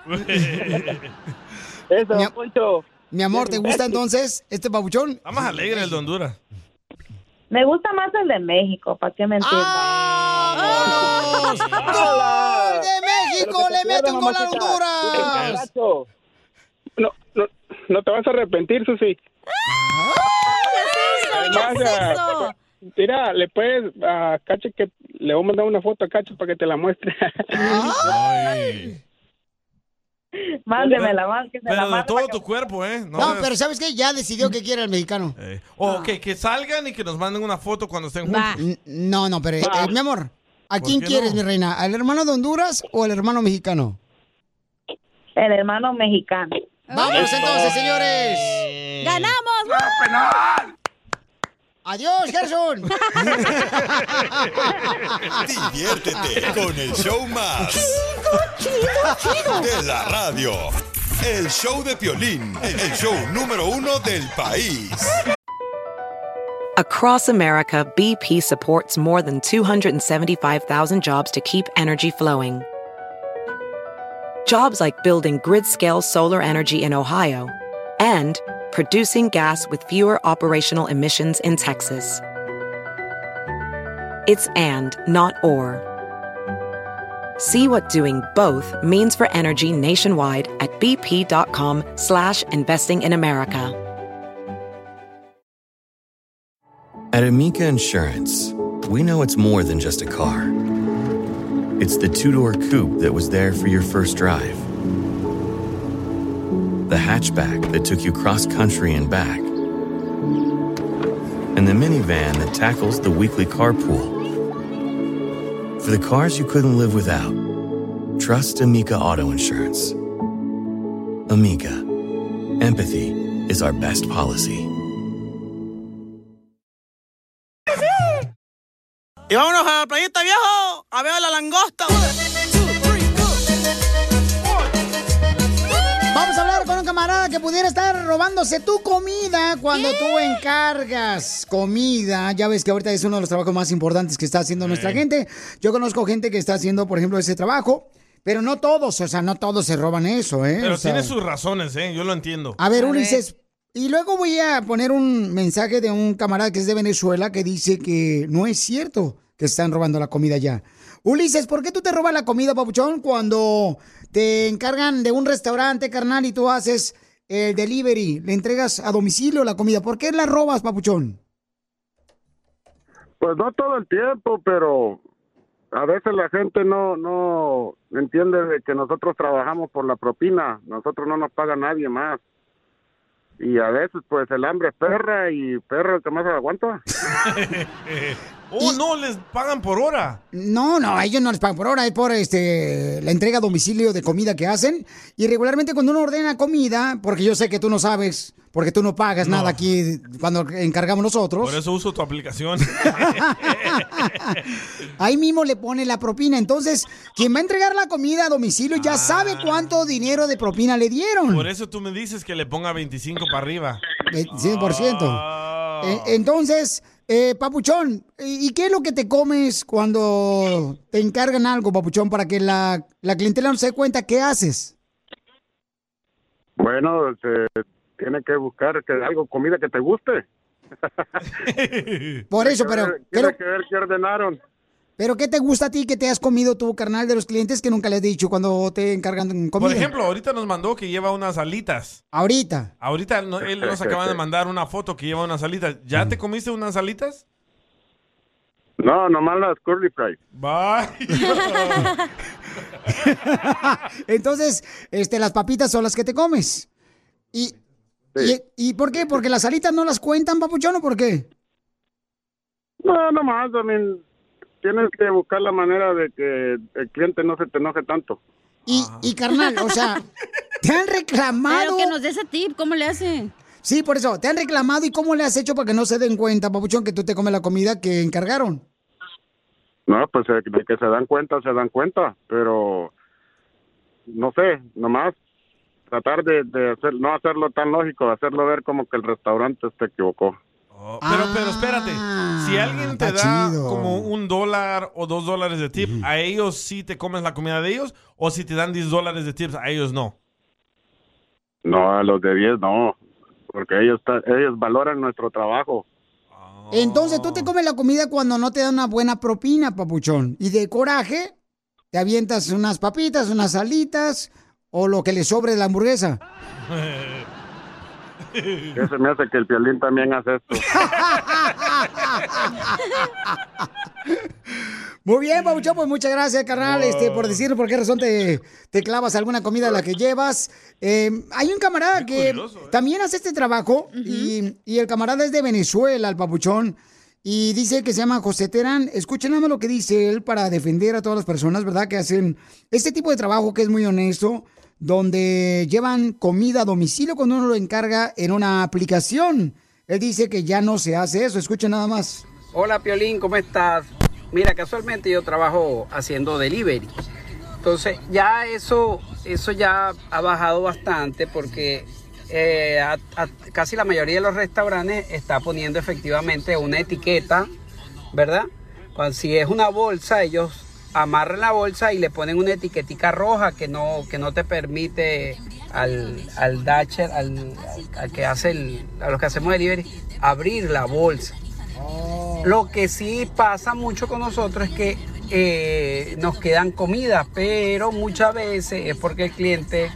[SPEAKER 8] Eso,
[SPEAKER 3] mi,
[SPEAKER 8] Poncho.
[SPEAKER 3] mi amor, ¿te gusta entonces este papuchón?
[SPEAKER 4] Está más alegre el de Honduras.
[SPEAKER 15] Me gusta más el de México, ¿para qué mentir?
[SPEAKER 26] Ah,
[SPEAKER 3] ¡Gol de México! ¡Le mete un gol a Honduras!
[SPEAKER 27] No, no, no te vas a arrepentir, Susi. Además, ah, Mira, le puedes a Cacho que le voy a mandar una foto a Cacho para que te la muestre.
[SPEAKER 15] Mándemela, más que se la
[SPEAKER 4] Pero de
[SPEAKER 15] mando.
[SPEAKER 4] todo tu cuerpo, ¿eh? No,
[SPEAKER 3] No,
[SPEAKER 4] es-
[SPEAKER 3] pero ¿sabes qué? Ya decidió que quiere el mexicano.
[SPEAKER 4] eh, o que, que salgan y que nos manden una foto cuando estén juntos.
[SPEAKER 3] N- No, no, pero eh, eh, mi amor, ¿a
[SPEAKER 4] ¿Por
[SPEAKER 3] quién
[SPEAKER 4] qué
[SPEAKER 3] quieres,
[SPEAKER 4] no?
[SPEAKER 3] mi reina? ¿Al hermano de Honduras o al hermano mexicano?
[SPEAKER 15] El hermano mexicano.
[SPEAKER 3] Vamos entonces, señores.
[SPEAKER 28] ¡Ganamos!
[SPEAKER 3] Adiós, Gerson.
[SPEAKER 10] Diviértete con el show más. Chido, chido, chido. De la radio. El show de Piolín, el show número uno del país.
[SPEAKER 1] Across America, BP supports more than 275,000 jobs to keep energy flowing. Jobs like building grid scale solar energy in Ohio and producing gas with fewer operational emissions in Texas. It's and, not or. See what doing both means for energy nationwide at bp.com slash investing in America.
[SPEAKER 24] At Amica Insurance, we know it's more than just a car. It's the two door coupe that was there for your first drive, the hatchback that took you cross country and back, and the minivan that tackles the weekly carpool. For the cars you couldn't live without, trust Amica Auto Insurance. Amica, empathy is our best policy.
[SPEAKER 2] Y vámonos a la playita, viejo, a ver a la langosta.
[SPEAKER 3] Vamos a hablar con un camarada que pudiera estar robándose tu comida cuando tú encargas comida. Ya ves que ahorita es uno de los trabajos más importantes que está haciendo nuestra gente. Yo conozco gente que está haciendo, por ejemplo, ese trabajo, pero no todos, o sea, no todos se roban eso, ¿eh?
[SPEAKER 4] Pero
[SPEAKER 3] O sea,
[SPEAKER 4] tiene sus razones, ¿eh? Yo lo entiendo.
[SPEAKER 3] A ver, Ulises, y luego voy a poner un mensaje de un camarada que es de Venezuela que dice que no es cierto que están robando la comida ya. Ulises, ¿por qué tú te robas la comida, papuchón, cuando te encargan de un restaurante, carnal, y tú haces el delivery, le entregas a domicilio la comida? ¿Por qué la robas, papuchón?
[SPEAKER 27] Pues no todo el tiempo, pero a veces la gente no no entiende de que nosotros trabajamos por la propina, nosotros no nos paga nadie más. Y a veces pues el hambre es perra y perro el que más aguanta.
[SPEAKER 4] oh, no, les pagan por hora.
[SPEAKER 3] No, no, a ellos no les pagan por hora, es por este, la entrega a domicilio de comida que hacen. Y regularmente cuando uno ordena comida, porque yo sé que tú no sabes, porque tú no pagas
[SPEAKER 4] No.
[SPEAKER 3] nada aquí cuando encargamos nosotros,
[SPEAKER 4] Por eso uso tu aplicación.
[SPEAKER 3] ahí mismo le pone la propina. Entonces, quien va a entregar la comida a domicilio ya sabe cuánto dinero de propina le dieron.
[SPEAKER 4] Ah. Por eso tú me dices que le ponga 25 para arriba. Ah.
[SPEAKER 3] 25%. Eh, entonces, eh, Papuchón, ¿y y qué es lo que te comes cuando te encargan algo, Papuchón, para que la, la clientela no se dé cuenta qué haces?
[SPEAKER 27] Bueno, se tiene que buscar que algo comida que te guste.
[SPEAKER 3] Por eso,
[SPEAKER 27] Tiene que
[SPEAKER 3] pero- pero-
[SPEAKER 27] ver- tiene que ver qué ordenaron.
[SPEAKER 3] ¿Pero qué te gusta a ti que te has comido tu carnal de los clientes que nunca les has dicho cuando te encargan comida?
[SPEAKER 4] Por ejemplo, ahorita nos mandó que lleva unas alitas.
[SPEAKER 3] Ahorita.
[SPEAKER 4] Ahorita no- él nos acaba de mandar una foto que lleva unas alitas. ¿Ya te comiste unas alitas?
[SPEAKER 27] No, nomás las curly fries.
[SPEAKER 3] Entonces, este, las papitas son las que te comes. ¿Y, y, y por qué? ¿Porque las alitas no las cuentan, Papuchón, o por qué?
[SPEAKER 27] No, nomás, también tienes que buscar la manera de que el cliente no se te enoje tanto.
[SPEAKER 3] Y,
[SPEAKER 4] Ah.
[SPEAKER 3] y carnal, o sea, te han reclamado.
[SPEAKER 28] Pero que nos dé ese tip, ¿cómo le hace?
[SPEAKER 3] Sí, por eso, te han reclamado y cómo le has hecho para que no se den cuenta, Papuchón, que tú te comes la comida que encargaron.
[SPEAKER 27] No, pues eh, de que se dan cuenta, se dan cuenta, pero no sé, nomás tratar de, de hacer, no hacerlo tan lógico, hacerlo ver como que el restaurante se equivocó.
[SPEAKER 4] Oh, Pero, pero espérate, si
[SPEAKER 3] Ah,
[SPEAKER 4] alguien te da como un dólar o dos dólares de tip, ¿a ellos sí te comes la comida de ellos? ¿O si te dan 10 dólares de tips, a ellos no?
[SPEAKER 27] No, a los de 10 no, porque ellos, ta- ellos valoran nuestro trabajo.
[SPEAKER 3] Entonces tú te comes la comida cuando no te dan una buena propina, papuchón. Y de coraje, te avientas unas papitas, unas alitas o lo que le sobre de la hamburguesa.
[SPEAKER 13] ¿Qué se me hace que el violín también hace esto?
[SPEAKER 3] Muy bien, Pabuchón, pues muchas gracias, carnal,
[SPEAKER 13] Wow.
[SPEAKER 3] este, por decirnos por qué razón te, te clavas alguna comida de la que llevas. Eh, hay un camarada que también hace este trabajo y, y el camarada es de Venezuela, el Pabuchón, y dice que se llama José Terán. Escuchen nada más lo que dice él para defender a todas las personas, ¿verdad? Que hacen este tipo de trabajo que es muy honesto, donde llevan comida a domicilio cuando uno lo encarga en una aplicación. Él dice que ya no se hace eso, escuchen nada más.
[SPEAKER 12] Hola Piolín, ¿cómo estás? Mira, casualmente yo trabajo haciendo delivery. Entonces ya eso, eso ya ha bajado bastante porque eh, a- a- casi la mayoría de los restaurantes está poniendo efectivamente una etiqueta, ¿verdad? Cuando, si es una bolsa, ellos amarran la bolsa y le ponen una etiquetica roja que no, que no te permite al, al Dacher, al, al- al que hace el- a los que hacemos delivery, abrir la bolsa. Lo que sí pasa mucho con nosotros es que eh, nos quedan comidas, pero muchas veces es porque el cliente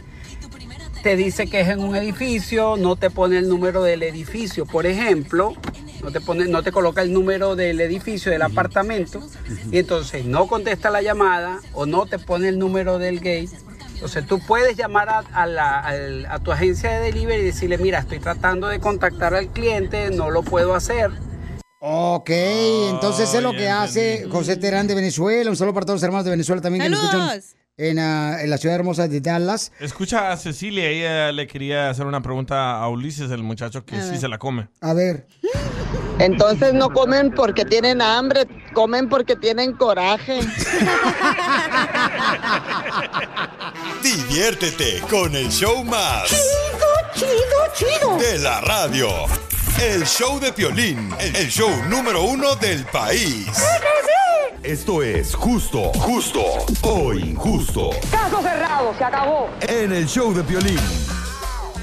[SPEAKER 12] te dice que es en un edificio, no te pone el número del edificio, por ejemplo, no te pone, no te coloca el número del edificio del apartamento y entonces no contesta la llamada o no te pone el número del gate. Entonces tú puedes llamar a, a la- al- a tu agencia de delivery y decirle, mira, estoy tratando de contactar al cliente, no lo puedo hacer.
[SPEAKER 3] Ok, entonces es lo que hace José Terán de Venezuela. Un saludo para todos los hermanos de Venezuela también que nos
[SPEAKER 6] ¡Saludos!
[SPEAKER 3] escuchan en, ah, en la ciudad hermosa de Dallas.
[SPEAKER 4] Escucha a Cecilia, ella le quería hacer una pregunta a Ulises, el muchacho que
[SPEAKER 3] A
[SPEAKER 4] sí
[SPEAKER 3] ver.
[SPEAKER 4] se la come.
[SPEAKER 3] A ver.
[SPEAKER 14] Entonces no comen porque tienen hambre, comen porque tienen coraje.
[SPEAKER 10] Diviértete con el show más.
[SPEAKER 14] Chido, chido, chido.
[SPEAKER 10] De la radio. El show de Piolín, el show número uno del país. Esto es justo, justo o injusto.
[SPEAKER 14] Caso cerrado, se acabó.
[SPEAKER 10] En el show de Piolín.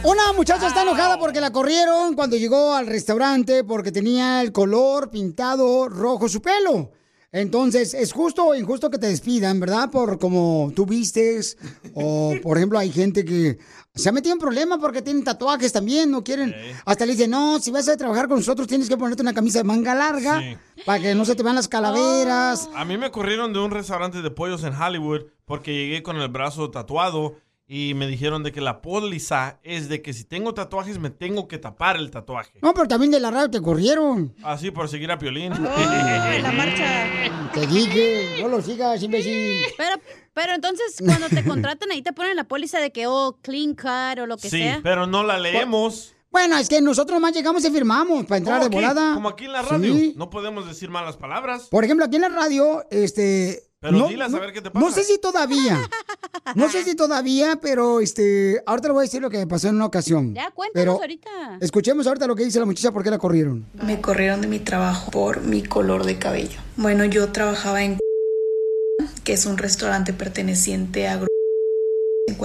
[SPEAKER 3] Una muchacha está enojada porque la corrieron cuando llegó al restaurante porque tenía el color pintado rojo su pelo. Entonces, es justo o injusto que te despidan, ¿verdad? Por como tú vistes. O, por ejemplo, hay gente que se ha metido en problemas porque tienen tatuajes también, no quieren. Hasta le dicen, no, si vas a trabajar con nosotros tienes que ponerte una camisa de manga larga para que no se te vean las calaveras.
[SPEAKER 4] A mí me corrieron de un restaurante de pollos en Hollywood porque llegué con el brazo tatuado y me dijeron de que la póliza es de que si tengo tatuajes me tengo que tapar el tatuaje.
[SPEAKER 3] No, pero también de la radio te corrieron.
[SPEAKER 4] Así por seguir a Piolín.
[SPEAKER 3] Te dije, no lo sigas, imbécil.
[SPEAKER 6] Pero, pero entonces cuando te contratan ahí te ponen la póliza de que, oh, clean cut o lo que
[SPEAKER 4] Sí,
[SPEAKER 6] sea.
[SPEAKER 4] pero no la leemos.
[SPEAKER 3] Bueno, es que eh, nosotros nomás llegamos y firmamos para entrar de
[SPEAKER 4] Como aquí-
[SPEAKER 3] volada.
[SPEAKER 4] Como aquí en la radio.
[SPEAKER 3] Sí.
[SPEAKER 4] No podemos decir malas palabras.
[SPEAKER 3] Por ejemplo, aquí en la radio, este.
[SPEAKER 4] Pero dilas a ver qué te
[SPEAKER 3] No sé si todavía. No sé si todavía, pero este. Ahorita le voy a decir lo que me pasó en una ocasión.
[SPEAKER 22] Ya, cuéntanos
[SPEAKER 3] Pero
[SPEAKER 22] ahorita.
[SPEAKER 3] Escuchemos ahorita lo que dice la muchacha, por qué la corrieron.
[SPEAKER 22] Me corrieron de mi trabajo por mi color de cabello. Bueno, yo trabajaba en que es un restaurante perteneciente a Gru-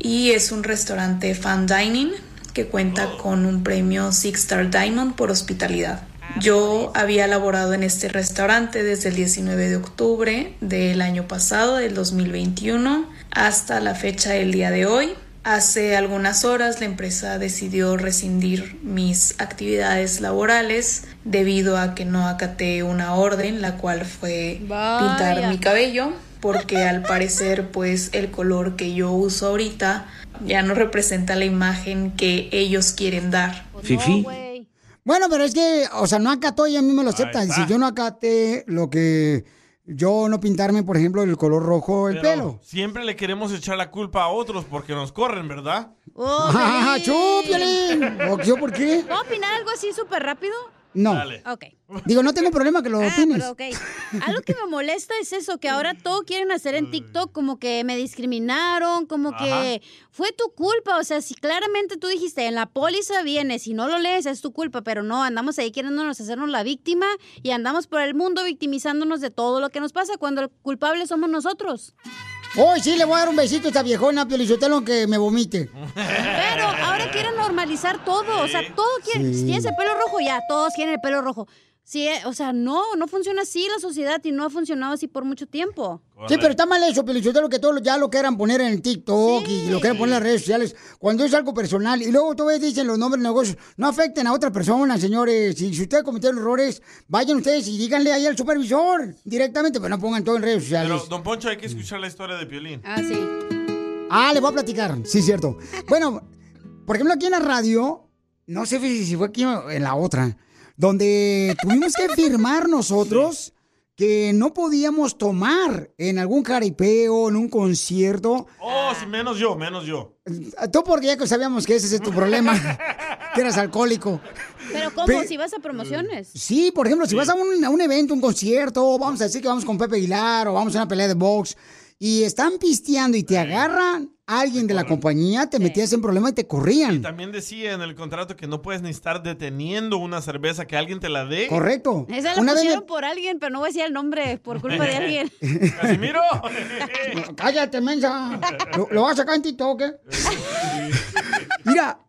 [SPEAKER 22] y es un restaurante fan dining que cuenta con un premio Six Star Diamond por hospitalidad. Yo había laborado en este restaurante desde el 19 de octubre del año pasado, del 2021, hasta la fecha del día de hoy. Hace algunas horas la empresa decidió rescindir mis actividades laborales debido a que no acaté una orden, la cual fue pintar Vaya. mi cabello, porque al parecer pues el color que yo uso ahorita ya no representa la imagen que ellos quieren dar.
[SPEAKER 3] Fifi. Bueno, pero es que, o sea, no acató y a mí me lo aceptan. Si yo no acaté lo que. Yo no pintarme, por ejemplo, el color rojo el
[SPEAKER 4] Pero
[SPEAKER 3] pelo.
[SPEAKER 4] Siempre le queremos echar la culpa a otros porque nos corren, ¿verdad?
[SPEAKER 3] ¡Ah, chú, Piolín! ¿O ¿Yo por qué?
[SPEAKER 6] Oh, ¿Puedo opinar algo así súper rápido?
[SPEAKER 3] No.
[SPEAKER 6] Ok.
[SPEAKER 3] Digo, no tengo problema que lo
[SPEAKER 22] Ah,
[SPEAKER 3] opines.
[SPEAKER 6] Ah, Pero, ok. Algo que me molesta es eso, que ahora todo quieren hacer en TikTok, como que me discriminaron, como que fue tu culpa. O sea, si claramente tú dijiste, en la póliza viene, si no lo lees, es tu culpa, pero no, andamos ahí queriéndonos hacernos la víctima y andamos por el mundo victimizándonos de todo lo que nos pasa cuando el culpable somos nosotros.
[SPEAKER 3] Hoy sí le voy a dar un besito a esta viejona, Piolichotelo, que me vomite.
[SPEAKER 6] Pero ahora quieren normalizar todo, o sea, todo quieren,
[SPEAKER 3] Sí.
[SPEAKER 6] si tienes el pelo rojo, ya, todos quieren el pelo rojo. Sí, eh, o sea, no, no funciona así la sociedad y no ha funcionado así por mucho tiempo.
[SPEAKER 3] Sí, pero está mal eso, lo que todos ya lo quieran poner en el TikTok y lo quieran poner en las redes sociales. Cuando es algo personal y luego tú ves, dicen los nombres de negocios, no afecten a otra persona, señores. Y si ustedes cometieron errores, vayan ustedes y díganle ahí al supervisor directamente, pero no pongan todo en redes sociales.
[SPEAKER 4] Pero, don Poncho, hay que escuchar la historia de Piolín.
[SPEAKER 6] Ah, sí.
[SPEAKER 3] Ah, le voy a platicar. Sí, cierto. Bueno, por ejemplo, aquí en la radio, no sé si si fue aquí o en la otra, donde tuvimos que firmar nosotros que no podíamos tomar en algún caripeo, en un concierto.
[SPEAKER 4] Oh, sí, menos yo, menos yo.
[SPEAKER 3] Ah, Tú porque ya que sabíamos que ese es tu problema, que eras alcohólico.
[SPEAKER 6] Pero ¿cómo?
[SPEAKER 3] Pe-
[SPEAKER 6] si vas a promociones.
[SPEAKER 3] Sí, por ejemplo, si vas a un, a un evento, un concierto, vamos a decir que vamos con Pepe Aguilar o vamos a una pelea de box y están pisteando y te agarran alguien de la compañía, te metías en problema y te
[SPEAKER 4] Y
[SPEAKER 3] corrían.
[SPEAKER 4] también decía en el contrato que no puedes ni estar deteniendo una cerveza que alguien te la dé.
[SPEAKER 3] Correcto.
[SPEAKER 6] Esa la
[SPEAKER 3] Mm. Una vez
[SPEAKER 6] pusieron
[SPEAKER 3] me-
[SPEAKER 6] por alguien, pero no voy a decir el nombre por culpa de alguien.
[SPEAKER 4] ¡Casimiro!
[SPEAKER 3] Cállate, mensa. ¿Lo, lo vas a sacar en TikTok, ¿eh? Mira,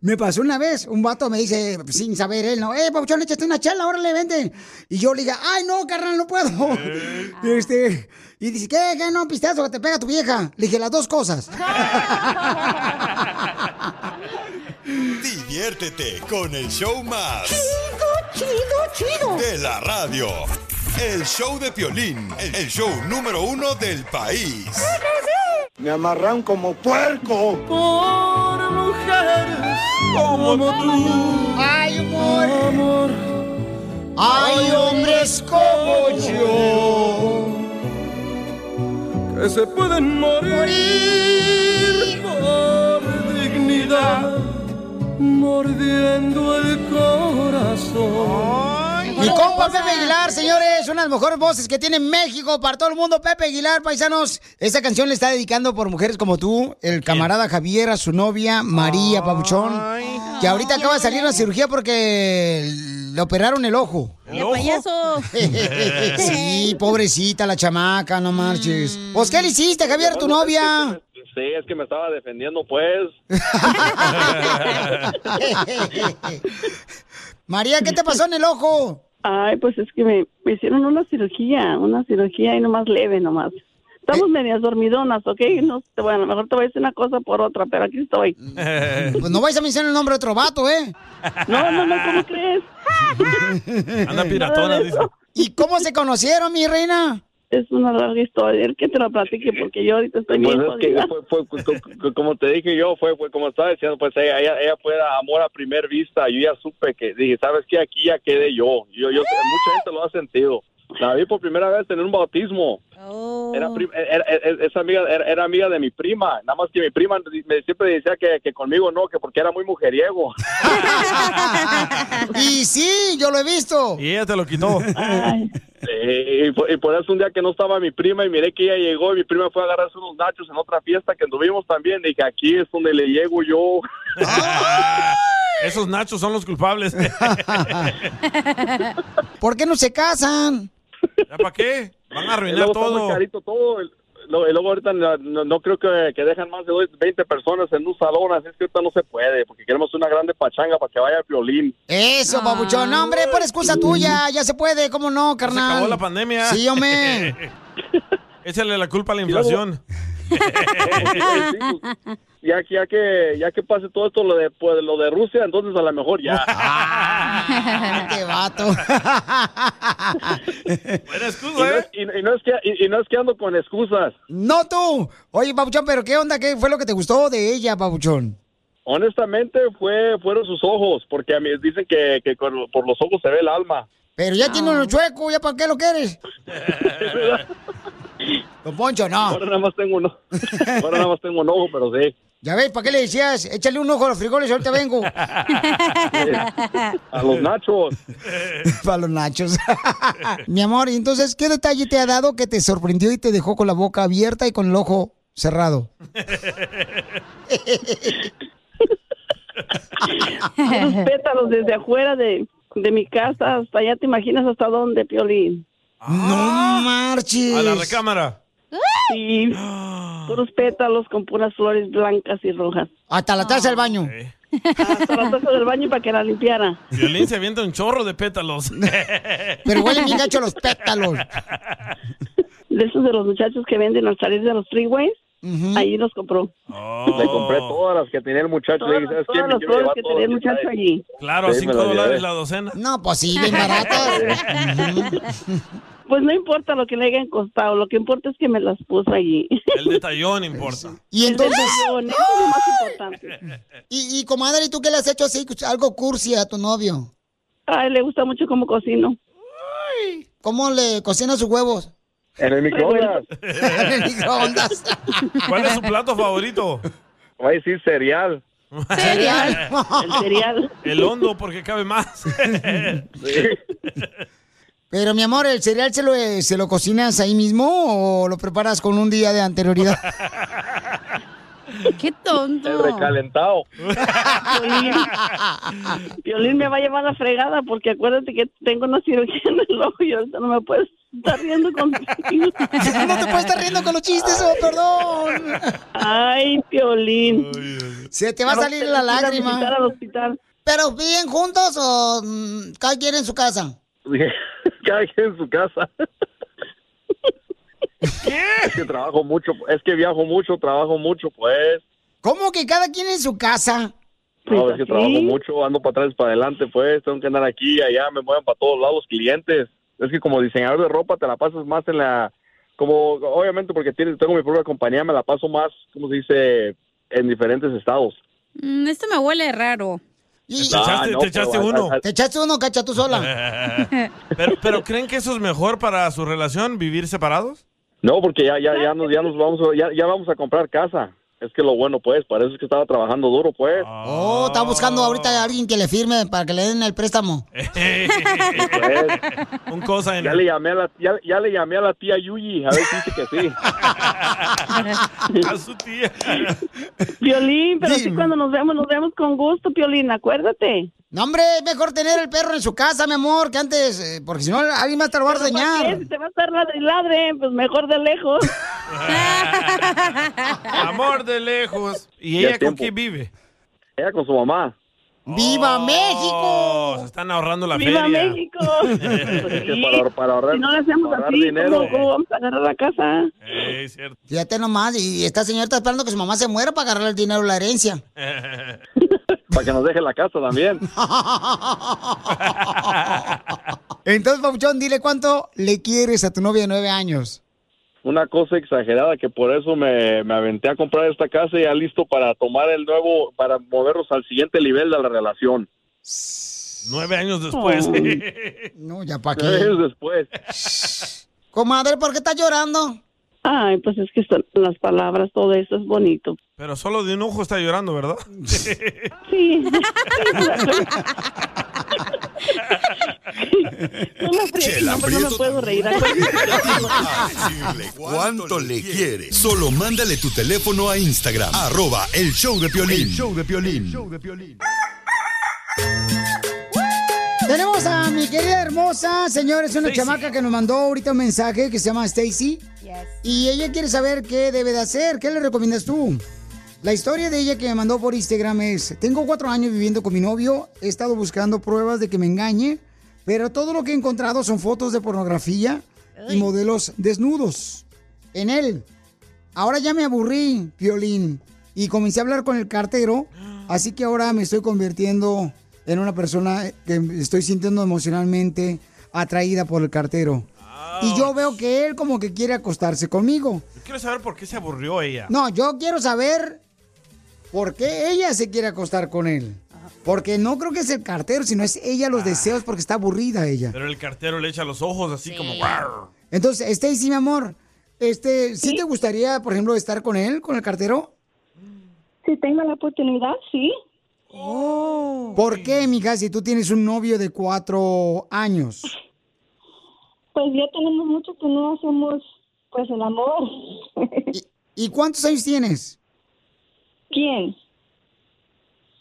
[SPEAKER 3] me pasó una vez, un vato me dice, sin saber él, no, eh, Pauchón, échate una chela, ahora le venden. Y yo le dije, ay, no, carnal, no puedo. Este, y dice, ¿qué? ¿Qué? No, pistazo, que te pega tu vieja. Le dije, las dos cosas.
[SPEAKER 10] Diviértete con el show más.
[SPEAKER 3] Chido, chido, chido.
[SPEAKER 10] De la radio. El show de Piolín, el show número uno del país.
[SPEAKER 2] Me amarran como puerco. Por mujeres como tú.
[SPEAKER 3] Ay, amor.
[SPEAKER 2] Hay hombres como yo. Que se pueden morir por dignidad. Mordiendo el corazón.
[SPEAKER 3] Mi compa Pepe Aguilar, señores, una de las mejores voces que tiene México para todo el mundo. Pepe Aguilar, paisanos, esta canción le está dedicando por mujeres como tú, el camarada Javier, a su novia María Pabuchón, que ahorita acaba de salir de una cirugía porque le operaron el ojo. Eh,
[SPEAKER 6] ¡El payaso!
[SPEAKER 3] sí, pobrecita la chamaca, no marches. Pues, ¿qué le hiciste, Javier, a tu novia?
[SPEAKER 29] Sí, es que me estaba defendiendo, pues.
[SPEAKER 3] María, ¿qué te pasó en el ojo?
[SPEAKER 30] Ay, pues es que me, me hicieron una cirugía, una cirugía y nomás leve nomás.
[SPEAKER 3] Eh.
[SPEAKER 30] Estamos medias dormidonas, ¿ok? No, te- bueno, mejor te voy a decir una cosa por otra, pero aquí estoy.
[SPEAKER 3] Pues no vais a mencionar el nombre de otro vato, ¿eh?
[SPEAKER 30] No, no, no, ¿cómo crees?
[SPEAKER 4] Anda piratona, dice.
[SPEAKER 3] ¿Y cómo se conocieron, mi reina?
[SPEAKER 30] Es una larga historia, el que te la platique porque yo ahorita estoy
[SPEAKER 29] Pues
[SPEAKER 30] bien
[SPEAKER 29] es que
[SPEAKER 30] jodida.
[SPEAKER 29] fue, fue- fue- co- co- como te dije yo, fue, fue como estaba diciendo, pues ella, ella, ella fue a amor a primer vista. Yo ya supe que, dije, ¿sabes qué? Aquí ya quedé yo. yo, yo mucha gente lo ha sentido. La vi por primera vez en un bautismo.
[SPEAKER 10] Oh.
[SPEAKER 29] Era pri- era- era- esa amiga era, era amiga de mi prima. Nada más que mi prima me siempre decía que, que conmigo no, que porque era muy mujeriego.
[SPEAKER 3] Y sí, yo lo he visto.
[SPEAKER 4] Y ella te lo quitó.
[SPEAKER 29] Eh, y, por, y por eso un día que no estaba mi prima y miré que ella llegó y mi prima fue a agarrarse unos nachos en otra fiesta que anduvimos también. Dije, aquí es donde le llego yo.
[SPEAKER 4] Esos nachos son los culpables.
[SPEAKER 3] ¿Por qué no se casan?
[SPEAKER 4] ¿Para qué? Van a
[SPEAKER 29] Y
[SPEAKER 4] arruinar
[SPEAKER 29] luego está muy
[SPEAKER 4] todo.
[SPEAKER 29] carito todo. El- lo- Y luego ahorita no, no- no creo que, que dejan más de dos- 20 personas en un salón, así es que ahorita no se puede, porque queremos una grande pachanga para que vaya el violín.
[SPEAKER 3] Eso, babuchón. No, hombre, por excusa tuya, ya se puede, ¿cómo no, carnal?
[SPEAKER 4] Se acabó la pandemia.
[SPEAKER 3] Sí, hombre.
[SPEAKER 4] Échale la culpa a la inflación.
[SPEAKER 29] Ya, que- ya que ya que pase todo esto lo de pues, lo de Rusia, entonces a lo mejor ya.
[SPEAKER 3] Qué vato.
[SPEAKER 29] y,
[SPEAKER 4] ¿eh?
[SPEAKER 29] no es, y- y no es que y- y no es que ando con excusas.
[SPEAKER 3] No tú. Oye, babuchón, pero ¿qué onda? ¿Qué fue lo que te gustó de ella, babuchón?
[SPEAKER 29] Honestamente fue fueron sus ojos, porque a mí dicen que, que con- por los ojos se ve el alma.
[SPEAKER 3] Pero ya tiene un chueco, ¿ya para qué lo quieres? Don Poncho, no.
[SPEAKER 29] Ahora nada más tengo uno. Ahora nada más tengo un ojo, pero sí.
[SPEAKER 3] Ya ves, ¿para qué le decías? Échale un ojo a los frijoles, ahorita vengo.
[SPEAKER 29] A los nachos.
[SPEAKER 3] Para los nachos. Mi amor, ¿y entonces qué detalle te ha dado que te sorprendió y te dejó con la boca abierta y con el ojo cerrado?
[SPEAKER 30] Unos pétalos desde afuera de, de mi casa hasta allá, ¿te imaginas hasta dónde, Piolín?
[SPEAKER 3] No marches.
[SPEAKER 4] Ah. A la recámara.
[SPEAKER 30] Sí, puros pétalos con puras flores blancas y rojas.
[SPEAKER 3] Hasta la taza del baño.
[SPEAKER 30] hasta la taza del baño para que la limpiara.
[SPEAKER 4] Violín se avienta un chorro de pétalos.
[SPEAKER 30] Pero
[SPEAKER 3] huelen bien gacho los pétalos.
[SPEAKER 30] De esos de los muchachos que venden al salir de los freeways, ahí los compró.
[SPEAKER 4] Oh.
[SPEAKER 29] Le compré todas las que tenía el muchacho. Le dije, ¿sabes qué?
[SPEAKER 30] Todas
[SPEAKER 29] Me
[SPEAKER 30] las
[SPEAKER 29] quiero
[SPEAKER 30] flores
[SPEAKER 29] llevar
[SPEAKER 30] que
[SPEAKER 29] todas
[SPEAKER 30] tenía el
[SPEAKER 29] las que
[SPEAKER 30] muchacho
[SPEAKER 29] traes.
[SPEAKER 30] allí.
[SPEAKER 4] Claro,
[SPEAKER 29] Sí, me lo
[SPEAKER 4] 5
[SPEAKER 29] llevé.
[SPEAKER 4] dólares la docena.
[SPEAKER 3] No, pues sí,
[SPEAKER 30] bien baratas. Pues no importa lo que le hayan costado, lo que importa es que me las puso allí.
[SPEAKER 4] El detallón importa.
[SPEAKER 3] Y entonces.
[SPEAKER 30] Eso es lo más importante.
[SPEAKER 3] Y, y comadre, ¿y tú qué le has hecho así? Pues, Algo cursi a tu novio.
[SPEAKER 30] Ay, le gusta mucho cómo cocino.
[SPEAKER 3] ¿Cómo le cocina sus huevos?
[SPEAKER 29] En el microondas.
[SPEAKER 3] En el microondas.
[SPEAKER 4] ¿Cuál es su plato favorito?
[SPEAKER 29] Va a decir cereal.
[SPEAKER 4] Cereal.
[SPEAKER 30] El cereal.
[SPEAKER 4] El hondo porque cabe más.
[SPEAKER 3] Pero mi amor, ¿el cereal se lo, eh, se lo cocinas ahí mismo o lo preparas con un día de anterioridad?
[SPEAKER 6] Qué tonto.
[SPEAKER 29] El recalentado.
[SPEAKER 30] Violín. Violín me va a llevar a la fregada porque acuérdate que tengo una cirugía en el ojo y ahorita no me puedes estar riendo contigo.
[SPEAKER 3] no te puedes estar riendo con los chistes, oh, perdón.
[SPEAKER 30] Ay, Piolín.
[SPEAKER 3] Se te va a salir la lágrima.
[SPEAKER 30] al hospital.
[SPEAKER 3] ¿Pero viven juntos o mm, cada quien en su casa?
[SPEAKER 29] Dije, Cada quien en su casa. ¿Qué? Es que trabajo mucho, es que viajo mucho, trabajo mucho, pues.
[SPEAKER 3] ¿Cómo que cada quien en su casa?
[SPEAKER 29] No, es que trabajo mucho, ando para atrás y para adelante, pues. Tengo que andar aquí, allá, me mueven para todos lados los clientes. Es que como diseñador de ropa te la pasas más en la... Como, obviamente, porque tienes, tengo mi propia compañía, me la paso más, como se dice, en diferentes estados.
[SPEAKER 6] Mm, esto me huele raro.
[SPEAKER 29] Te echaste- Ah, no, te echaste pero- uno.
[SPEAKER 3] Te echaste uno, cacha, tú sola.
[SPEAKER 4] pero, pero ¿creen que eso es mejor para su relación, vivir separados?
[SPEAKER 29] No, porque ya, ya, ya, nos, ya nos vamos, a- ya, ya vamos a comprar casa. Es que lo bueno, pues, para eso es que estaba trabajando duro, pues.
[SPEAKER 3] Oh, está buscando ahorita a alguien que le firme para que le den el préstamo.
[SPEAKER 4] Un cosa
[SPEAKER 29] ya, le llamé a la, ya, ya le llamé a la tía Yuyi, a ver si dice que sí.
[SPEAKER 4] a su tía.
[SPEAKER 30] Piolín, pero sí cuando nos vemos, nos vemos con gusto, Piolín, acuérdate.
[SPEAKER 3] No, hombre, es mejor tener el perro en su casa, mi amor, que antes, eh, porque si no, alguien más te lo va a
[SPEAKER 30] Pero, ¿para
[SPEAKER 3] ordeñar.
[SPEAKER 30] qué? Si te va a estar ladre y ladre, pues mejor de lejos.
[SPEAKER 4] Amor de lejos. ¿Y
[SPEAKER 29] Ya
[SPEAKER 4] ella con
[SPEAKER 29] tiempo.
[SPEAKER 4] quién vive?
[SPEAKER 29] Ella con su mamá.
[SPEAKER 3] ¡Viva
[SPEAKER 4] México! Se están ahorrando la
[SPEAKER 29] ¡Viva
[SPEAKER 4] feria.
[SPEAKER 30] México!
[SPEAKER 29] Es que para, para ahorrar,
[SPEAKER 30] Si no le hacemos
[SPEAKER 29] ahorrar
[SPEAKER 30] así,
[SPEAKER 29] dinero.
[SPEAKER 30] ¿cómo, cómo vamos a agarrar la casa?
[SPEAKER 4] Eh, cierto.
[SPEAKER 3] Fíjate nomás, y esta señora está esperando que su mamá se muera para agarrar el dinero de la herencia.
[SPEAKER 29] Para que nos deje la casa también.
[SPEAKER 3] Entonces, Papuchón, dile cuánto le quieres a tu novia de nueve años.
[SPEAKER 29] Una cosa exagerada que por eso me, me aventé a comprar esta casa y ya listo para tomar el nuevo, para movernos al siguiente nivel de la relación.
[SPEAKER 4] Nueve años después.
[SPEAKER 3] No, ya para
[SPEAKER 29] Nueve
[SPEAKER 3] qué.
[SPEAKER 29] años después.
[SPEAKER 3] Comadre, ¿por qué estás llorando?
[SPEAKER 30] Ay, pues es que son las palabras, todo eso es bonito.
[SPEAKER 4] Pero solo de un ojo está llorando, ¿verdad?
[SPEAKER 30] Sí. No me friegues,
[SPEAKER 10] Chela
[SPEAKER 30] no, pues no me
[SPEAKER 10] Prieto
[SPEAKER 30] puedo reír.
[SPEAKER 10] Dile Ah, cuánto le quieres. Solo mándale tu teléfono a Instagram. Arroba el show de Piolín. show de Piolín.
[SPEAKER 3] Tenemos a mi querida hermosa, señores, una chamaca que nos mandó ahorita un mensaje que se llama Stacy. Y ella quiere saber qué debe de hacer, qué le recomiendas tú. La historia de ella que me mandó por Instagram es, tengo cuatro años viviendo con mi novio, he estado buscando pruebas de que me engañe, pero todo lo que he encontrado son fotos de pornografía y modelos desnudos en él. Ahora ya me aburrí, violín, y comencé a hablar con el cartero, así que ahora me estoy convirtiendo en una persona que estoy sintiendo emocionalmente atraída por el cartero. Y yo veo que él como que quiere acostarse conmigo.
[SPEAKER 4] Yo quiero saber por qué se aburrió ella.
[SPEAKER 3] No, yo quiero saber por qué ella se quiere acostar con él. Porque no creo que es el cartero, sino es ella los deseos porque está aburrida ella.
[SPEAKER 4] Pero el cartero le echa los ojos así como... "Guau".
[SPEAKER 3] Entonces, Stacy, mi amor, este, ¿sí, te gustaría, por ejemplo, estar con él, con el cartero?
[SPEAKER 30] Si tengo la oportunidad, sí.
[SPEAKER 3] Oh. ¿Por qué, mija, si tú tienes un novio de cuatro años?
[SPEAKER 30] Pues ya tenemos mucho que no hacemos pues el amor.
[SPEAKER 3] ¿Y, y cuántos años tienes?
[SPEAKER 30] ¿Quién?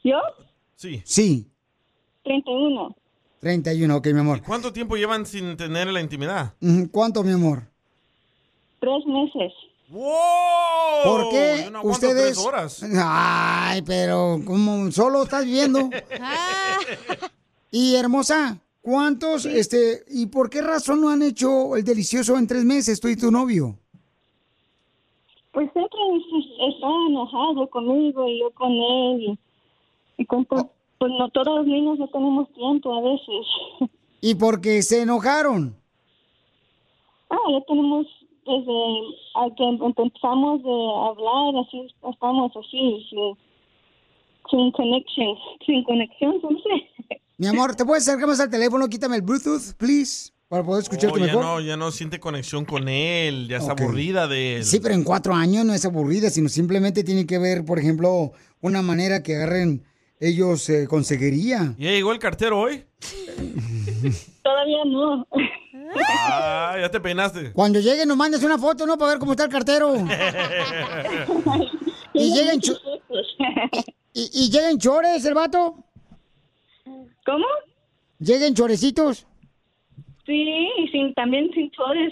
[SPEAKER 30] ¿Yo?
[SPEAKER 4] Sí.
[SPEAKER 3] Sí,
[SPEAKER 30] 31.
[SPEAKER 3] 31, ok, mi amor.
[SPEAKER 4] ¿Cuánto tiempo llevan sin tener la intimidad?
[SPEAKER 3] Ujú, ¿Cuánto, mi amor?
[SPEAKER 30] Tres meses.
[SPEAKER 4] ¡Wow!
[SPEAKER 3] ¿Por qué
[SPEAKER 4] Yo no aguanto
[SPEAKER 3] ustedes? Ah.
[SPEAKER 4] tres horas.
[SPEAKER 3] Ay, pero como solo estás viendo.
[SPEAKER 4] Ah.
[SPEAKER 3] y hermosa, ¿cuántos, este, y por qué razón no han hecho el delicioso en tres meses tú y tu novio?
[SPEAKER 31] Pues siempre es- estaba enojado conmigo y yo con él. Y, y con to- pues no todos los niños no tenemos tiempo a veces.
[SPEAKER 3] Y porque se enojaron.
[SPEAKER 31] Ah, ya tenemos desde a que empezamos de hablar, así estamos así, sin, sin conexión, sin conexión, ¿cómo se?
[SPEAKER 3] Mi amor, ¿te puedes acercar más al teléfono? Quítame el Bluetooth, please, para poder escucharte
[SPEAKER 4] Oh, ya
[SPEAKER 3] mejor.
[SPEAKER 4] no, ya no siente conexión con él, ya está
[SPEAKER 3] Ok.
[SPEAKER 4] aburrida de él.
[SPEAKER 3] Sí, pero en cuatro años no es aburrida, sino simplemente tiene que ver, por ejemplo, una manera que agarren ellos eh, conseguiría.
[SPEAKER 4] ¿Ya llegó el cartero hoy?
[SPEAKER 31] Todavía no.
[SPEAKER 4] Ah, ya te peinaste.
[SPEAKER 3] Cuando llegue nos mandes una foto, ¿no? Para ver cómo está el cartero. y lleguen cho-
[SPEAKER 31] pues.
[SPEAKER 3] y, y lleguen chores el vato.
[SPEAKER 31] ¿Cómo?
[SPEAKER 3] Lleguen chorecitos.
[SPEAKER 31] Sí, y sin, también sin flores.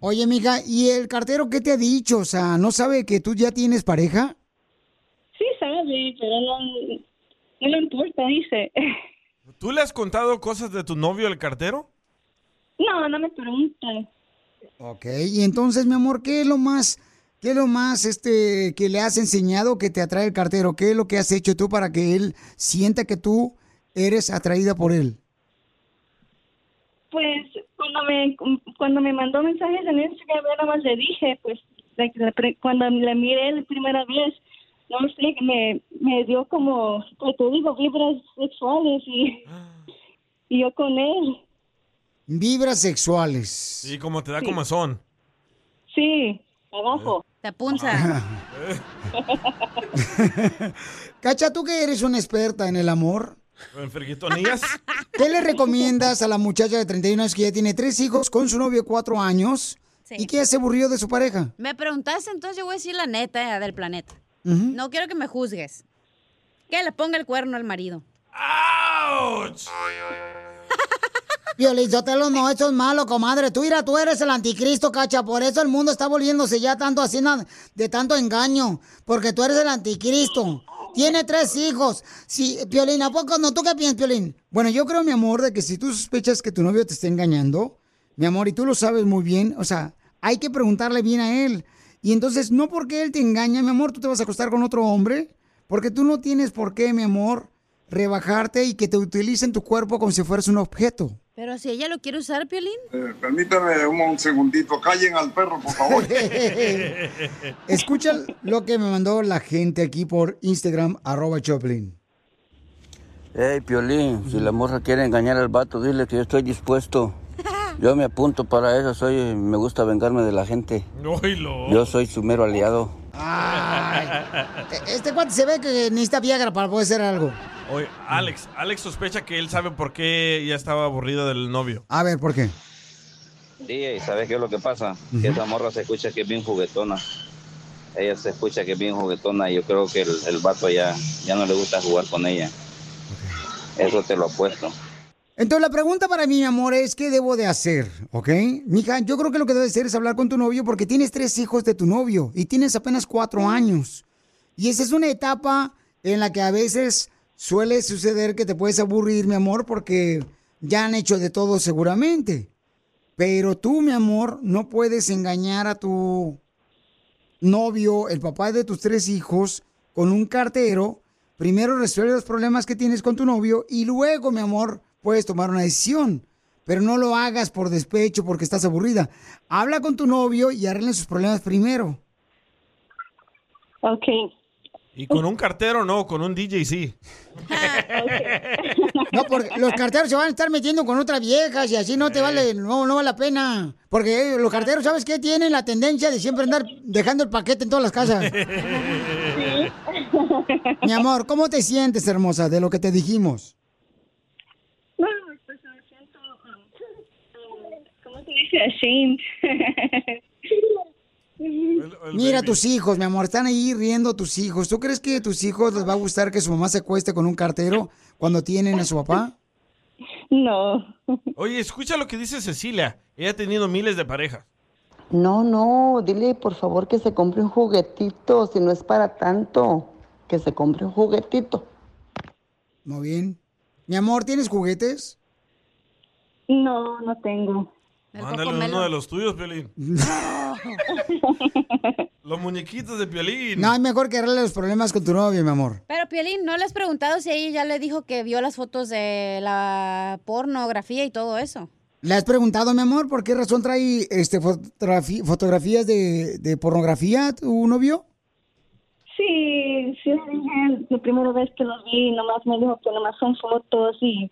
[SPEAKER 3] Oye, mija, ¿y el cartero qué te ha dicho? O sea, ¿no sabe que tú ya tienes pareja?
[SPEAKER 31] Sí sabe, pero no, no le importa, dice.
[SPEAKER 4] ¿Tú le has contado cosas de tu novio, el cartero?
[SPEAKER 31] No, no me pregunta.
[SPEAKER 3] Ok, y entonces, mi amor, ¿qué es lo más, qué es lo más, este, que le has enseñado que te atrae el cartero? ¿Qué es lo que has hecho tú para que él sienta que tú eres atraída por él?
[SPEAKER 31] Pues cuando me cuando me mandó mensajes en Instagram, yo nada más le dije, pues de que la pri- cuando le miré la primera vez, no sé, me, me dio como, pues te digo, vibras sexuales y, y yo con él,
[SPEAKER 3] Vibras sexuales.
[SPEAKER 4] Sí, como te da comezón.
[SPEAKER 31] sí, abajo.
[SPEAKER 6] Te punza.
[SPEAKER 3] Cacha, tú que eres una experta en el amor,
[SPEAKER 4] ¿En friquitonías?
[SPEAKER 3] ¿qué le recomiendas a la muchacha de 31 años que ya tiene tres hijos con su novio de cuatro años
[SPEAKER 6] Sí.
[SPEAKER 3] y que ya se aburrió de su pareja?
[SPEAKER 6] Me preguntaste, entonces yo voy a decir la neta eh, del planeta.
[SPEAKER 3] Ujú.
[SPEAKER 6] No quiero que me juzgues. Que le ponga el cuerno al marido.
[SPEAKER 3] Violín, yo te lo no, eso es malo, comadre. Tú, mira, tú eres el anticristo, cacha. Por eso el mundo está volviéndose ya tanto así, na- de tanto engaño. Porque tú eres el anticristo. Tiene tres hijos. Sí, Violín, ¿a poco no? ¿Tú qué piensas, Violín? Bueno, yo creo, mi amor, de que si tú sospechas que tu novio te está engañando, mi amor, y tú lo sabes muy bien, o sea, hay que preguntarle bien a él. Y entonces, no porque él te engaña, mi amor, tú te vas a acostar con otro hombre. Porque tú no tienes por qué, mi amor, rebajarte y que te utilicen tu cuerpo como si fueras un objeto.
[SPEAKER 6] Pero si ella lo quiere usar, Piolín.
[SPEAKER 2] Eh, permítame un, un segundito. Callen al perro, por favor.
[SPEAKER 3] Escucha lo que me mandó la gente aquí por Instagram, arroba Choplin.
[SPEAKER 19] Hey, Piolín, si la morra quiere engañar al vato, dile que yo estoy dispuesto. Yo me apunto para eso, soy, me gusta vengarme de la gente. Yo soy su mero aliado.
[SPEAKER 3] Ah.
[SPEAKER 4] Eh,
[SPEAKER 3] Este cuate se ve que necesita Viagra para poder hacer algo.
[SPEAKER 4] Oye, Alex, Alex sospecha que él sabe por qué ya estaba aburrida del novio.
[SPEAKER 3] A ver, ¿por qué?
[SPEAKER 21] DJ, ¿sabes qué es lo que pasa? Que esa morra se escucha que es bien juguetona. Ella se escucha que es bien juguetona y yo creo que el, el vato ya, ya no le gusta jugar con ella. Eso te lo apuesto.
[SPEAKER 3] Entonces la pregunta para mí, mi amor, es ¿qué debo de hacer? ¿Ok? Mija, yo creo que lo que debes hacer es hablar con tu novio porque tienes tres hijos de tu novio y tienes apenas cuatro años. Y esa es una etapa en la que a veces suele suceder que te puedes aburrir, mi amor, porque ya han hecho de todo seguramente. Pero tú, mi amor, no puedes engañar a tu novio, el papá de tus tres hijos, con un cartero. Primero resuelve los problemas que tienes con tu novio y luego, mi amor, puedes tomar una decisión. Pero no lo hagas por despecho porque estás aburrida. Habla con tu novio y arreglen sus problemas primero.
[SPEAKER 31] Ok.
[SPEAKER 4] Y con un cartero no, con un DJ sí.
[SPEAKER 3] No, porque los carteros se van a estar metiendo con otras viejas y así no te vale, no, no vale la pena. Porque eh, los carteros, ¿sabes qué? Tienen la tendencia de siempre andar dejando el paquete en todas las casas. Mi amor, ¿cómo te sientes, hermosa, de lo que te dijimos?
[SPEAKER 31] No, pues me siento, um, ¿cómo se dice? Ashamed.
[SPEAKER 3] Mira tus hijos, mi amor, están ahí riendo tus hijos. ¿Tú crees que a tus hijos les va a gustar que su mamá se acueste con un cartero cuando tienen a su papá?
[SPEAKER 31] No.
[SPEAKER 4] Oye, escucha lo que dice Cecilia. Ella ha tenido miles de parejas.
[SPEAKER 30] No, no, dile por favor que se compre un juguetito, si no es para tanto, que se compre un juguetito.
[SPEAKER 3] Muy bien. Mi amor, ¿tienes juguetes?
[SPEAKER 31] No, no tengo.
[SPEAKER 4] Mándale uno de los tuyos, Piolín. los muñequitos de Piolín.
[SPEAKER 3] No, es mejor que arregle los problemas con tu novio, mi amor.
[SPEAKER 6] Pero Piolín, ¿no le has preguntado si ella ya le dijo que vio las fotos de la pornografía y todo eso?
[SPEAKER 3] ¿Le has preguntado, mi amor, por qué razón trae este fotografi- fotografías de, de pornografía tu novio?
[SPEAKER 31] Sí, sí, le dije la primera vez que lo vi, nomás me dijo que nomás son fotos y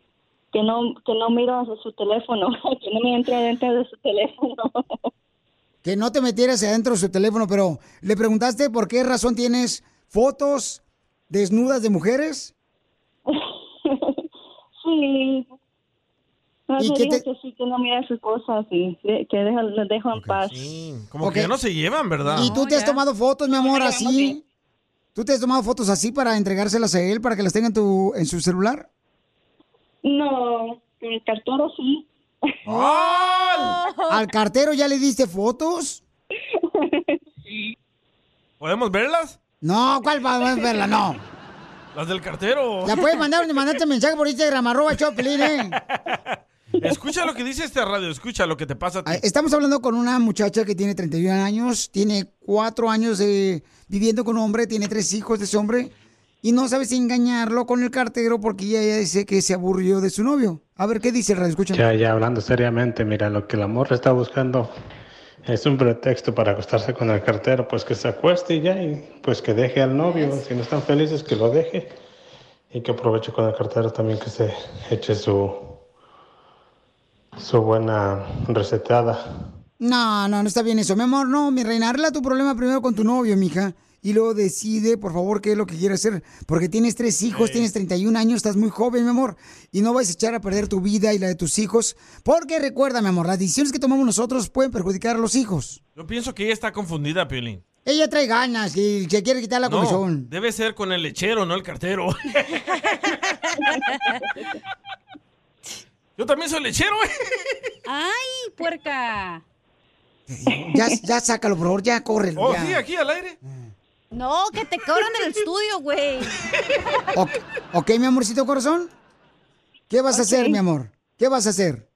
[SPEAKER 31] que no, que no miro su teléfono, que no me entre dentro de su teléfono.
[SPEAKER 3] Que no te metieras adentro de su teléfono, pero ¿le preguntaste por qué razón tienes fotos desnudas de mujeres?
[SPEAKER 31] Sí. No,
[SPEAKER 3] ¿Y
[SPEAKER 31] me
[SPEAKER 3] qué
[SPEAKER 31] dijo
[SPEAKER 3] te-
[SPEAKER 31] que sí, que no mira sus cosas y de- que deja, los dejo en paz.
[SPEAKER 4] Como que ya Ah. no se llevan, ¿verdad?
[SPEAKER 3] ¿Y tú te has tomado fotos, mi amor, así? ¿Tú te has tomado fotos así para entregárselas a él, para que las tenga en, tu, en su celular?
[SPEAKER 31] No, el cartero sí.
[SPEAKER 3] ¿Al cartero ya le diste fotos?
[SPEAKER 4] ¿Podemos verlas?
[SPEAKER 3] No, ¿cuál va a verla? No.
[SPEAKER 4] Las del cartero.
[SPEAKER 3] La puedes mandar, mandaste mensaje por Instagram, arroba Choplin, ¿eh?
[SPEAKER 4] Escucha lo que dice esta radio, escucha lo que te pasa a ti.
[SPEAKER 3] Ah, Estamos hablando con una muchacha que tiene 31 años, tiene 4 años de- viviendo con un hombre, tiene 3 hijos de ese hombre y no sabe si engañarlo con el cartero porque ella, ella dice que se aburrió de su novio. A ver, ¿qué dice el radio? Escucha.
[SPEAKER 32] Ya, ya, hablando seriamente, mira, lo que la morra está buscando es un pretexto para acostarse con el cartero, pues que se acueste y ya, y pues que deje al novio, si no están felices, que lo deje y que aproveche con el cartero también que se eche su, su buena recetada.
[SPEAKER 3] No, no, no está bien eso. Mi amor, no, mi reina, arregla tu problema primero con tu novio, mija. Y luego decide, por favor, qué es lo que quieres hacer. Porque tienes tres hijos, tienes 31 años, estás muy joven, mi amor. Y no vas a echar a perder tu vida y la de tus hijos. Porque recuerda, mi amor, las decisiones que tomamos nosotros pueden perjudicar a los hijos.
[SPEAKER 4] Yo pienso que ella está confundida, Piolín.
[SPEAKER 3] Ella trae ganas y se quiere quitar la
[SPEAKER 4] No,
[SPEAKER 3] comisión.
[SPEAKER 4] debe ser con el lechero, no el cartero. Yo también soy lechero, güey.
[SPEAKER 6] ¡Ay, puerca!
[SPEAKER 3] Ya, ya sácalo, por favor, ya corre.
[SPEAKER 4] Oh, sí, aquí al aire.
[SPEAKER 6] No, que te cobran del estudio, güey.
[SPEAKER 3] Ok, ok, mi amorcito corazón. ¿Qué vas a hacer, mi amor? ¿Qué vas a hacer?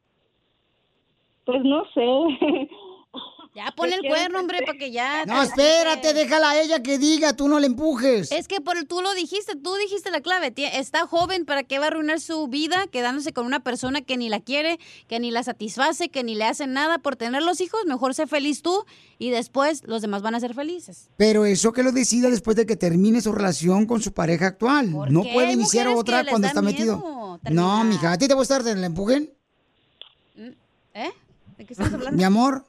[SPEAKER 31] Pues no sé.
[SPEAKER 6] Ya pon el cuerno, hombre, para que ya.
[SPEAKER 3] No, espérate, déjala a ella que diga, tú no le empujes.
[SPEAKER 6] Es que por, tú lo dijiste, tú dijiste la clave. Tie- Está joven, ¿para qué va a arruinar su vida quedándose con una persona que ni la quiere, que ni la satisface, que ni le hace nada por tener los hijos? Mejor sé feliz tú y después los demás van a ser felices.
[SPEAKER 3] Pero eso que lo decida después de que termine su relación con su pareja actual. No
[SPEAKER 6] qué?
[SPEAKER 3] puede
[SPEAKER 6] Hay
[SPEAKER 3] iniciar
[SPEAKER 6] mujeres
[SPEAKER 3] otra
[SPEAKER 6] que les
[SPEAKER 3] cuando
[SPEAKER 6] da
[SPEAKER 3] está
[SPEAKER 6] miedo
[SPEAKER 3] metido. No,
[SPEAKER 6] terminar.
[SPEAKER 3] mija, ¿a ti te gusta estar en el empujen?
[SPEAKER 6] ¿Eh? ¿De qué estás hablando?
[SPEAKER 3] Ah, Mi amor,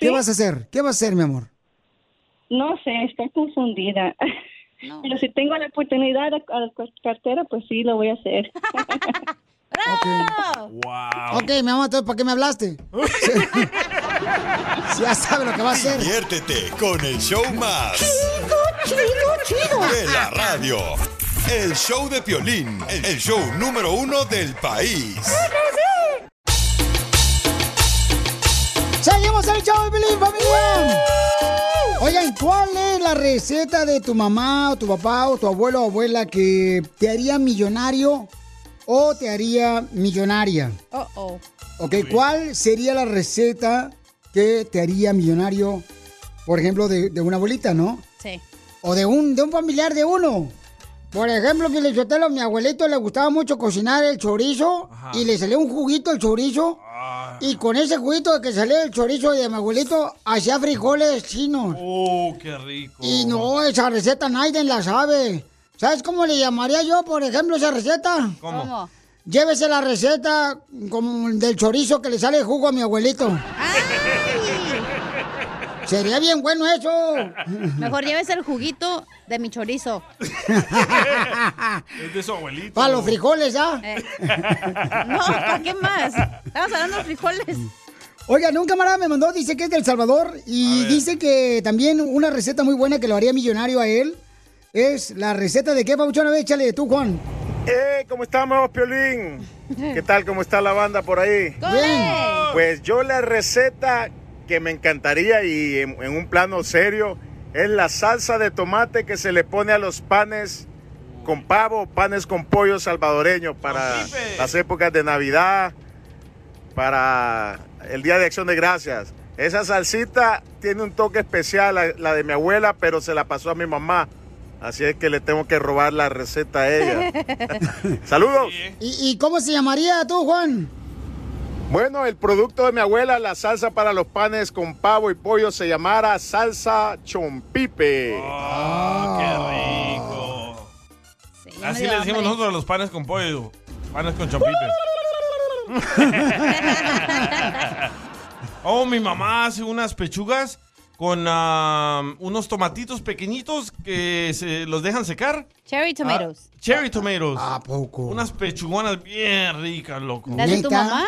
[SPEAKER 3] ¿qué
[SPEAKER 31] Sí.
[SPEAKER 3] vas a hacer? ¿Qué vas a hacer, mi amor?
[SPEAKER 31] No sé, estoy confundida. Pero si tengo la oportunidad a, a la cartera, pues sí, lo voy a hacer.
[SPEAKER 3] Ok, mi amor, entonces, ¿para qué me hablaste? Sí, ya sabe lo que va a hacer.
[SPEAKER 10] Diviértete con el show más.
[SPEAKER 3] Chido, chido,
[SPEAKER 10] De la radio. El show de Piolín, el show número uno del país.
[SPEAKER 3] Seguimos el show de Piolín, familia. Oigan, ¿cuál es la receta de tu mamá o tu papá o tu abuelo o abuela que te haría millonario o te haría millonaria?
[SPEAKER 6] Oh, oh.
[SPEAKER 3] Ok, ¿cuál sería la receta que te haría millonario, por ejemplo, de, de una abuelita, no?
[SPEAKER 6] Sí.
[SPEAKER 3] O de un, de un familiar de uno. Por ejemplo, que le chotelo, a mi abuelito le gustaba mucho cocinar el chorizo y le salió un juguito el chorizo.
[SPEAKER 4] Ah.
[SPEAKER 3] Y con ese juguito que salió el chorizo de mi abuelito, hacía frijoles chinos.
[SPEAKER 4] Oh, qué rico.
[SPEAKER 3] Y no, esa receta nadie la sabe. ¿Sabes cómo le llamaría yo, por ejemplo, esa receta?
[SPEAKER 4] ¿Cómo? ¿Cómo?
[SPEAKER 3] Llévese la receta como del chorizo que le sale el jugo a mi abuelito. Sería bien bueno eso.
[SPEAKER 6] Mejor lleves el juguito de mi chorizo.
[SPEAKER 4] Es de su abuelito.
[SPEAKER 3] Para los frijoles, ¿ah?
[SPEAKER 6] Eh. No, ¿para qué más? Estamos hablando de frijoles.
[SPEAKER 3] Oiga, un camarada me mandó, dice que es del Salvador y dice que también una receta muy buena que lo haría millonario a él es la receta de qué, Pabuchón, a ver, échale tú, Juan.
[SPEAKER 33] ¡Eh! ¿Cómo estamos, Piolín? ¿Qué tal? ¿Cómo está la banda por ahí?
[SPEAKER 3] ¡Bien!
[SPEAKER 33] Pues yo la receta
[SPEAKER 5] que me encantaría y en, en un plano serio es la salsa de tomate que se le pone a los panes con pavo, panes con pollo salvadoreño para las épocas de Navidad, para el Día de Acción de Gracias. Esa salsita tiene un toque especial, la, la de mi abuela, pero se la pasó a mi mamá. Así es que le tengo que robar la receta a ella. Saludos.
[SPEAKER 3] ¿Y, y cómo se llamaría tú, Juan?
[SPEAKER 5] Bueno, el producto de mi abuela, la salsa para los panes con pavo y pollo, se llamara salsa chompipe.
[SPEAKER 4] qué rico! Así le decimos nosotros a los panes con pollo, panes con chompipe. oh, mi mamá hace unas pechugas con ah, unos tomatitos pequeñitos que se los dejan secar.
[SPEAKER 6] Cherry tomatoes.
[SPEAKER 4] Ah, cherry tomatoes.
[SPEAKER 3] ¿A poco?
[SPEAKER 4] Unas pechugonas bien ricas, loco.
[SPEAKER 3] Ah,
[SPEAKER 6] ¿Las de tu
[SPEAKER 3] ¿Neta?
[SPEAKER 6] mamá?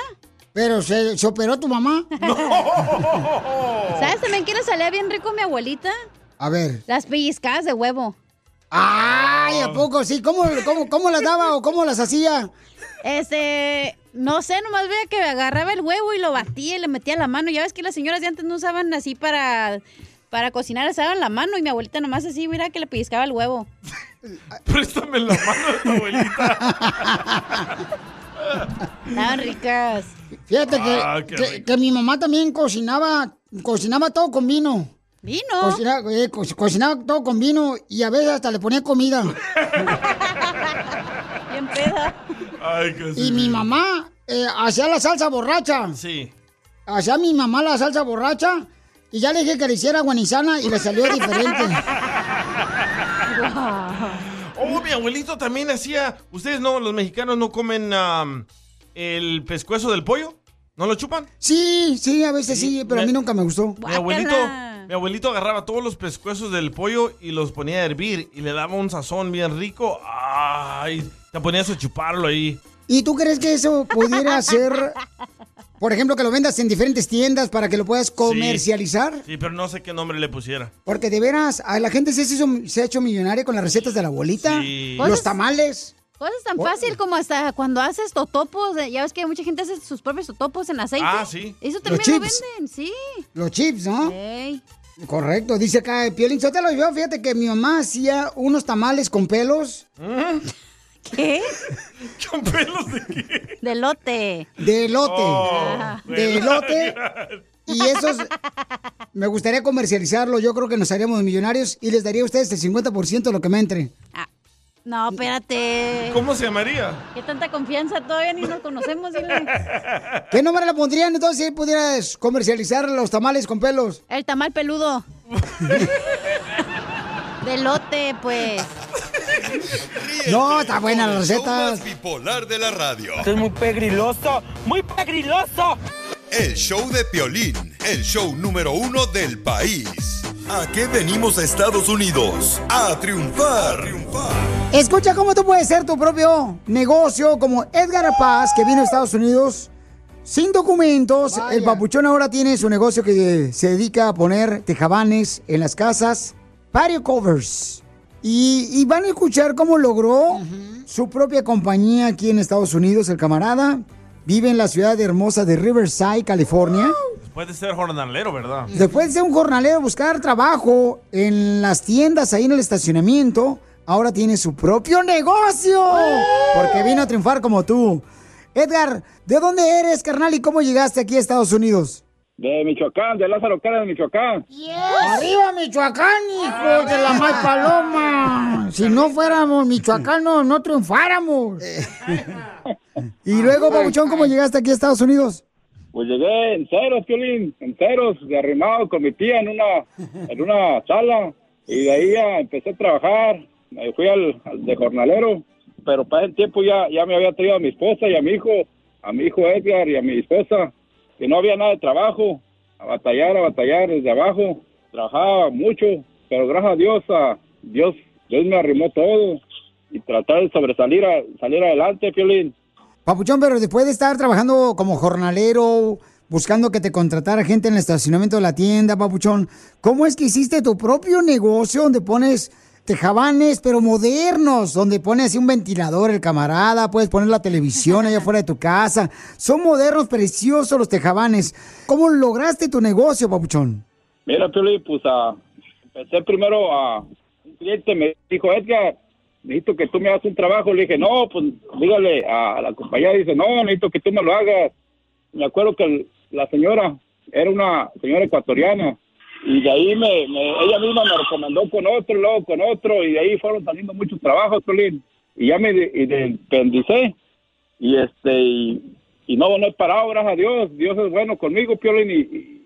[SPEAKER 3] ¿Pero se, se operó tu mamá?
[SPEAKER 6] ¿Sabes también quiero salir bien rico mi abuelita?
[SPEAKER 3] A ver.
[SPEAKER 6] Las pellizcadas de huevo.
[SPEAKER 3] ¡Ay, a poco sí! ¿Cómo, cómo, cómo las daba o cómo las hacía?
[SPEAKER 6] Este, no sé, nomás veía que agarraba el huevo y lo batía y le metía la mano. Ya ves que las señoras de antes no usaban así para, para cocinar, usaban la mano y mi abuelita nomás así, mira que le pellizcaba el huevo.
[SPEAKER 4] Préstame la mano de tu
[SPEAKER 6] Estaban Ah, ricas.
[SPEAKER 3] Fíjate
[SPEAKER 4] Ah,
[SPEAKER 3] que,
[SPEAKER 4] qué
[SPEAKER 3] que-
[SPEAKER 4] rico.
[SPEAKER 3] que mi mamá también cocinaba, cocinaba todo con vino.
[SPEAKER 6] ¿Vino?
[SPEAKER 3] Cocinaba, eh, co- cocinaba todo con vino y a veces hasta le ponía comida.
[SPEAKER 6] Bien peda.
[SPEAKER 4] Ay, qué
[SPEAKER 3] Y mi mamá eh, hacía la salsa borracha.
[SPEAKER 4] Sí.
[SPEAKER 3] Hacía mi mamá la salsa borracha y ya le dije que le hiciera guanizana y le salió diferente.
[SPEAKER 4] Oh, mi abuelito también hacía. Ustedes no, los mexicanos no comen am, el pescuezo del pollo. ¿No lo chupan?
[SPEAKER 3] Sí, sí, a veces sí, pero a mí nunca me gustó.
[SPEAKER 4] Mi abuelito, mi abuelito agarraba todos los pescuezos del pollo y los ponía a hervir y le daba un sazón bien rico. Ay, te ponías a chuparlo ahí.
[SPEAKER 3] ¿Y tú crees que eso pudiera ser, por ejemplo, que lo vendas en diferentes tiendas para que lo puedas comercializar?
[SPEAKER 4] Sí, pero no sé qué nombre le pusiera.
[SPEAKER 3] Porque de veras, a la gente se, hizo- se ha hecho millonaria con las recetas de la abuelita,
[SPEAKER 4] Sí.
[SPEAKER 3] los tamales.
[SPEAKER 6] Cosas
[SPEAKER 3] Oh.
[SPEAKER 6] tan fácil como hasta cuando haces totopos. eh, Ya ves que mucha gente hace sus propios totopos en aceite.
[SPEAKER 3] Ah, sí.
[SPEAKER 6] Eso
[SPEAKER 3] Los
[SPEAKER 6] también lo
[SPEAKER 3] chips.
[SPEAKER 6] venden, sí.
[SPEAKER 3] Los chips, ¿no?
[SPEAKER 6] Ey.
[SPEAKER 3] Correcto, dice acá eh, Piolín Sotelo. Yo, fíjate que mi mamá hacía unos tamales con pelos.
[SPEAKER 6] ¿Qué?
[SPEAKER 4] ¿Con pelos de
[SPEAKER 6] qué? De lote.
[SPEAKER 3] De elote.
[SPEAKER 6] Oh,
[SPEAKER 3] de elote. Y esos me gustaría comercializarlo. Yo creo que nos haríamos millonarios y les daría a ustedes el 50% de lo que me entre.
[SPEAKER 6] Ah, No, espérate.
[SPEAKER 4] ¿Cómo se llamaría?
[SPEAKER 6] ¿Qué tanta confianza? Todavía ni nos conocemos, dile.
[SPEAKER 3] ¿Qué nombre le pondrían entonces si pudieras comercializar los tamales con pelos?
[SPEAKER 6] El tamal peludo. De lote, pues.
[SPEAKER 3] No, está buena la
[SPEAKER 10] Show
[SPEAKER 3] receta.
[SPEAKER 10] más bipolar de la radio.
[SPEAKER 3] Esto es muy
[SPEAKER 10] pegriloso, muy pegriloso. El show de Piolín, el show número uno del país. ¿A qué venimos a Estados Unidos? A triunfar.
[SPEAKER 3] Escucha cómo tú puedes ser tu propio negocio, como Edgar Paz, que vino a Estados Unidos sin documentos. El papuchón ahora tiene su negocio que se dedica a poner tejabanes en las casas, patio covers. Y, y van a escuchar cómo logró su propia compañía aquí en Estados Unidos, el camarada. Vive en la ciudad hermosa de Riverside, California.
[SPEAKER 4] Después de ser jornalero, ¿verdad?
[SPEAKER 3] Después de un jornalero buscar trabajo en las tiendas, ahí en el estacionamiento, ahora tiene su propio negocio. Porque vino a triunfar como tú. Edgar, ¿de dónde eres, carnal? ¿Y cómo llegaste aquí a Estados Unidos?
[SPEAKER 8] De Michoacán, de Lázaro Cárdenas, de Michoacán. Ah,
[SPEAKER 3] ¡Arriba Michoacán, hijo de la mal paloma! Si no fuéramos michoacanos, no triunfáramos. y
[SPEAKER 8] Ah,
[SPEAKER 3] luego, Pabuchón, ¿cómo llegaste aquí a Estados Unidos?
[SPEAKER 8] Pues llegué en ceros, Piolín, en ceros, arrimado con mi tía en una, en una sala. Y de ahí ya empecé a trabajar. Me fui al, al de jornalero. Pero para el tiempo ya, ya me había traído a mi esposa y a mi hijo, a mi hijo Edgar y a mi esposa. Que no había nada de trabajo. A batallar, a batallar desde abajo. Trabajaba mucho, pero gracias a Dios, a Dios, Dios me arrimó todo. Y tratar de sobresalir, a, salir adelante, Piolín.
[SPEAKER 3] Papuchón, pero después de estar trabajando como jornalero, buscando que te contratara gente en el estacionamiento de la tienda, Papuchón, ¿cómo es que hiciste tu propio negocio donde pones este, jabanes, pero modernos, donde pone así un ventilador el camarada, puedes poner la televisión allá afuera de tu casa. Son modernos, preciosos los tejabanes. ¿Cómo lograste tu negocio, papuchón?
[SPEAKER 8] Mira, Pioli, pues ah, empecé primero a... Un cliente me dijo, Edgar, necesito que tú me hagas un trabajo. Le dije, no, pues dígale a la compañía. Dice, no, necesito que tú me lo hagas. Me acuerdo que el- la señora era una señora ecuatoriana. Y de ahí me, me- ella misma me recomendó con otro, y luego con otro. Y de ahí fueron saliendo muchos trabajos, Piolín. Y ya me de- y dependicé. Y este, y, y no, no he parado, gracias a Dios. Dios es bueno conmigo, Piolín. Y, y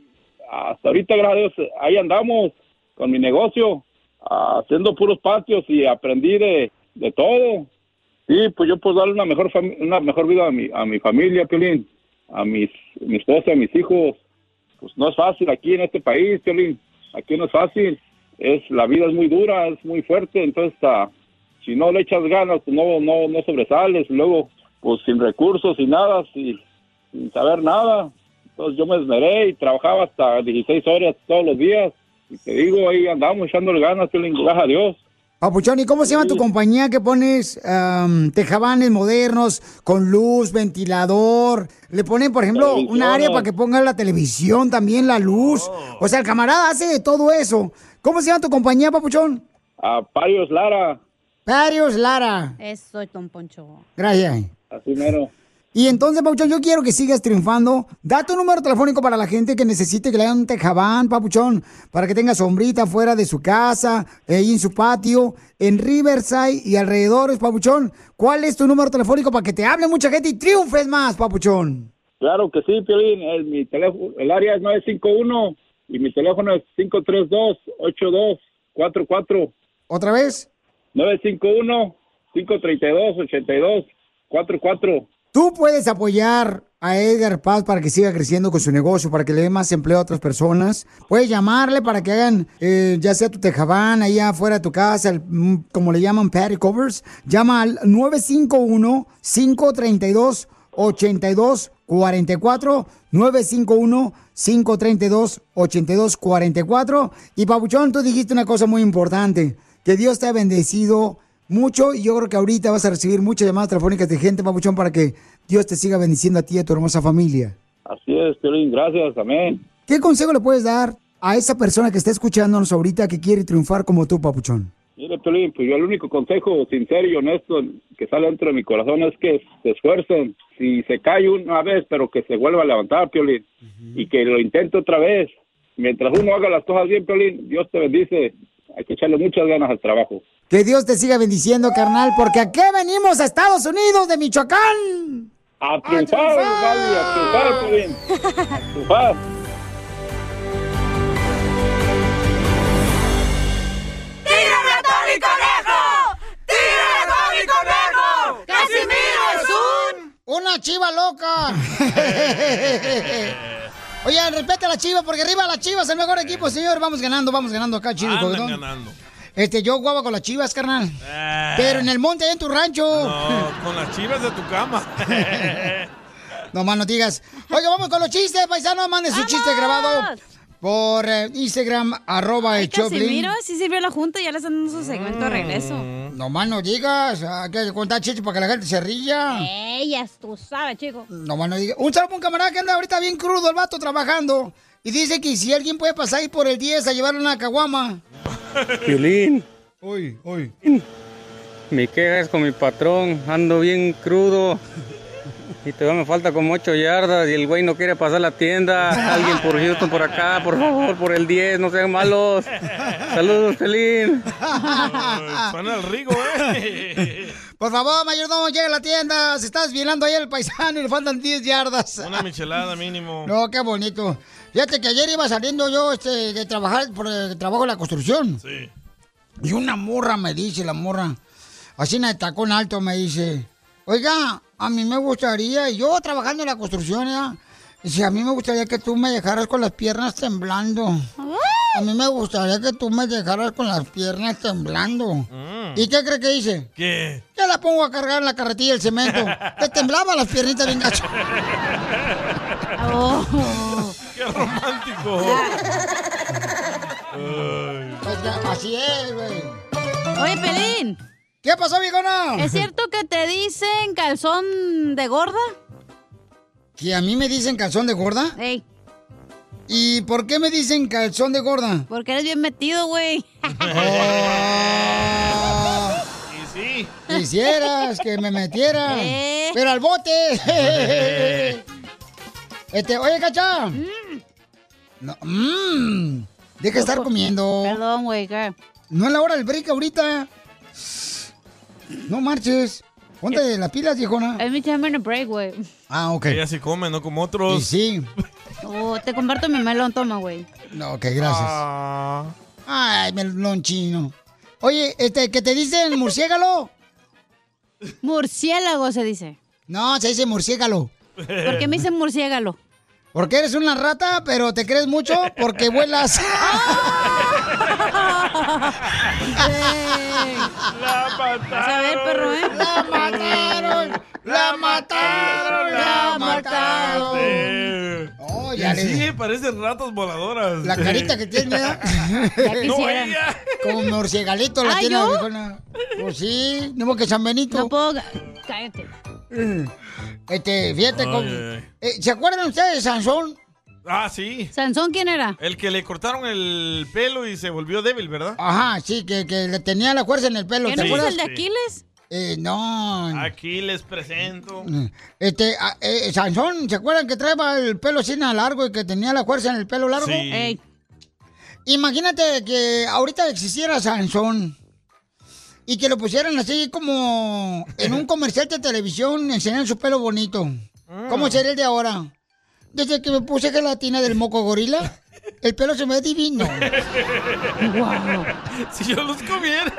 [SPEAKER 8] hasta ahorita, gracias a Dios, ahí andamos con mi negocio haciendo puros patios y aprendí de, de todo. Sí, pues yo puedo darle una mejor fami- una mejor vida a mi, a mi familia, Piolín, a mis, mi esposa, a mis hijos. Pues no es fácil aquí en este país, Piolín. Aquí no es fácil. Es, la vida es muy dura, es muy fuerte. Entonces, ah, si no le echas ganas, pues no, no, no sobresales. Luego, pues sin recursos, sin nada, si- sin saber nada. Entonces yo me esmeré y trabajaba hasta 16 horas todos los días. Y te digo, ahí andamos echándole ganas, Piolín, gracias a Dios.
[SPEAKER 3] Papuchón, ¿y cómo se llama tu compañía que pones am, tejabanes modernos con luz, ventilador? Le ponen, por ejemplo, un área para que ponga la televisión, también la luz. O sea, el camarada hace de todo eso. ¿Cómo se llama tu compañía, Papuchón?
[SPEAKER 8] A Parios Lara.
[SPEAKER 3] Parios Lara.
[SPEAKER 6] Eso, Don Poncho.
[SPEAKER 3] Gracias.
[SPEAKER 8] Así mero.
[SPEAKER 3] Y entonces, Papuchón, yo quiero que sigas triunfando. Da tu número telefónico para la gente que necesite que le hagan un tejabán, Papuchón, para que tenga sombrita fuera de su casa, ahí en su patio, en Riverside y alrededores, Papuchón. ¿Cuál es tu número telefónico para que te hable mucha gente y triunfes más, Papuchón?
[SPEAKER 8] Claro que sí, Piolín. El, mi teléfono, el área es 951 y mi teléfono es 532-8244.
[SPEAKER 3] ¿Otra vez?
[SPEAKER 8] 951-532-8244.
[SPEAKER 3] Tú puedes apoyar a Edgar Paz para que siga creciendo con su negocio, para que le dé más empleo a otras personas. Puedes llamarle para que hagan, eh, ya sea tu tejabán, ahí afuera de tu casa, el- mm, como le llaman, patty covers. Llama al 951-532-8244. 951-532-8244. Y Pabuchón, tú dijiste una cosa muy importante, que Dios te ha bendecido mucho y yo creo que ahorita vas a recibir muchas llamadas telefónicas de gente, Papuchón, para que Dios te siga bendiciendo a ti y a tu hermosa familia.
[SPEAKER 8] Así es, Piolín. Gracias, amén.
[SPEAKER 3] ¿Qué consejo le puedes dar a esa persona que está escuchándonos ahorita que quiere triunfar como tú, Papuchón?
[SPEAKER 8] Mire, Piolín, pues yo el único consejo sincero y honesto que sale dentro de mi corazón es que se esfuercen. Si se cae una vez, pero que se vuelva a levantar, Piolín, y que lo intente otra vez. Mientras uno haga las cosas bien, Piolín, Dios te bendice. Hay que echarle muchas ganas al trabajo.
[SPEAKER 3] Que Dios te siga bendiciendo, carnal, porque aquí venimos a Estados Unidos de Michoacán.
[SPEAKER 8] ¡A triunfar, vale, ¡A triunfar, Piolín! ¡A triunfar!
[SPEAKER 2] ¡Tírame a Tony Conejo! ¡Tírame a Tony Conejo! ¡Casimiro es un...
[SPEAKER 3] ¡Una chiva loca! Oye, respeta a la chiva, porque arriba la chiva es el mejor equipo, señor. Vamos ganando, vamos ganando acá, chido.
[SPEAKER 4] Andan
[SPEAKER 3] coquetón.
[SPEAKER 4] ganando.
[SPEAKER 3] Este, yo guaba con las chivas, carnal.
[SPEAKER 4] Ah.
[SPEAKER 3] Pero en el monte, allá en tu rancho.
[SPEAKER 4] No, con las chivas de tu cama.
[SPEAKER 3] No más no digas. Oiga, vamos con los chistes, paisano. Mande su chiste grabado por eh, Instagram, arroba el Choplin.
[SPEAKER 6] Casimiro sí sirvió la junta y ya le están dando su segmento de regreso.
[SPEAKER 3] No más no digas. Hay que contar chistes para que la gente se ría.
[SPEAKER 6] Ellas, tú sabes, chico.
[SPEAKER 3] Mm. No más no digas. Un saludo para un camarada que anda ahorita bien crudo, el vato trabajando. Y dice que si alguien puede pasar ahí por el 10 a llevarle una caguama.
[SPEAKER 1] Piolín,
[SPEAKER 3] Uy, uy.
[SPEAKER 1] mi queja es con mi patrón, ando bien crudo. Y todavía me falta como 8 yardas y el güey no quiere pasar la tienda. Alguien por Houston por acá, por favor, por el 10, no sean malos. Saludos, Piolín.
[SPEAKER 4] Suena el rico, ¿eh?
[SPEAKER 3] Por favor, mayordomo, llega a la tienda. Se está desvielando ahí el paisano y le faltan 10 yardas.
[SPEAKER 4] Una michelada mínimo.
[SPEAKER 3] No, qué bonito. Fíjate que ayer iba saliendo yo este, de trabajar, por el trabajo de la construcción.
[SPEAKER 4] Sí.
[SPEAKER 3] Y una morra me dice, la morra, así en el tacón alto me dice, oiga, a mí me gustaría, y yo trabajando en la construcción, ¿ya? dice, a mí me gustaría que tú me dejaras con las piernas temblando. A mí me gustaría que tú me dejaras con las piernas temblando. ¿Y qué cree que hice?
[SPEAKER 4] ¿Qué?
[SPEAKER 3] Ya la pongo a cargar en la carretilla el cemento. Te temblaba las piernitas bien gacho.
[SPEAKER 2] Oh.
[SPEAKER 4] ¡Qué romántico! Ay.
[SPEAKER 3] Pues, Así es, güey.
[SPEAKER 6] Oye, Pelín.
[SPEAKER 3] ¿Qué pasó, viejona?
[SPEAKER 6] ¿Es cierto que te dicen calzón de gorda?
[SPEAKER 3] ¿Que a mí me dicen calzón de gorda?
[SPEAKER 6] Ey.
[SPEAKER 3] ¿Y por qué me dicen calzón de gorda?
[SPEAKER 6] Porque eres bien metido, güey.
[SPEAKER 4] Y sí.
[SPEAKER 3] Quisieras que me metiera.
[SPEAKER 6] Eh.
[SPEAKER 3] Pero al bote. este, oye, cacha.
[SPEAKER 6] Mm.
[SPEAKER 2] Mm.
[SPEAKER 3] No, mmm. Deja de estar comiendo.
[SPEAKER 6] Perdón, güey.
[SPEAKER 3] No es la hora del break ahorita. No marches.
[SPEAKER 6] Eh.
[SPEAKER 3] Ponte las pilas, viejona.
[SPEAKER 6] Es mi time in a break, güey.
[SPEAKER 3] Ah, ok.
[SPEAKER 4] Ella sí come, no como otros.
[SPEAKER 3] Y sí.
[SPEAKER 6] Oh, te comparto mi melón, toma, güey.
[SPEAKER 3] No, ok, gracias.
[SPEAKER 4] Ah.
[SPEAKER 3] Ay, melón chino. Oye, este, que te dicen murciégalo.
[SPEAKER 6] Murciélago se dice.
[SPEAKER 3] No, se dice murciégalo.
[SPEAKER 6] ¿Por qué me dicen murciégalo?
[SPEAKER 3] Porque eres una rata, pero te crees mucho porque vuelas.
[SPEAKER 6] Ah.
[SPEAKER 2] La mataron. a ver, perro, ¿eh? La mataron. La mataron. La mataron. Oh,
[SPEAKER 3] Oh,
[SPEAKER 4] Y
[SPEAKER 3] ya le-
[SPEAKER 4] sí, parecen ratas voladoras.
[SPEAKER 3] La carita que tienes, ¿verdad?
[SPEAKER 4] No, ella.
[SPEAKER 3] Como murciégalito la
[SPEAKER 6] ¿Ah,
[SPEAKER 3] tiene
[SPEAKER 6] yo?
[SPEAKER 3] la viejona. Pues sí, no más que San Benito. No
[SPEAKER 6] puedo. Cállate.
[SPEAKER 3] Este, fíjate
[SPEAKER 4] Ay,
[SPEAKER 3] cómo.
[SPEAKER 4] ay.
[SPEAKER 3] Eh, ¿Se acuerdan ustedes de Sansón?
[SPEAKER 4] Ah, sí.
[SPEAKER 6] ¿Sansón quién era?
[SPEAKER 4] El que le cortaron el pelo y se volvió débil, ¿verdad?
[SPEAKER 3] Ajá, sí, que, que le tenía la fuerza en el pelo.
[SPEAKER 4] ¿Que
[SPEAKER 3] ¿Te
[SPEAKER 4] no es
[SPEAKER 3] acuerdas?
[SPEAKER 4] el de Aquiles?
[SPEAKER 3] Eh, no.
[SPEAKER 4] Aquí les presento.
[SPEAKER 3] Este, a- eh, Sansón, ¿se acuerdan que traía el pelo sin largo y que tenía la fuerza en el pelo largo?
[SPEAKER 4] Sí. Ey.
[SPEAKER 3] Imagínate que ahorita existiera Sansón y que lo pusieran así como en un comercial de televisión, enseñan su pelo bonito.
[SPEAKER 4] Mm.
[SPEAKER 3] ¿Cómo sería el de ahora? Desde que me puse gelatina del moco gorila, el pelo se me ve divino. Guau.
[SPEAKER 4] Si yo los comiera.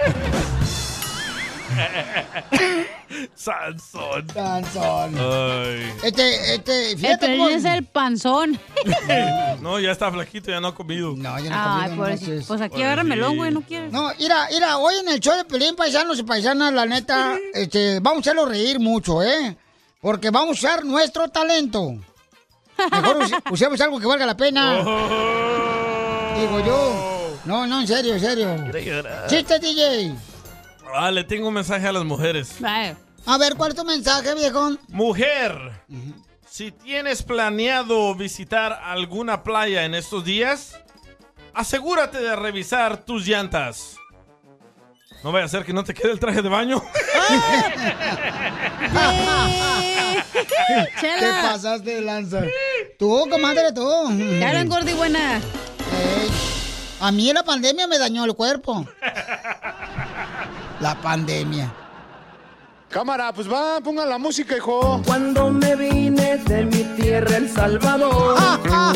[SPEAKER 4] Sansón.
[SPEAKER 3] Sansón.
[SPEAKER 4] Ay.
[SPEAKER 3] Este, este,
[SPEAKER 6] El
[SPEAKER 3] fíjate
[SPEAKER 6] Pelín
[SPEAKER 3] cómo...
[SPEAKER 6] es el panzón.
[SPEAKER 4] No, ya está flaquito, ya no ha comido.
[SPEAKER 3] No, ya
[SPEAKER 6] Ay, por Pues aquí agarra melón, güey, no quieres.
[SPEAKER 3] No, mira, mira, hoy en el show de Pelín, paisanos y paisanas, la neta, este, vamos a hacerlo reír mucho, ¿eh? Porque vamos a usar nuestro talento. Mejor us- usemos algo que valga la pena.
[SPEAKER 6] Oh.
[SPEAKER 3] Digo yo. No, no, en serio, en serio.
[SPEAKER 4] Quiero llorar.
[SPEAKER 3] Chiste, DJ.
[SPEAKER 4] Ah, le tengo un mensaje a las mujeres.
[SPEAKER 3] A ver, ¿cuál es tu mensaje, viejón?
[SPEAKER 4] Mujer, si tienes planeado visitar alguna playa en estos días, asegúrate de revisar tus llantas. No vaya a ser que no te quede el traje de baño.
[SPEAKER 6] Chela.
[SPEAKER 3] Te pasaste de lanza. Tú, comadre, tú.
[SPEAKER 6] Ya hablan gordi buena.
[SPEAKER 3] A mí la pandemia me dañó el cuerpo. La pandemia.
[SPEAKER 9] Cámara, pues va, pongan la música, hijo. Cuando me vine de mi tierra, El Salvador, con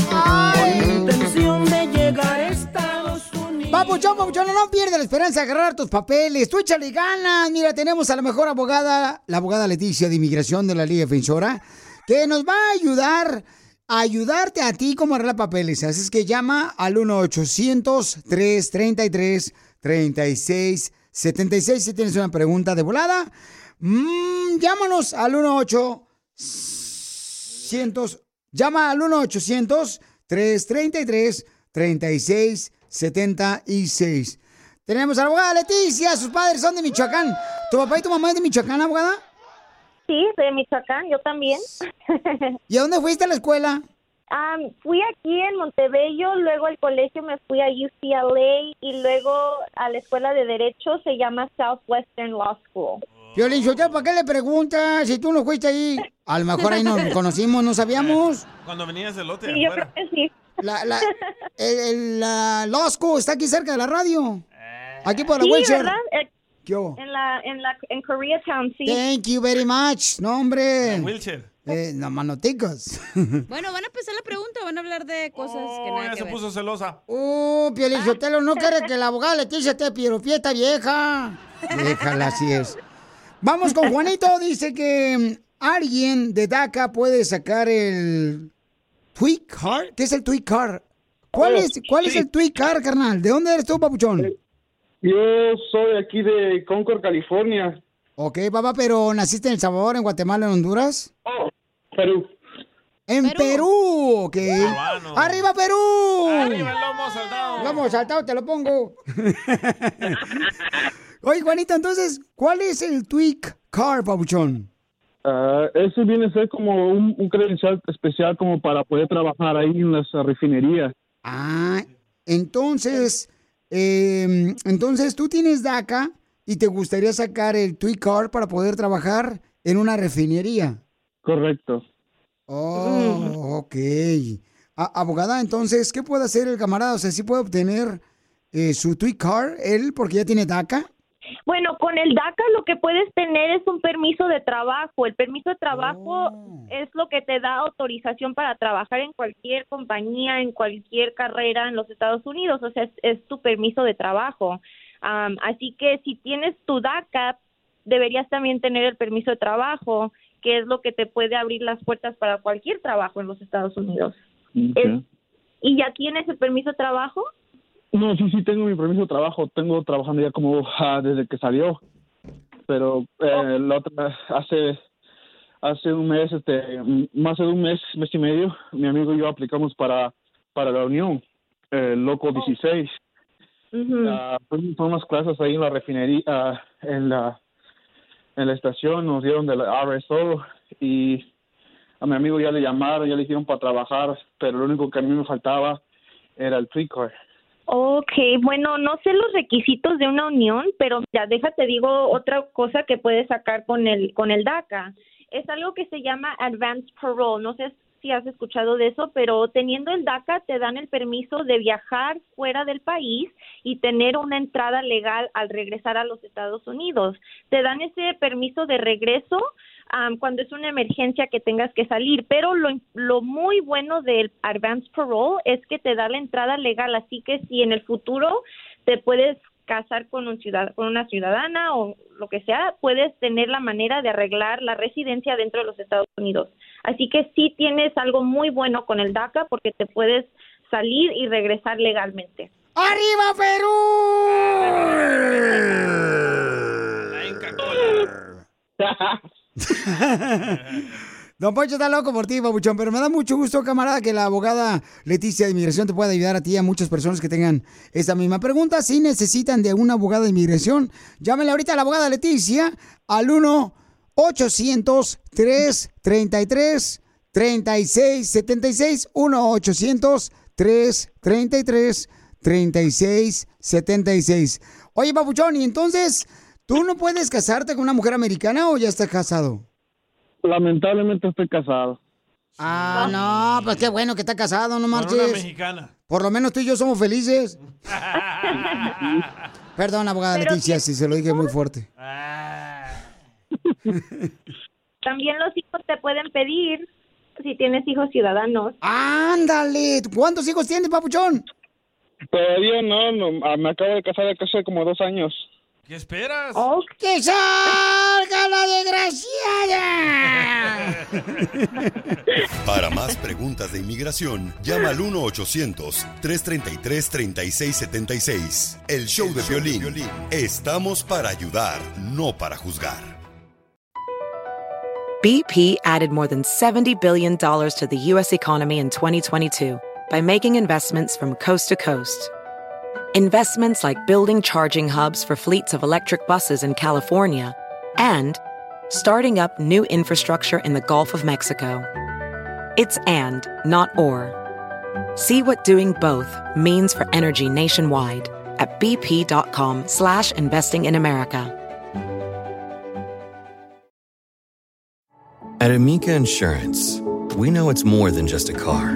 [SPEAKER 9] mi intención de llegar a Estados Unidos.
[SPEAKER 3] Papuchón, papuchón, no, no pierdas la esperanza de agarrar tus papeles. Tú échale ganas. Mira, tenemos a la mejor abogada, la abogada Leticia de Inmigración de la Liga Defensora, que nos va a ayudar a ayudarte a ti como arreglar papeles. Así es que llama al 1-800-333-3676. Si tienes una pregunta de volada, mm, llámanos al 1-800. Llama al 1-800-333-3676. Tenemos a la abogada Leticia, sus padres son de Michoacán. ¿Tu papá y tu mamá es de Michoacán, abogada?
[SPEAKER 11] Sí, de Michoacán, yo también.
[SPEAKER 3] ¿Y a dónde fuiste a la escuela?
[SPEAKER 11] Am, fui aquí en Montebello, luego al colegio me fui a UCLA y luego a la escuela de Derecho se llama Southwestern Law School.
[SPEAKER 3] Violín Sotelo, ¿para qué le preguntas si tú no fuiste ahí? A lo mejor ahí nos conocimos, no sabíamos.
[SPEAKER 4] Cuando venías del lote.
[SPEAKER 3] Sí, yo
[SPEAKER 4] afuera.
[SPEAKER 11] creo que sí.
[SPEAKER 3] La, la, el, el- la Losco está aquí cerca de la radio. Aquí por la
[SPEAKER 11] Eh. Sí,
[SPEAKER 3] Wilshire.
[SPEAKER 11] ¿verdad? Eh,
[SPEAKER 3] ¿Qué hubo?
[SPEAKER 11] En la, en la, en Koreatown, sí.
[SPEAKER 3] Thank you very much. No, hombre.
[SPEAKER 4] Wilcher.
[SPEAKER 3] Eh, no, manoticos.
[SPEAKER 6] Bueno, van a empezar la pregunta, van a hablar de cosas que nada
[SPEAKER 4] Oh, Ya
[SPEAKER 6] que
[SPEAKER 4] se
[SPEAKER 6] ver.
[SPEAKER 4] puso celosa.
[SPEAKER 3] Uh, Piolín Sotelo, no quiere que la abogada Leticia te pirofieta vieja. Déjala, así es. Vamos con Juanito, dice que mm, alguien de DACA puede sacar el Tweet Card. ¿Qué es el Tweet Card? ¿Cuál es, cuál es el Tweet Card, carnal? ¿De dónde eres tú, papuchón?
[SPEAKER 8] Yo soy aquí de Concord, California.
[SPEAKER 3] Ok, papá, pero naciste en El Salvador, en Guatemala, en Honduras.
[SPEAKER 8] Oh, Perú.
[SPEAKER 3] En Perú, ok.
[SPEAKER 4] Peruano.
[SPEAKER 3] ¡Arriba, Perú!
[SPEAKER 4] Arriba el lomo saltado.
[SPEAKER 3] Vamos, saltado, te lo pongo. Oye, Juanita, entonces, ¿cuál es el tweak car, pabuchón?
[SPEAKER 13] Ah, ese viene a ser como un, un credencial especial como para poder trabajar ahí en las ah, refinerías.
[SPEAKER 3] Ah, entonces, eh, entonces tú tienes DACA y te gustaría sacar el tweak car para poder trabajar en una refinería.
[SPEAKER 13] Correcto.
[SPEAKER 3] Oh, ok. A- abogada, entonces, ¿qué puede hacer el camarada? O sea, ¿sí puede obtener eh, su tweet card él porque ya tiene DACA?
[SPEAKER 26] Bueno, con el DACA este, lo que puedes tener es un permiso de trabajo. El permiso de trabajo es lo que te da autorización para trabajar en cualquier compañía, en cualquier carrera en los Estados Unidos. O sea, es, es tu permiso de trabajo. Am, así que si tienes tu DACA, deberías también tener el permiso de trabajo, que es lo que te puede abrir las puertas para cualquier trabajo en los Estados Unidos.
[SPEAKER 13] Ok.
[SPEAKER 26] ¿Y ya tienes el permiso de trabajo?
[SPEAKER 13] No, sí, sí, tengo mi permiso de trabajo. Tengo trabajando ya como ah, desde que salió. Pero eh, la otra, hace, hace un mes, este, m- más de un mes, mes y medio, mi amigo y yo aplicamos para, para la Unión, eh, Loco 16. Ah, fueron fueron unas clases ahí en la refinería, ah, en, la, en la estación, nos dieron de la RSO y a mi amigo ya le llamaron, ya le dijeron para trabajar, pero lo único que a mí me faltaba era el free card.
[SPEAKER 26] Ok, bueno, no sé los requisitos de una unión, pero ya déjate digo otra cosa que puedes sacar con el con el DACA. Es algo que se llama advanced parole. No sé si has escuchado de eso, pero teniendo el DACA te dan el permiso de viajar fuera del país y tener una entrada legal al regresar a los Estados Unidos. Te dan ese permiso de regreso am, cuando es una emergencia que tengas que salir, pero lo, lo muy bueno del advance parole es que te da la entrada legal, así que si en el futuro te puedes casar con un ciudad con una ciudadana o lo que sea, puedes tener la manera de arreglar la residencia dentro de los Estados Unidos. Así que sí tienes algo muy bueno con el DACA porque te puedes salir y regresar legalmente.
[SPEAKER 3] ¡Arriba, Perú! Don Poncho está loco por ti, babuchón, pero me da mucho gusto, camarada, que la abogada Leticia de Inmigración te pueda ayudar a ti y a muchas personas que tengan esta misma pregunta. Si necesitan de una abogada de inmigración, llámenle ahorita a la abogada Leticia al 1-800-333-3676. 1-800-333-3676. Oye, babuchón, y entonces, ¿tú no puedes casarte con una mujer americana o ya estás casado?
[SPEAKER 13] Lamentablemente estoy casado.
[SPEAKER 3] Ah, no, pues qué bueno que está casado, no
[SPEAKER 13] Con una
[SPEAKER 3] marches.
[SPEAKER 13] mexicana.
[SPEAKER 3] Por lo menos tú y yo somos felices. Perdón, abogada Leticia, si se lo dije muy fuerte.
[SPEAKER 26] También los hijos te pueden pedir si tienes hijos ciudadanos.
[SPEAKER 3] Ándale, ¿cuántos hijos tienes, papuchón?
[SPEAKER 13] Todavía no, no, ah, me acabo de casar hace como dos años.
[SPEAKER 4] ¿Qué esperas?
[SPEAKER 13] Oh,
[SPEAKER 3] ¡Que salga la desgraciada!
[SPEAKER 10] Para más preguntas de inmigración, llama al 1-800-333-3676. El show de violín. Estamos para ayudar, no para juzgar.
[SPEAKER 1] BP added more than $70 billion to the U.S. economy in 2022 by making investments from coast to coast. Investments like building charging hubs for fleets of electric buses in California and starting up new infrastructure in the Gulf of Mexico. It's and, not or. See what doing both means for energy nationwide at bp.com slash investing in America.
[SPEAKER 24] At Amica Insurance, we know it's more than just a car.